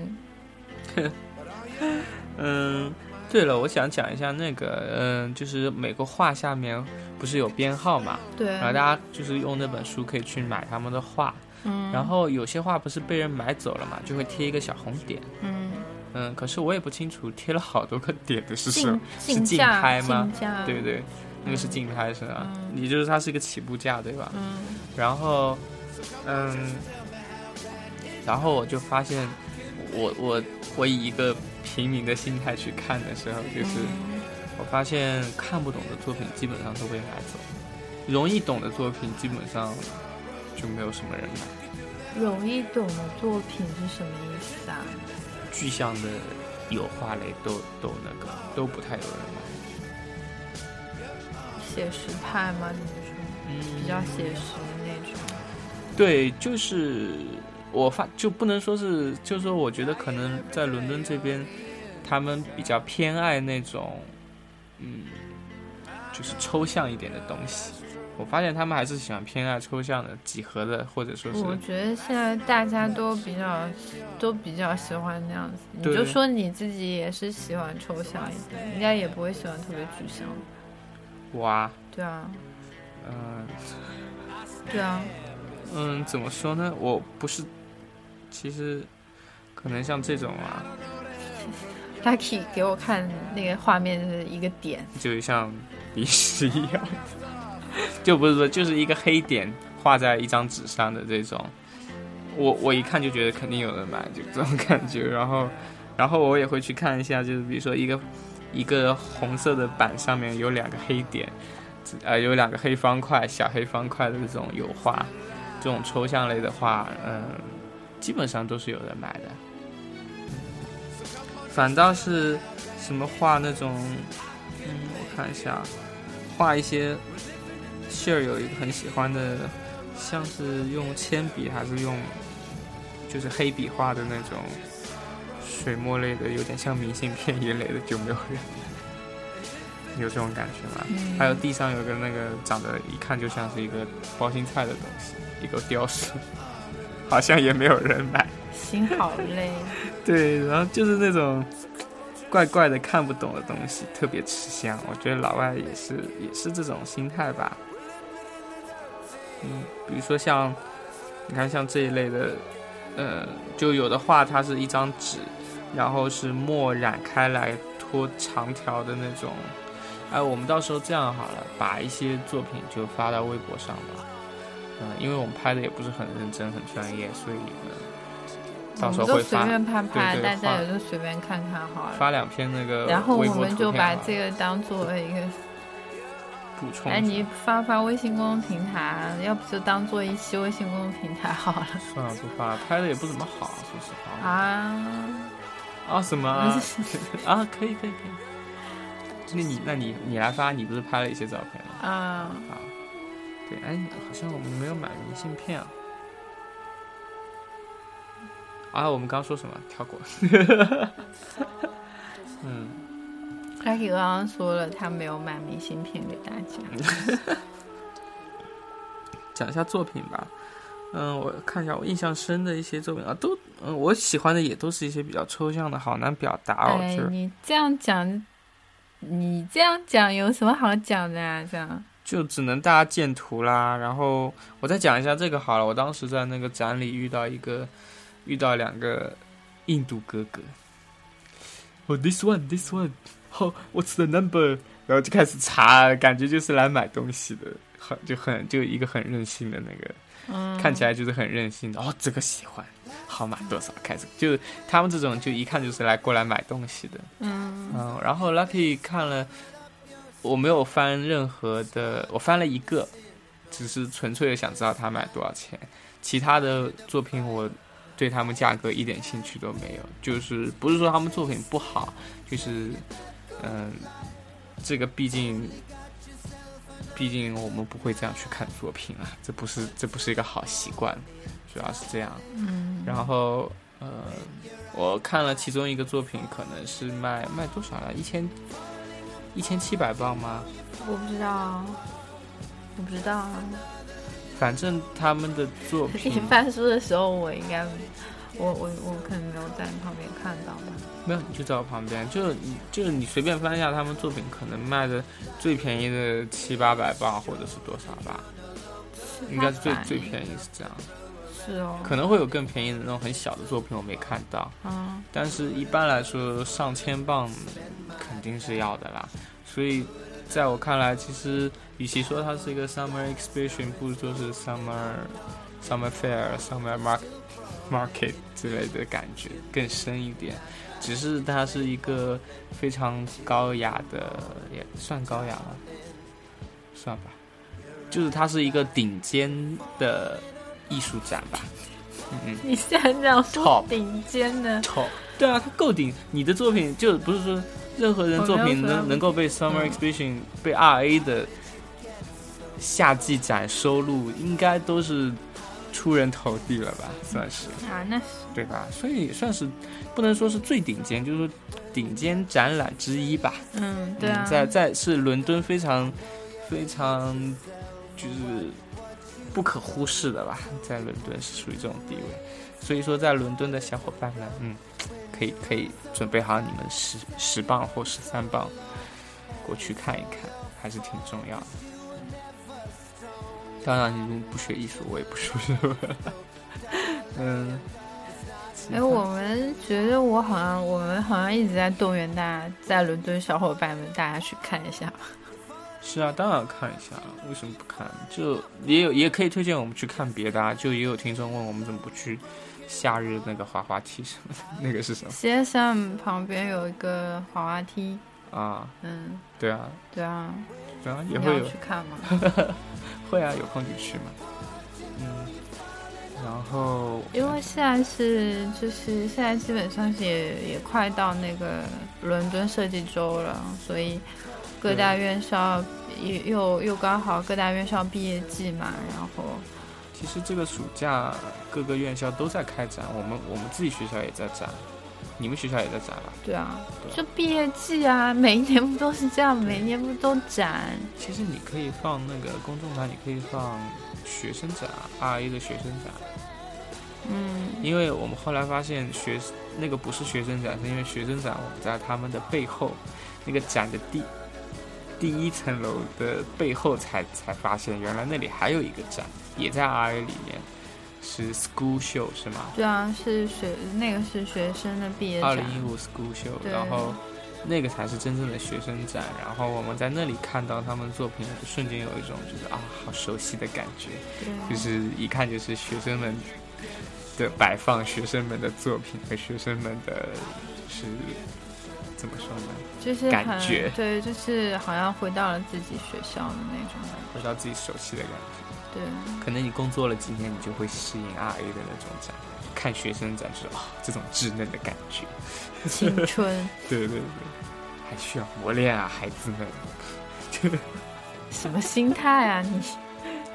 [SPEAKER 1] 嗯，对了，我想讲一下那个，嗯，就是每个画下面不是有编号嘛，
[SPEAKER 2] 对
[SPEAKER 1] 然，后啊大家就是用那本书可以去买他们的画，
[SPEAKER 2] 嗯，
[SPEAKER 1] 然后有些画不是被人买走了嘛，就会贴一个小红点，
[SPEAKER 2] 嗯，
[SPEAKER 1] 嗯，可是我也不清楚贴了好多个点的是什
[SPEAKER 2] 竞
[SPEAKER 1] 么，是竞
[SPEAKER 2] 价
[SPEAKER 1] 拍吗
[SPEAKER 2] 竞价
[SPEAKER 1] 对对，那个是竞拍生啊，也就是它是一个起步价，对吧？然后，嗯，然后我就发现，我我我以一个平民的心态去看的时候，
[SPEAKER 2] 嗯
[SPEAKER 1] 就是我发现看不懂的作品基本上都被买走，容易懂的作品基本上就没有什么人买。
[SPEAKER 2] 容易懂的作品是什么意思啊？
[SPEAKER 1] 具象的有画类都都那个都不太有人买，
[SPEAKER 2] 写实派吗？你是说
[SPEAKER 1] 嗯
[SPEAKER 2] 比较写实的那种？
[SPEAKER 1] 对，就是我发就不能说是，就是说我觉得可能在伦敦这边，他们比较偏爱那种，嗯，就是抽象一点的东西。我发现他们还是喜欢偏爱抽象的、几何的，或者说是
[SPEAKER 2] 我觉得现在大家都比较都比较喜欢那样子。你
[SPEAKER 1] 对
[SPEAKER 2] 就说你自己也是喜欢抽象一点，应该也不会喜欢特别具象。
[SPEAKER 1] 哇，
[SPEAKER 2] 对啊，
[SPEAKER 1] 嗯、
[SPEAKER 2] 对啊，
[SPEAKER 1] 嗯，怎么说呢？我不是，其实可能像这种啊，
[SPEAKER 2] Lucky 给我看那个画面就是一个点，
[SPEAKER 1] 就像鼻屎一样， 就不是说就是一个黑点画在一张纸上的这种，我我一看就觉得肯定有人买，就这种感觉。然后，然后我也会去看一下，就是比如说一个一个红色的板上面有两个黑点，呃，有两个黑方块，小黑方块的这种油画，这种抽象类的画，嗯，基本上都是有人买的。反倒是什么画那种嗯，我看一下，画一些 Share 有一个很喜欢的，像是用铅笔还是用就是黑笔画的那种水墨类的，有点像明信片一类的，就没有人。有这种感觉吗？还有地上有个那个长得一看就像是一个包心菜的东西，一个雕塑，好像也没有人买。
[SPEAKER 2] 心好 累。
[SPEAKER 1] 对，然后就是那种怪怪的看不懂的东西，特别吃香。我觉得老外也是也是这种心态吧。嗯，比如说像你看像这一类的，呃，就有的画它是一张纸，然后是墨染开来拖长条的那种。哎，我们到时候这样好了，把一些作品就发到微博上吧。嗯，因为我们拍的也不是很认真、很专业，所以呢，
[SPEAKER 2] 我
[SPEAKER 1] 到时候
[SPEAKER 2] 们
[SPEAKER 1] 会
[SPEAKER 2] 就随
[SPEAKER 1] 发。
[SPEAKER 2] 便拍拍，
[SPEAKER 1] 对对
[SPEAKER 2] 大家
[SPEAKER 1] 画
[SPEAKER 2] 也就随便看看好了。
[SPEAKER 1] 发两篇那个微博图片啊，啊
[SPEAKER 2] 然后我们就把这个当做一个，
[SPEAKER 1] 补充一下。
[SPEAKER 2] 哎，你发发微信公众平台，要不就当做一期微信公众平台好了
[SPEAKER 1] 算了不发了，拍的也不怎么好，说实话。
[SPEAKER 2] 啊。
[SPEAKER 1] 啊什么啊 啊？可以可以可以。那你那你你来发，你不是拍了一些照片吗？
[SPEAKER 2] 啊，
[SPEAKER 1] 啊，对，哎，好像我们没有买明信片啊。啊，我们刚说什么？跳过。嗯，
[SPEAKER 2] Lucky 刚刚说了，他没有买明信片给大家。
[SPEAKER 1] 讲一下作品吧。嗯，我看一下我印象深的一些作品啊，都嗯我喜欢的也都是一些比较抽象的，好难表达哦。
[SPEAKER 2] 哎
[SPEAKER 1] 就是，
[SPEAKER 2] 你这样讲，你这样讲有什么好讲的啊？这样，
[SPEAKER 1] 就只能大家见图啦。然后我再讲一下这个好了，我当时在那个展里遇到一个，遇到两个印度哥哥。哦、t h i s one, this one, how what's the number？然后就开始查，感觉就是来买东西的，很就很就一个很任性的那个
[SPEAKER 2] 嗯，
[SPEAKER 1] 看起来就是很任性的哦，这个喜欢，号码多少开始，就是他们这种就一看就是来过来买东西的，
[SPEAKER 2] 嗯
[SPEAKER 1] 嗯，然后 Lucky 看了，我没有翻任何的，我翻了一个，只是纯粹的想知道他买多少钱，其他的作品我对他们价格一点兴趣都没有，就是不是说他们作品不好，就是嗯，这个毕竟。毕竟我们不会这样去看作品啊，这不是这不是一个好习惯，主要是这样。
[SPEAKER 2] 嗯，
[SPEAKER 1] 然后呃，我看了其中一个作品，可能是卖卖多少了？一千一千七百磅吗？
[SPEAKER 2] 我不知道，我不知道啊。
[SPEAKER 1] 嗯反正他们的作
[SPEAKER 2] 你
[SPEAKER 1] 品
[SPEAKER 2] 翻书的时候，我应该，我我我可能没有在你旁边看到吧。
[SPEAKER 1] 没有，你就在我旁边，就你就是你随便翻一下他们作品，可能卖的最便宜的七八百磅或者是多少吧，应该是最最
[SPEAKER 2] 宜。
[SPEAKER 1] 便宜是这样，
[SPEAKER 2] 是哦。
[SPEAKER 1] 可能会有更便宜的那种很小的作品我没看到，
[SPEAKER 2] 嗯
[SPEAKER 1] 但是一般来说上千磅肯定是要的啦，所以在我看来，其实与其说它是一个 summer exhibition，不如说是 summer summer fair、summer market market 之类的感觉更深一点。只是它是一个非常高雅的，也算高雅吗？算吧，就是它是一个顶尖的艺术展吧。嗯嗯。
[SPEAKER 2] 你现在这样说
[SPEAKER 1] Top
[SPEAKER 2] 顶尖的，
[SPEAKER 1] 丑，对啊，它够顶。你的作品就不是说任何人作
[SPEAKER 2] 我没有
[SPEAKER 1] 品
[SPEAKER 2] 说
[SPEAKER 1] 能
[SPEAKER 2] 他
[SPEAKER 1] 能够被 Summer
[SPEAKER 2] 嗯
[SPEAKER 1] Exhibition、被 RA 的夏季展收录，应该都是出人头地了吧？算是
[SPEAKER 2] 啊，那是
[SPEAKER 1] 对吧？所以算是不能说是最顶尖，就是说顶尖展览之一吧。
[SPEAKER 2] 嗯，对啊
[SPEAKER 1] 嗯，在在是伦敦非常非常就是不可忽视的吧，在伦敦是属于这种地位，所以说在伦敦的小伙伴们，嗯，可以可以准备好你们十十磅或十三磅过去看一看，还是挺重要的。当然，你如果不学艺术，我也不说什么。 嗯，其
[SPEAKER 2] 哎，
[SPEAKER 1] 他
[SPEAKER 2] 我们觉得我好像，我们好像一直在动员大家，在伦敦小伙伴们，大家去看一下。
[SPEAKER 1] 是啊，当然要看一下，为什么不看？就也有也可以推荐我们去看别的啊。就也有听众问我们怎么不去夏日那个滑滑梯什么的，那个是什
[SPEAKER 2] 街上旁边有一个滑滑梯，
[SPEAKER 1] 么啊？
[SPEAKER 2] 嗯，
[SPEAKER 1] 对啊，
[SPEAKER 2] 对啊，
[SPEAKER 1] 对啊，
[SPEAKER 2] 你
[SPEAKER 1] 也会
[SPEAKER 2] 要
[SPEAKER 1] 有
[SPEAKER 2] 去看吗？
[SPEAKER 1] 会啊，有空就去嘛。嗯，然后
[SPEAKER 2] 因为现在是就是现在基本上是也也快到那个伦敦设计周了，所以各大院校也又又刚好各大院校毕业季嘛，然后
[SPEAKER 1] 其实这个暑假各个院校都在开展，我们我们自己学校也在展，你们学校也在展吧？
[SPEAKER 2] 对啊，
[SPEAKER 1] 对啊
[SPEAKER 2] 就毕业季啊，每一年不都是这样， 每一年不都展？
[SPEAKER 1] 其实你可以放那个公众栏，你可以放学生展，R A 的学生展。啊
[SPEAKER 2] 嗯，
[SPEAKER 1] 因为我们后来发现学那个不是学生展，是因为学生展我们在他们的背后，那个展的第第一层楼的背后才才发现，原来那里还有一个展，也在 RA 里面，是 School Show 是吗？
[SPEAKER 2] 对啊，是学那个是学生的毕业
[SPEAKER 1] 二
[SPEAKER 2] 展
[SPEAKER 1] 零，一五 School Show，
[SPEAKER 2] 对
[SPEAKER 1] 然后那个才是真正的学生展，然后我们在那里看到他们作品，我就瞬间有一种就是啊好熟悉的感觉，就
[SPEAKER 2] 对，啊
[SPEAKER 1] 是一看就是学生们的摆放，学生们的作品和学生们的，就是怎么说呢？
[SPEAKER 2] 就是
[SPEAKER 1] 感
[SPEAKER 2] 很
[SPEAKER 1] 觉
[SPEAKER 2] 对，就是好像回到了自己学校的那种感
[SPEAKER 1] 回到自己熟悉的感觉。
[SPEAKER 2] 觉，对。啊
[SPEAKER 1] 可能你工作了几年，你就会适应 RA 的那种展，看学生展就是啊、这种稚嫩的感觉。
[SPEAKER 2] 青春，
[SPEAKER 1] 对对对，还需要磨练啊，孩子们。
[SPEAKER 2] 什么心态啊你？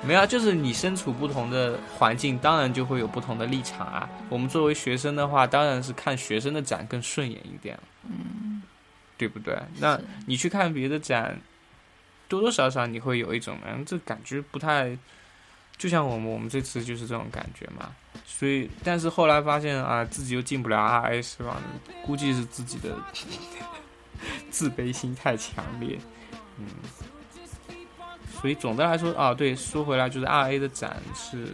[SPEAKER 1] 没有啊，就是你身处不同的环境，当然就会有不同的立场啊。我们作为学生的话，当然是看学生的展更顺眼一点，
[SPEAKER 2] 嗯，
[SPEAKER 1] 对不对？那
[SPEAKER 2] 是
[SPEAKER 1] 你去看别的展，多多少少你会有一种，嗯，这感觉不太，就像我们我们这次就是这种感觉嘛。所以，但是后来发现啊，自己又进不了 RA 是吧？估计是自己的 自卑心太强烈，嗯。所以总的来说啊，对，说回来就是 RA 的展是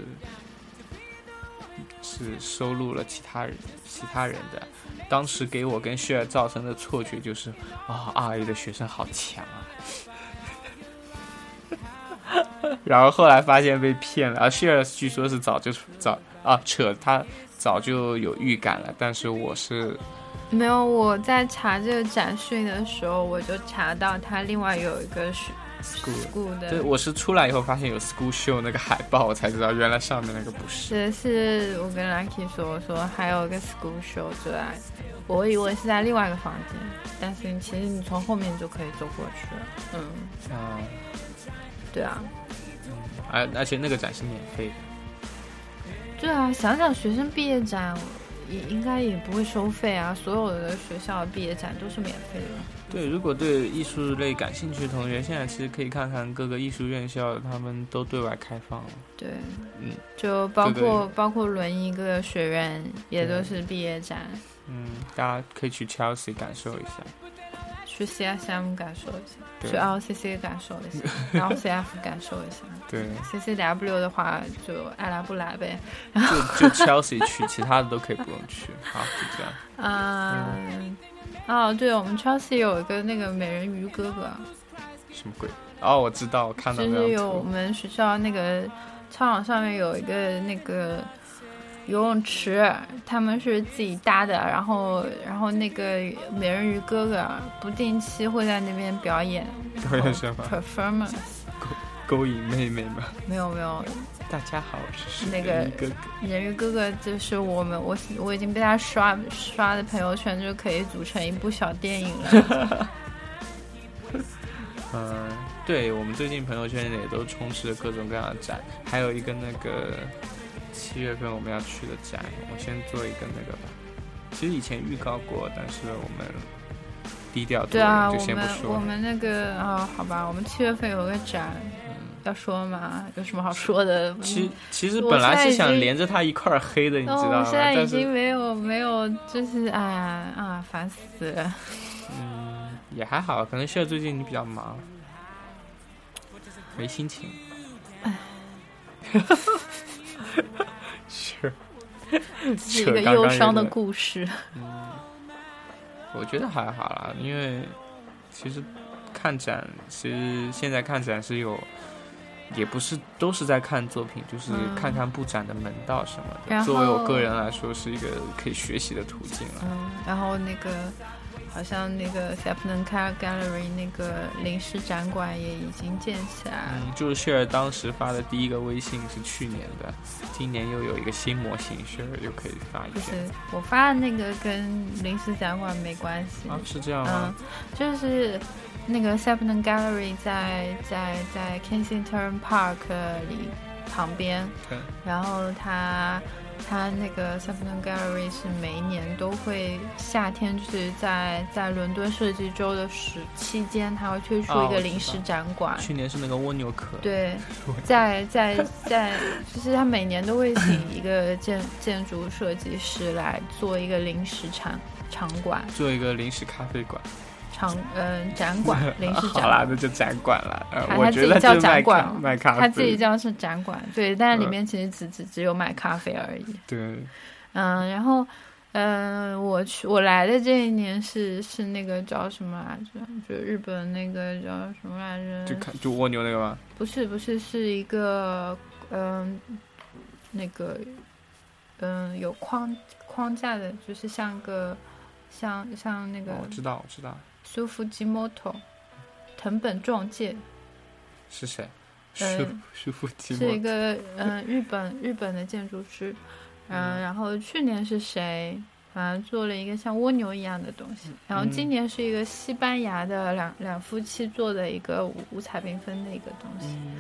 [SPEAKER 1] 是收录了其他人其他人的。当时给我跟雪儿造成的错觉就是，啊、r A 的学生好强啊！然后后来发现被骗了，而谢尔据说是早就早啊扯，他早就有预感了，但是我是
[SPEAKER 2] 没有。我在查这个展讯的时候，我就查到它另外有一个是
[SPEAKER 1] school，
[SPEAKER 2] school
[SPEAKER 1] 对
[SPEAKER 2] 的，
[SPEAKER 1] 我是出来以后发现有 school show 那个海报，我才知道原来上面那个不是。
[SPEAKER 2] 是是我跟 Lucky 说，我说还有一个 school show 之外，我以为是在另
[SPEAKER 1] 嗯
[SPEAKER 2] 外一个房间，但是其实你从后面就可以走过去了。嗯，
[SPEAKER 1] 嗯，
[SPEAKER 2] 对啊，
[SPEAKER 1] 而而且那个展是免费的，
[SPEAKER 2] 对啊，想想学生毕业展。也应该也不会收费啊，所有的学校毕业展都是免费的。
[SPEAKER 1] 对，如果对艺术类感兴趣的同学，现在其实可以看看各个艺术院校，他们都对外开放了。
[SPEAKER 2] 对，
[SPEAKER 1] 嗯
[SPEAKER 2] 就包
[SPEAKER 1] 对对
[SPEAKER 2] 括包括轮椅各个学院也都是毕业展，
[SPEAKER 1] 嗯，大家可以去 Chelsea 感受一下。
[SPEAKER 2] 去 CSM 感受一下，
[SPEAKER 1] 对
[SPEAKER 2] 去 LCC 感受 一下，LCF 感受一下
[SPEAKER 1] 对，
[SPEAKER 2] ，CCW 的话就爱来不来呗。
[SPEAKER 1] 就就 Chelsea 去，其他的都可以不用去。好，就这样。
[SPEAKER 2] 嗯，哦，对，我们 Chelsea 有一个那个美人鱼哥哥，
[SPEAKER 1] 什么鬼？哦，我知道，我看到
[SPEAKER 2] 就
[SPEAKER 1] 那
[SPEAKER 2] 是
[SPEAKER 1] 张
[SPEAKER 2] 有我
[SPEAKER 1] 图。
[SPEAKER 2] 们学校那个操场上面有一个那个游泳池，他们是自己搭的，然后然后那个美人鱼哥哥不定期会在那边表演
[SPEAKER 1] 表演什么？
[SPEAKER 2] performance，
[SPEAKER 1] 勾引妹妹吗？
[SPEAKER 2] 没有没有，
[SPEAKER 1] 大家好，我是
[SPEAKER 2] 那个
[SPEAKER 1] 水泥哥哥。
[SPEAKER 2] 人鱼哥哥就是我们，我我已经被他刷刷的朋友圈就可以组成一部小电影了。
[SPEAKER 1] 嗯，对我们最近朋友圈也都充斥着各种各样的展，还有一个那个七月份我们要去的展，我先做一个那个吧。其实以前预告过，但是我们低调做
[SPEAKER 2] 对啊，
[SPEAKER 1] 就
[SPEAKER 2] 我
[SPEAKER 1] 先不
[SPEAKER 2] 们
[SPEAKER 1] 说
[SPEAKER 2] 我
[SPEAKER 1] 了。
[SPEAKER 2] 们那个啊、好吧，我们七月份有个展，要说吗？有什么好说的？
[SPEAKER 1] 嗯其实其实
[SPEAKER 2] 我
[SPEAKER 1] 本来
[SPEAKER 2] 现在
[SPEAKER 1] 是
[SPEAKER 2] 已
[SPEAKER 1] 想
[SPEAKER 2] 经
[SPEAKER 1] 连着他一块儿黑的，你知
[SPEAKER 2] 那我
[SPEAKER 1] 道
[SPEAKER 2] 们
[SPEAKER 1] 吗？
[SPEAKER 2] 现在已
[SPEAKER 1] 但
[SPEAKER 2] 经
[SPEAKER 1] 是
[SPEAKER 2] 没有没有，就是哎啊，烦死了。
[SPEAKER 1] 嗯，也还好，可能是最近你比较忙，没心情。是，
[SPEAKER 2] 是一
[SPEAKER 1] 扯
[SPEAKER 2] 个
[SPEAKER 1] 刚刚
[SPEAKER 2] 忧伤
[SPEAKER 1] 那
[SPEAKER 2] 的
[SPEAKER 1] 个
[SPEAKER 2] 故事。
[SPEAKER 1] 我觉得还好啦，因为其实看展，其实现在看展是有，也不是都是在看作品，就是
[SPEAKER 2] 嗯
[SPEAKER 1] 看看布展的门道什么的。
[SPEAKER 2] 然后
[SPEAKER 1] 作为我个人来说，是一个可以学习的途径了。
[SPEAKER 2] 嗯，然后那个好像那个 s a p n a n Car Gallery 那个临时展馆也已经建起来了。
[SPEAKER 1] 嗯，就是雪儿当时发的第一个微信是去年的，今年又有一个新模型，雪儿又可以发一
[SPEAKER 2] 就
[SPEAKER 1] 件。
[SPEAKER 2] 是我发的那个跟临时展馆没关系，
[SPEAKER 1] 啊，是这样
[SPEAKER 2] 嗯
[SPEAKER 1] 吗？，
[SPEAKER 2] 就是那个 s a p n a n Gallery 在在在 Kensington Park 里旁边，
[SPEAKER 1] 对，
[SPEAKER 2] 然后它它那个 s a p n a n Gallery 是每一年都会夏天就是在在伦敦设计周的时期间，它会推出
[SPEAKER 1] 啊
[SPEAKER 2] 一
[SPEAKER 1] 我
[SPEAKER 2] 个
[SPEAKER 1] 知
[SPEAKER 2] 临时
[SPEAKER 1] 道
[SPEAKER 2] 展馆，
[SPEAKER 1] 去年是那个蜗牛壳。
[SPEAKER 2] 对， 在在在，就是他每年都会请一个建建筑设计师来做一个临时场场馆
[SPEAKER 1] 做一个临时咖啡馆，
[SPEAKER 2] 场嗯、展 馆临时
[SPEAKER 1] 好
[SPEAKER 2] 展
[SPEAKER 1] 啦，
[SPEAKER 2] 馆，
[SPEAKER 1] 那就展馆了。
[SPEAKER 2] 他
[SPEAKER 1] 呃，
[SPEAKER 2] 他
[SPEAKER 1] 我
[SPEAKER 2] 自
[SPEAKER 1] 觉
[SPEAKER 2] 己
[SPEAKER 1] 得
[SPEAKER 2] 叫
[SPEAKER 1] 就
[SPEAKER 2] 展
[SPEAKER 1] 卖
[SPEAKER 2] 馆
[SPEAKER 1] 咖
[SPEAKER 2] 嘛
[SPEAKER 1] 卖咖啡，
[SPEAKER 2] 他自己叫是展馆，对，但是里
[SPEAKER 1] 嗯
[SPEAKER 2] 面其实只只只有卖咖啡而已。
[SPEAKER 1] 对，
[SPEAKER 2] 嗯，然后嗯、我去我来的这一年是是那个叫什么来着？就日本那个叫什么来着
[SPEAKER 1] 就？看就蜗牛那个吗？
[SPEAKER 2] 不是不是，是一个嗯、那个嗯、有框框架的，就是像个像像那个
[SPEAKER 1] 哦我知道，我知道
[SPEAKER 2] 苏夫基摩托藤本壮介
[SPEAKER 1] 是谁，舒
[SPEAKER 2] 嗯
[SPEAKER 1] 舒服寂
[SPEAKER 2] 是一
[SPEAKER 1] 寞。
[SPEAKER 2] 个嗯、日本日本的建筑师，嗯，
[SPEAKER 1] 嗯
[SPEAKER 2] 然后去年是谁？反正做了一个像蜗牛一样的东西，然后
[SPEAKER 1] 嗯
[SPEAKER 2] 今年是一个西班牙的两两夫妻做的一个五五彩缤纷的一个东西，
[SPEAKER 1] 嗯，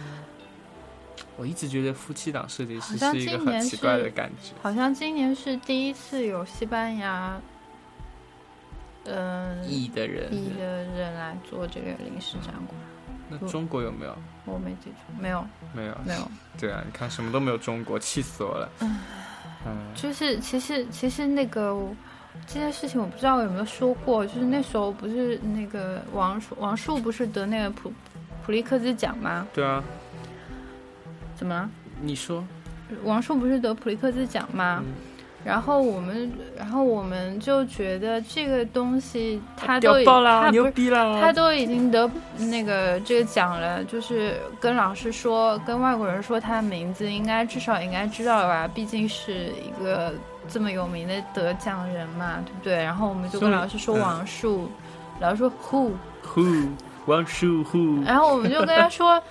[SPEAKER 1] 我一直觉得夫妻档设计
[SPEAKER 2] 好
[SPEAKER 1] 师
[SPEAKER 2] 像
[SPEAKER 1] 是一个
[SPEAKER 2] 今
[SPEAKER 1] 很
[SPEAKER 2] 年
[SPEAKER 1] 奇怪
[SPEAKER 2] 是
[SPEAKER 1] 的感觉。
[SPEAKER 2] 好像今年是第一次有西班牙，嗯、裔
[SPEAKER 1] 异的人，
[SPEAKER 2] 的人来做这个临时展馆，
[SPEAKER 1] 那中国有没有？
[SPEAKER 2] 我没记住，没有
[SPEAKER 1] 没有，
[SPEAKER 2] 没有，
[SPEAKER 1] 对啊，你看什么都没有，中国气死我了。嗯，
[SPEAKER 2] 就是其实其实那个我这件事情我不知道我有没有说过，就是那时候不是那个王朔王朔不是得那个普普利克兹奖吗？
[SPEAKER 1] 对啊，
[SPEAKER 2] 怎么了？
[SPEAKER 1] 你说，
[SPEAKER 2] 王朔不是得普利克兹奖吗？
[SPEAKER 1] 嗯
[SPEAKER 2] 然后我们，然后我们就觉得这个东西它
[SPEAKER 1] 屌
[SPEAKER 2] 都已
[SPEAKER 1] 爆啦，
[SPEAKER 2] 它不
[SPEAKER 1] 牛
[SPEAKER 2] 是
[SPEAKER 1] 逼啦！
[SPEAKER 2] 他都已经得那个这个奖了，就是跟老师说，跟外国人说他的名字，应该至少应该知道吧，毕竟是一个这么有名的得奖人嘛，对不对？然后我们就
[SPEAKER 1] 所
[SPEAKER 2] 跟
[SPEAKER 1] 以
[SPEAKER 2] 老师说
[SPEAKER 1] 嗯
[SPEAKER 2] 王树，老师说 who，
[SPEAKER 1] who 王叔 who，
[SPEAKER 2] 然后我们就跟他说，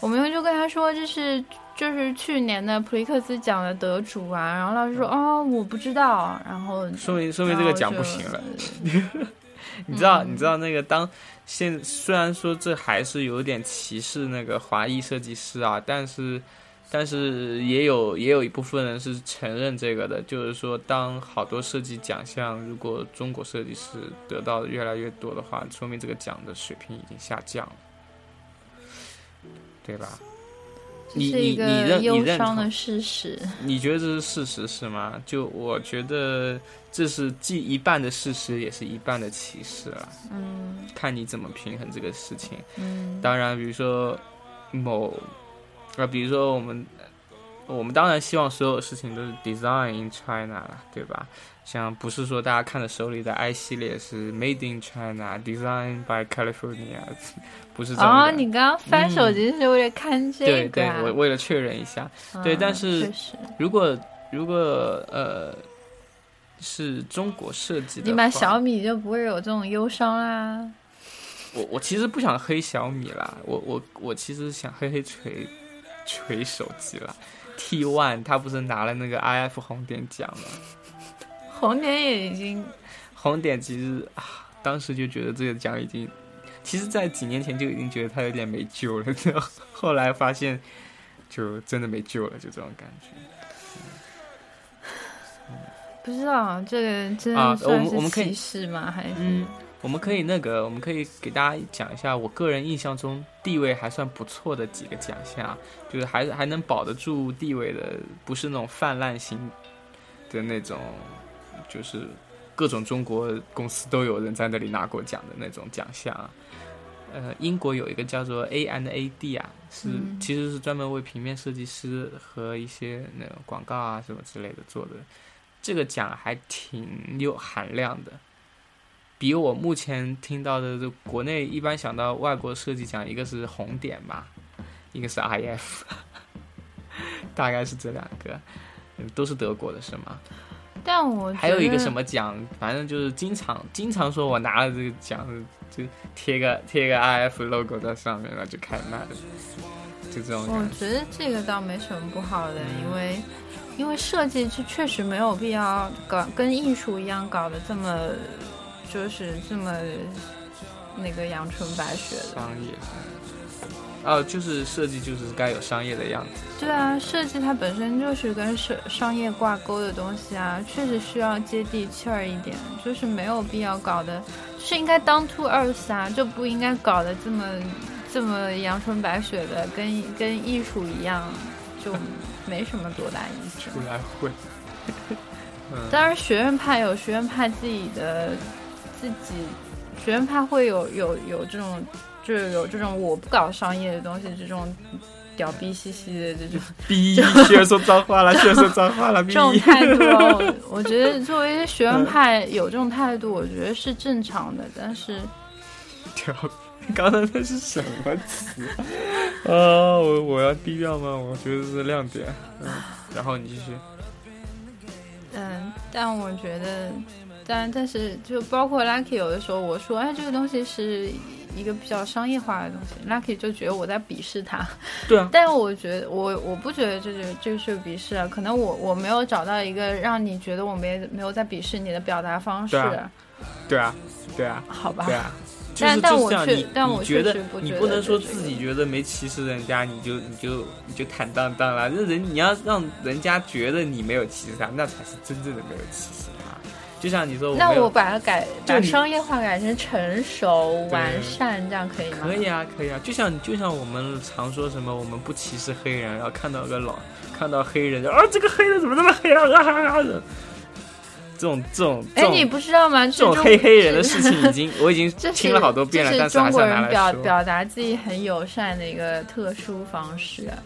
[SPEAKER 2] 我们就跟他说这是就是去年的普利克斯奖的得主啊，然后老师说哦我不知道，然后
[SPEAKER 1] 说明说明这个奖不行 了。你知道，你知道那个当现虽然说这还是有点歧视那个华裔设计师啊，但是但是也有也有一部分人是承认这个的，就是说当好多设计奖项如果中国设计师得到的越来越多的话，说明这个奖的水平已经下降了，对吧？
[SPEAKER 2] 这
[SPEAKER 1] 你
[SPEAKER 2] 是一
[SPEAKER 1] 你
[SPEAKER 2] 个
[SPEAKER 1] 你认你
[SPEAKER 2] 忧
[SPEAKER 1] 认
[SPEAKER 2] 伤
[SPEAKER 1] 同
[SPEAKER 2] 的事实。
[SPEAKER 1] 你觉得这是事实是吗？就我觉得这是既一半的事实，也是一半的歧视了。
[SPEAKER 2] 嗯
[SPEAKER 1] 看你怎么平衡这个事情。
[SPEAKER 2] 嗯，
[SPEAKER 1] 呃当然，比如说某，啊，比如说我们我们当然希望所有事情都是 design in China 啦，对吧？像不是说大家看的手里的 i 系列是 made in China，design by California，不是这样的。
[SPEAKER 2] 哦，你刚刚翻手机是为了看这
[SPEAKER 1] 对
[SPEAKER 2] 个、
[SPEAKER 1] 对
[SPEAKER 2] 啊，
[SPEAKER 1] 我为了确认一下，
[SPEAKER 2] 嗯
[SPEAKER 1] 对但是
[SPEAKER 2] 确实
[SPEAKER 1] 如果如果呃是中国设计的，
[SPEAKER 2] 你买小，米就不会有这种忧伤啊啦。
[SPEAKER 1] 我我其实不想黑小米啦，我我我其实想黑黑锤锤手机啦。T One 他不是拿了那个 IF 红点奖吗？
[SPEAKER 2] 红点也已经
[SPEAKER 1] 红点其实啊，当时就觉得这个奖已经，其实，在几年前就已经觉得他有点没救了， 然后后来发现就真的没救了，就这种感觉。
[SPEAKER 2] 不知道这个真
[SPEAKER 1] 啊
[SPEAKER 2] 的
[SPEAKER 1] 我
[SPEAKER 2] 算
[SPEAKER 1] 们我
[SPEAKER 2] 是
[SPEAKER 1] 们可以
[SPEAKER 2] 歧视吗？还是
[SPEAKER 1] 嗯我们可以那个，我们可以给大家讲一下我个人印象中地位还算不错的几个奖项，啊就是还还能保得住地位的，不是那种泛滥型的那种，就是各种中国公司都有人在那里拿过奖的那种奖项啊。呃，英国有一个叫做 A and A D 啊，是、
[SPEAKER 2] 嗯
[SPEAKER 1] 其实是专门为平面设计师和一些那种广告啊什么之类的做的。这个奖还挺有含量的，比我目前听到的这国内一般想到外国设计奖，一个是红点吧，一个是 IF，大概是这两个，嗯都是德国的是吗？
[SPEAKER 2] 但我
[SPEAKER 1] 还有一个什
[SPEAKER 2] 么？
[SPEAKER 1] 么奖，反正就是经常经常说我拿了这个奖，就贴个贴个 IF logo 在上面，然后就开卖了，就这种
[SPEAKER 2] 我
[SPEAKER 1] 感觉。
[SPEAKER 2] 觉得这个倒没什么不好的，
[SPEAKER 1] 嗯
[SPEAKER 2] 因为因为设计是确实没有必要搞跟艺术一样搞得这么就是这么那个阳春白雪的。
[SPEAKER 1] 商业，哦，就是设计就是该有商业的样子。
[SPEAKER 2] 对啊，设计它本身就是跟商商业挂钩的东西啊，确实需要接地气儿一点，就是没有必要搞的，就是应该当 to earth 啊，就不应该搞得这么这么阳春白雪的，跟跟艺术一样，就没什么多大意思。
[SPEAKER 1] 出来 混。嗯，
[SPEAKER 2] 当然，学院派有学院派自己的自己，学院派会有有有这种，就是有这种我不搞商业的东西，这种屌逼兮兮的这种。
[SPEAKER 1] 逼，居然说脏话了，居然说脏话了，逼
[SPEAKER 2] 这。种态度哦， 我我觉得作为学院派有这种态度，我觉得是正常的。但是
[SPEAKER 1] 屌，刚才那是什么 词？啊，我我要低调吗？我觉得是亮点。嗯，然后你继续。
[SPEAKER 2] 嗯，但我觉得，但但是就包括 Lucky 有的时候我说，哎，这个东西是一个比较商业化的东西，Lucky 就觉得我在鄙视他。
[SPEAKER 1] 对啊，
[SPEAKER 2] 但我觉得我我不觉得这是这是鄙视啊，可能我我没有找到一个让你觉得我没没有在鄙视你的表达方式，
[SPEAKER 1] 对啊对啊，对啊，
[SPEAKER 2] 好吧？
[SPEAKER 1] 对啊。就
[SPEAKER 2] 但
[SPEAKER 1] 是
[SPEAKER 2] 但
[SPEAKER 1] 就是
[SPEAKER 2] 我
[SPEAKER 1] 这样，
[SPEAKER 2] 确
[SPEAKER 1] 你
[SPEAKER 2] 但我
[SPEAKER 1] 你觉
[SPEAKER 2] 确
[SPEAKER 1] 得
[SPEAKER 2] 实不
[SPEAKER 1] 你
[SPEAKER 2] 觉
[SPEAKER 1] 不
[SPEAKER 2] 得
[SPEAKER 1] 能说
[SPEAKER 2] 这
[SPEAKER 1] 自
[SPEAKER 2] 个
[SPEAKER 1] 己觉得没歧视人家，你就你就你就坦荡荡啦。那人你要让人家觉得你没有歧视他，那才是真正的没有歧视他。就像你说我
[SPEAKER 2] 那
[SPEAKER 1] 没有
[SPEAKER 2] 我把它改，
[SPEAKER 1] 就
[SPEAKER 2] 把
[SPEAKER 1] 你
[SPEAKER 2] 商业化改成成熟、完善，这样可以吗？
[SPEAKER 1] 可以啊，可以啊，就像就像我们常说什么我们不歧视黑人，然后看到个老看到黑人就啊这个黑人怎么这么黑啊啊啊啊的，这种这种这
[SPEAKER 2] 哎，
[SPEAKER 1] 种
[SPEAKER 2] 你不知道吗？这
[SPEAKER 1] 这种
[SPEAKER 2] 中
[SPEAKER 1] 黑黑人的
[SPEAKER 2] 这
[SPEAKER 1] 事情已经我已经
[SPEAKER 2] 这是
[SPEAKER 1] 听了好多遍了，
[SPEAKER 2] 这
[SPEAKER 1] 但
[SPEAKER 2] 是
[SPEAKER 1] 还
[SPEAKER 2] 中
[SPEAKER 1] 是
[SPEAKER 2] 国
[SPEAKER 1] 要拿
[SPEAKER 2] 人表
[SPEAKER 1] 来说。
[SPEAKER 2] 表达自己很友善的一个特殊方式。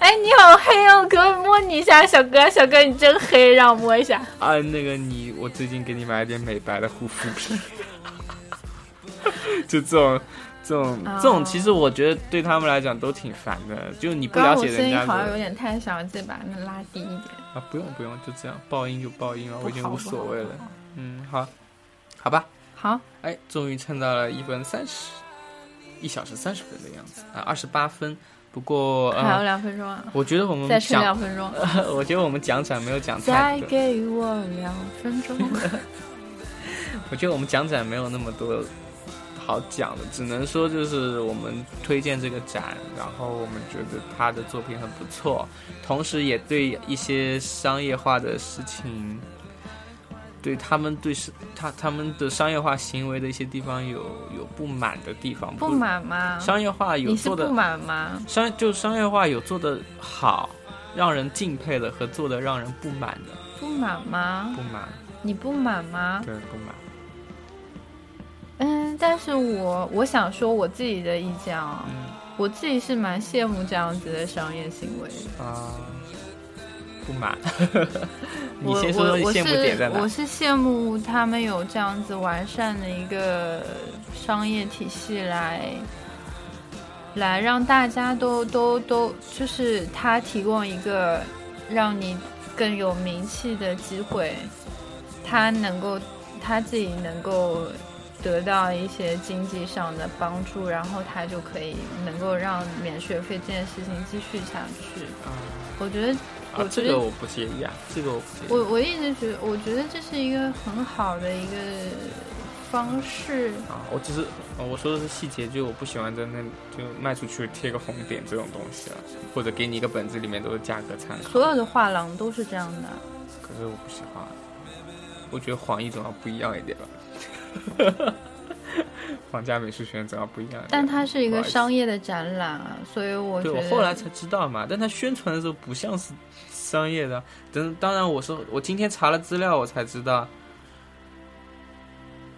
[SPEAKER 2] 哎，你好黑哦，可不可以摸你一下，小哥？小哥，你真黑，让我摸一下。
[SPEAKER 1] 啊，那个你，我最近给你买了点美白的护肤品， 就这种。这种
[SPEAKER 2] 哦
[SPEAKER 1] 这种，其实我觉得对他们来讲都挺烦的，就是你不
[SPEAKER 2] 刚
[SPEAKER 1] 了
[SPEAKER 2] 刚啊我
[SPEAKER 1] 解
[SPEAKER 2] 声
[SPEAKER 1] 人
[SPEAKER 2] 音
[SPEAKER 1] 家
[SPEAKER 2] 好像有
[SPEAKER 1] 的
[SPEAKER 2] 点太小，再把那拉低一点。
[SPEAKER 1] 啊，不用不用，就这样，爆音就爆音了，我已经
[SPEAKER 2] 不好
[SPEAKER 1] 无所谓了。。嗯，好，好吧，
[SPEAKER 2] 不好好，
[SPEAKER 1] 哎，终于蹭到了一分三十，一小时三十分的样子啊，二十八分。不过，
[SPEAKER 2] 好还有
[SPEAKER 1] 呃，
[SPEAKER 2] 两分钟啊，
[SPEAKER 1] 我觉得我们
[SPEAKER 2] 再剩
[SPEAKER 1] 讲
[SPEAKER 2] 两，分钟。
[SPEAKER 1] 我觉得我们讲展没有讲太
[SPEAKER 2] 再
[SPEAKER 1] 多，
[SPEAKER 2] 给我两分 钟。
[SPEAKER 1] 我觉得我们讲展没有那么多好讲的，只能说就是我们推荐这个展，然后我们觉得他的作品很不错，同时也对一些商业化的事情，对他们对是他他们的商业化行为的一些地方有有不满的地方，
[SPEAKER 2] 不满吗？
[SPEAKER 1] 商业化有
[SPEAKER 2] 你是
[SPEAKER 1] 做的
[SPEAKER 2] 不满吗？
[SPEAKER 1] 商就商业化有做的好，让人敬佩的和做的让人不满的，
[SPEAKER 2] 不满吗？
[SPEAKER 1] 不满，
[SPEAKER 2] 你不满吗？
[SPEAKER 1] 对，不满。
[SPEAKER 2] 嗯，但是我我想说我自己的意见啊、
[SPEAKER 1] 嗯，
[SPEAKER 2] 我自己是蛮羡慕这样子的商业行为的。
[SPEAKER 1] 啊、不 满。你
[SPEAKER 2] 我
[SPEAKER 1] 先说说
[SPEAKER 2] 我
[SPEAKER 1] 你
[SPEAKER 2] 我
[SPEAKER 1] 羡慕点在
[SPEAKER 2] 是
[SPEAKER 1] 哪啊
[SPEAKER 2] 我？是羡慕他们有这样子完善的一个商业体系来，来让大家都都都就是他提供一个让你更有名气的机会，他能够他自己能够得到一些经济上的帮助，然后他就可以能够让免学费这件事情继续下去。
[SPEAKER 1] 啊
[SPEAKER 2] 我觉得，我
[SPEAKER 1] 啊，这
[SPEAKER 2] 觉得
[SPEAKER 1] 个我不介意啊，这个我不介意。
[SPEAKER 2] 我我一直觉得，我觉得这是一个很好的一个方式。
[SPEAKER 1] 啊，我只是呃我说的是细节，就我不喜欢在那里就卖出去贴个红点这种东西了，啊或者给你一个本子，里面都是价格参考。
[SPEAKER 2] 所有的画廊都是这样的，
[SPEAKER 1] 可是我不喜欢，我觉得黄奕总要不一样一点吧。 皇家美术学院总要不一样一点，
[SPEAKER 2] 但它是一
[SPEAKER 1] 不
[SPEAKER 2] 个
[SPEAKER 1] 好意思
[SPEAKER 2] 商业的展览啊，所以我觉
[SPEAKER 1] 对
[SPEAKER 2] 得
[SPEAKER 1] 我后来才知道嘛，但他宣传的时候不像是商业的。等当然我是我今天查了资料，我才知道，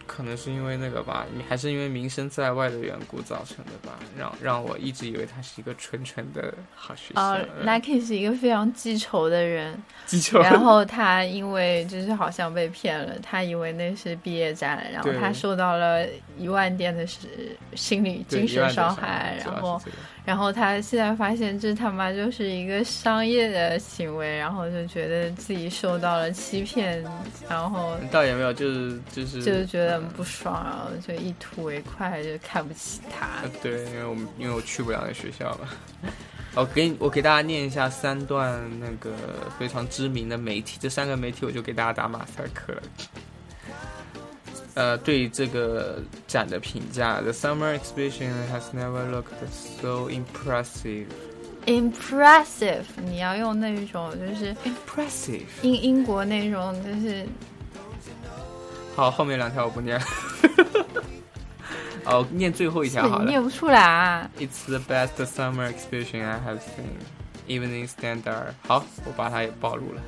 [SPEAKER 1] 可能是因为那个吧，还是因为名声在外的缘故造成的吧，让让我一直以为他是一个纯纯的好学校
[SPEAKER 2] 啊。，Nike 是一个非常记仇的人，
[SPEAKER 1] 记仇，
[SPEAKER 2] 然后他因为就是好像被骗了，他以为那是毕业展，然后
[SPEAKER 1] 对
[SPEAKER 2] 他受到了一万点的是心理
[SPEAKER 1] 对
[SPEAKER 2] 精
[SPEAKER 1] 一万点
[SPEAKER 2] 神伤
[SPEAKER 1] 伤
[SPEAKER 2] 害，
[SPEAKER 1] 主要
[SPEAKER 2] 然
[SPEAKER 1] 是
[SPEAKER 2] 后
[SPEAKER 1] 这个
[SPEAKER 2] 然后他现在发现这他妈就是一个商业的行为，然后就觉得自己受到了欺骗，然后
[SPEAKER 1] 倒也没有，就是就是
[SPEAKER 2] 就觉得很不爽，然后就一吐为快，就看不起他
[SPEAKER 1] 呃。对，因为我们因为我去不了那学校嘛。我给你我给大家念一下三段那个非常知名的媒体，这三个媒体我就给大家打马赛克了。呃，对这个展的评价，The summer exhibition has never looked so impressive.
[SPEAKER 2] Impressive，你要用那种就是
[SPEAKER 1] Impressive.
[SPEAKER 2] 英英国那种就是
[SPEAKER 1] 好，后面两条我不念了。 哦，念最后一条好
[SPEAKER 2] 你
[SPEAKER 1] 了。
[SPEAKER 2] 念不出来、啊。
[SPEAKER 1] It's the best summer exhibition I have seen, even in standard. 好，我把它也暴露了。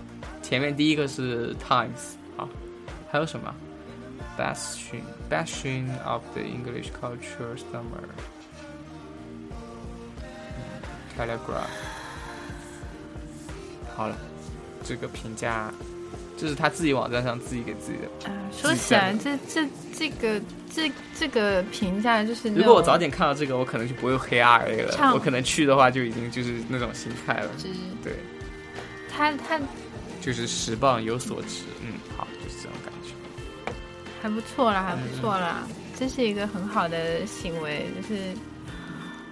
[SPEAKER 1] 前面第一个是 Times，好，还有什么？Bastion, Bastion of the English Culture Summer. 嗯 Telegraph。好了，这个评价，这是他自己网站上自己给自己的。
[SPEAKER 2] 啊说起来，这这这个这这个评价就是那
[SPEAKER 1] 如果我
[SPEAKER 2] 种
[SPEAKER 1] 早点看到这个，我可能就不会黑 RA 了。
[SPEAKER 2] 唱
[SPEAKER 1] 我可能去的话，就已经就是那种心态了。
[SPEAKER 2] 就是
[SPEAKER 1] 对。
[SPEAKER 2] 他他
[SPEAKER 1] 就是十磅有所值，嗯，好，就是这种感觉。
[SPEAKER 2] 还不错啦，还不错啦，
[SPEAKER 1] 嗯
[SPEAKER 2] 这是一个很好的行为，就是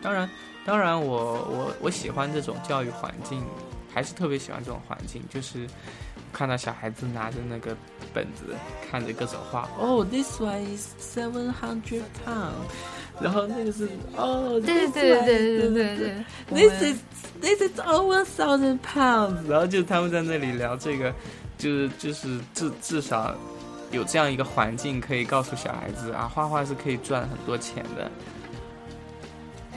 [SPEAKER 1] 当然，当然我，我我喜欢这种教育环境，还是特别喜欢这种环境，就是看到小孩子拿着那个本子，看着各种画，哦，this one is seven hundred pound，然后那个是哦，
[SPEAKER 2] 对对对对对对对我们
[SPEAKER 1] This is this is over thousand pounds。然后就他们在那里聊这个，就是就是至至少有这样一个环境可以告诉小孩子啊，画画是可以赚很多钱的。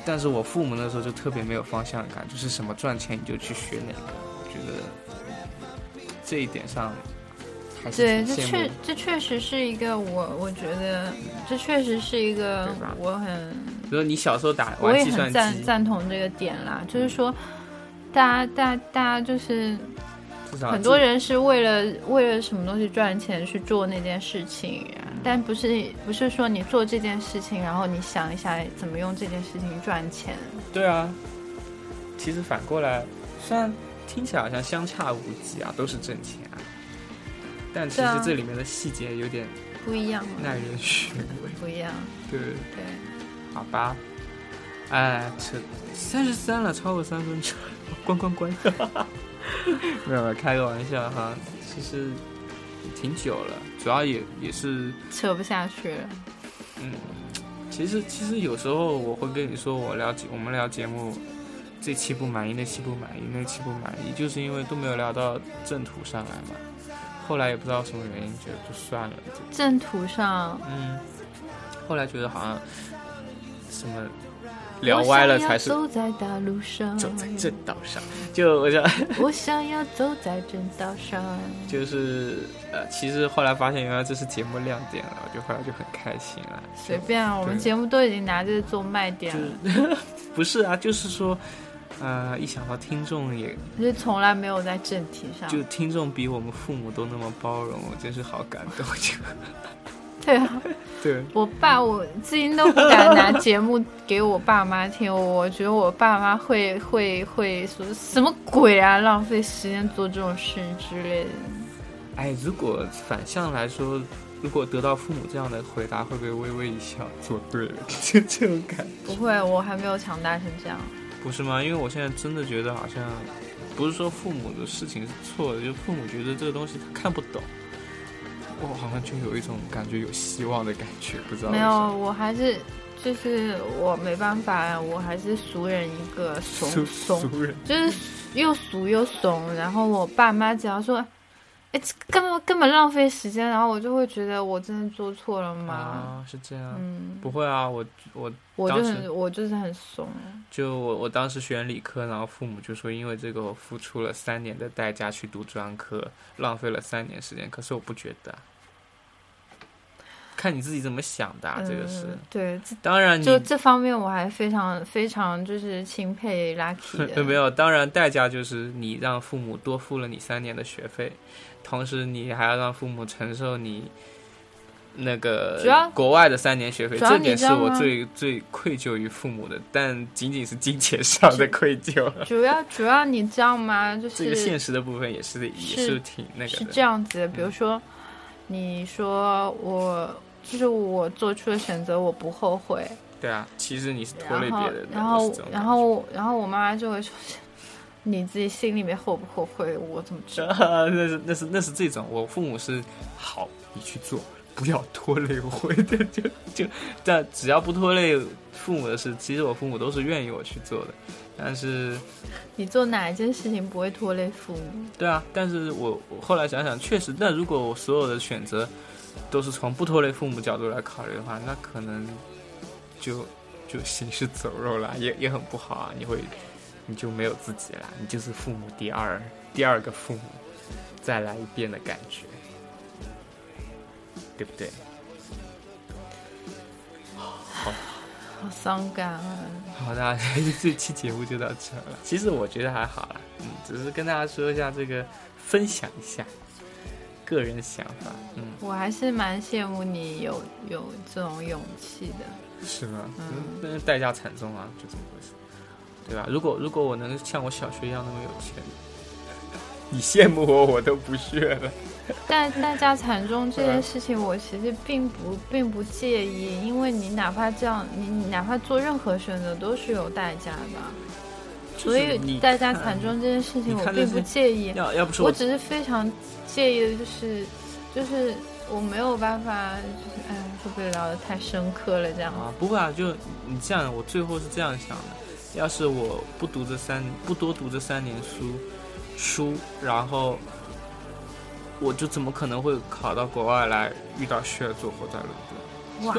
[SPEAKER 1] 但是我父母那时候就特别没有方向感，就是什么赚钱你就去学哪个。我觉得这一点上还是
[SPEAKER 2] 对，
[SPEAKER 1] 挺
[SPEAKER 2] 这
[SPEAKER 1] 羡
[SPEAKER 2] 确
[SPEAKER 1] 慕。
[SPEAKER 2] 这确实是一个我我觉得这确实是一个
[SPEAKER 1] 对吧
[SPEAKER 2] 我很
[SPEAKER 1] 比如你小时候打
[SPEAKER 2] 我
[SPEAKER 1] 玩
[SPEAKER 2] 也
[SPEAKER 1] 计算
[SPEAKER 2] 很
[SPEAKER 1] 机，
[SPEAKER 2] 赞赞同这个点啦，就是说大家大家大家就是
[SPEAKER 1] 至少
[SPEAKER 2] 很多人是为了为了什么东西赚钱去做那件事情，但不是不是说你做这件事情，然后你想一想怎么用这件事情赚钱。
[SPEAKER 1] 对啊，其实反过来，虽然听起来好像相差无几啊，都是挣钱啊，但其
[SPEAKER 2] 对
[SPEAKER 1] 实
[SPEAKER 2] 啊
[SPEAKER 1] 这里面的细节有点
[SPEAKER 2] 不一样嘛，
[SPEAKER 1] 耐人寻味。
[SPEAKER 2] 不一样，
[SPEAKER 1] 对，
[SPEAKER 2] 对，
[SPEAKER 1] 好吧，哎，这三十三了，超过三分 钟，关关关，没有没有，开个玩笑哈，其实挺久了，主要也也是
[SPEAKER 2] 扯不下去了。
[SPEAKER 1] 嗯，其实其实有时候我会跟你说，我聊节我们聊节目，这期不满意，那期不满意，那期不满意，就是因为都没有聊到正途上来嘛。后来也不知道什么原因，觉得就算了，就
[SPEAKER 2] 正途上
[SPEAKER 1] 嗯。后来觉得好像什么聊歪了才是
[SPEAKER 2] 我想要走在大路上，
[SPEAKER 1] 走在正道上。就我想，
[SPEAKER 2] 我想要走在正道上。
[SPEAKER 1] 就是呃，其实后来发现原来这是节目亮点了，我就后来就很开心了。
[SPEAKER 2] 随便啊，我们节目都已经拿这个做卖点了，
[SPEAKER 1] 不是啊，就是说，呃，一想到听众也，
[SPEAKER 2] 就从来没有在正题上。
[SPEAKER 1] 就听众比我们父母都那么包容，我真是好感动。就
[SPEAKER 2] 对啊，
[SPEAKER 1] 对，
[SPEAKER 2] 我爸我至今都不敢拿节目给我爸妈听，我觉得我爸妈会会会说什么鬼啊，浪费时间做这种事之类的。
[SPEAKER 1] 哎，如果反向来说，如果得到父母这样的回答，会不会微微一笑，做对了？就这种感觉，
[SPEAKER 2] 不会，我还没有强大成这样。
[SPEAKER 1] 不是吗？因为我现在真的觉得好像，不是说父母的事情是错的，就父母觉得这个东西他看不懂，我好像就有一种感觉有希望的感觉，不知道为
[SPEAKER 2] 没
[SPEAKER 1] 什
[SPEAKER 2] 有
[SPEAKER 1] 么，
[SPEAKER 2] 我还是就是我没办法，我还是俗人一个，怂
[SPEAKER 1] 俗
[SPEAKER 2] 怂，
[SPEAKER 1] 俗人，
[SPEAKER 2] 就是又俗又怂。然后我爸妈只要说，哎，这根本根本浪费时间，然后我就会觉得我真的做错了吗？
[SPEAKER 1] 啊，是这样。
[SPEAKER 2] 嗯，
[SPEAKER 1] 不会啊，我我
[SPEAKER 2] 我就
[SPEAKER 1] 当时
[SPEAKER 2] 很我就是很怂。
[SPEAKER 1] 就我我当时选理科，然后父母就说因为这个我付出了三年的代价去读专科，浪费了三年时间。可是我不觉得啊，看你自己怎么想的、啊，这个是
[SPEAKER 2] 嗯、对，这
[SPEAKER 1] 当然你
[SPEAKER 2] 就这方面我还非常非常就是钦佩 Lucky 的。
[SPEAKER 1] 没有，当然代价就是你让父母多付了你三年的学费，同时你还要让父母承受你那
[SPEAKER 2] 主要
[SPEAKER 1] 个国外的三年学费，
[SPEAKER 2] 主要
[SPEAKER 1] 这
[SPEAKER 2] 你
[SPEAKER 1] 点
[SPEAKER 2] 知
[SPEAKER 1] 是
[SPEAKER 2] 道
[SPEAKER 1] 我
[SPEAKER 2] 吗
[SPEAKER 1] 最最愧疚于父母的，但仅仅是金钱上的愧疚。
[SPEAKER 2] 主要主要你知道吗？就是
[SPEAKER 1] 这个现实的部分也是也
[SPEAKER 2] 是
[SPEAKER 1] 是挺那
[SPEAKER 2] 是
[SPEAKER 1] 个
[SPEAKER 2] 这
[SPEAKER 1] 的，嗯
[SPEAKER 2] 样子的，比如说，你说我就是我做出的选择，我不后悔。
[SPEAKER 1] 对啊，其实你是拖累
[SPEAKER 2] 然后
[SPEAKER 1] 别人，的，
[SPEAKER 2] 然
[SPEAKER 1] 我是
[SPEAKER 2] 后
[SPEAKER 1] 这种，
[SPEAKER 2] 然后，然后我妈妈就会说，你自己心里面后不后悔，我怎么知道？
[SPEAKER 1] 感觉 那是那是那是这种，我父母是好，你去做，不要拖累我， 就就就，但只要不拖累父母的事，其实我父母都是愿意我去做的，但是
[SPEAKER 2] 你做哪一件事情不会拖累父母？
[SPEAKER 1] 对啊，但是我我后来想想，确实，那如果我所有的选择都是从不拖累父母角度来考虑的话，那可能就就行尸走肉啦，也也很不好啊。你会你就没有自己啦，你就是父母第二第二个父母，再来一遍的感觉，对不对？
[SPEAKER 2] 好伤感啊！
[SPEAKER 1] 好，那 这期节目就到这了。其实我觉得还好啦，嗯，只是跟大家说一下这个，分享一下个人想法，嗯。
[SPEAKER 2] 我还是蛮羡慕你有有这种勇气的。
[SPEAKER 1] 是吗？
[SPEAKER 2] 嗯
[SPEAKER 1] 嗯，但是代价惨重啊，就这么回事，对吧？如果如果我能像我小学一样那么有钱，你羡慕我，我都不屑了。
[SPEAKER 2] 但代价惨重这件事情，我其实并不并不介意，因为你哪怕这样，你你哪怕做任何选择都是有代价的，啊所
[SPEAKER 1] 就是
[SPEAKER 2] 以
[SPEAKER 1] 你
[SPEAKER 2] 代价
[SPEAKER 1] 看
[SPEAKER 2] 惨重这件事情
[SPEAKER 1] 你
[SPEAKER 2] 我
[SPEAKER 1] 看
[SPEAKER 2] 并
[SPEAKER 1] 那
[SPEAKER 2] 不
[SPEAKER 1] 些
[SPEAKER 2] 介意。
[SPEAKER 1] 要要不是
[SPEAKER 2] 我
[SPEAKER 1] 我，
[SPEAKER 2] 只是非常介意的就是，就是我没有办法，就是哎，会不会聊得太深刻了这样？哦
[SPEAKER 1] 啊，不会啊，就你这样，我最后是这样想的：要是我不读这三，不多读这三年书，书，然后我就怎么可能会考到国外来，遇到需要做活在伦
[SPEAKER 2] 哇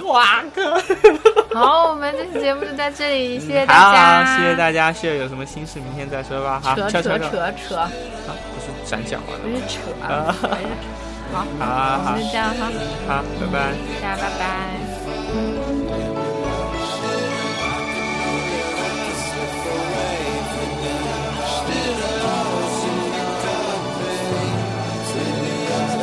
[SPEAKER 1] 敦？哇哥！
[SPEAKER 2] 好，我们这期节目就在这 里，谢谢
[SPEAKER 1] 嗯
[SPEAKER 2] 大家，
[SPEAKER 1] 好好谢谢大家，谢谢有什么心事明天再说吧。好，
[SPEAKER 2] 扯
[SPEAKER 1] 悄悄
[SPEAKER 2] 扯扯嗯
[SPEAKER 1] 的。
[SPEAKER 2] 扯，
[SPEAKER 1] 啊，不是咱讲完
[SPEAKER 2] 不
[SPEAKER 1] 了
[SPEAKER 2] 是
[SPEAKER 1] 吗？
[SPEAKER 2] 扯，还是扯好，
[SPEAKER 1] 啊 好好
[SPEAKER 2] 我们就这样哈，
[SPEAKER 1] 好，拜拜。
[SPEAKER 2] 大家拜拜。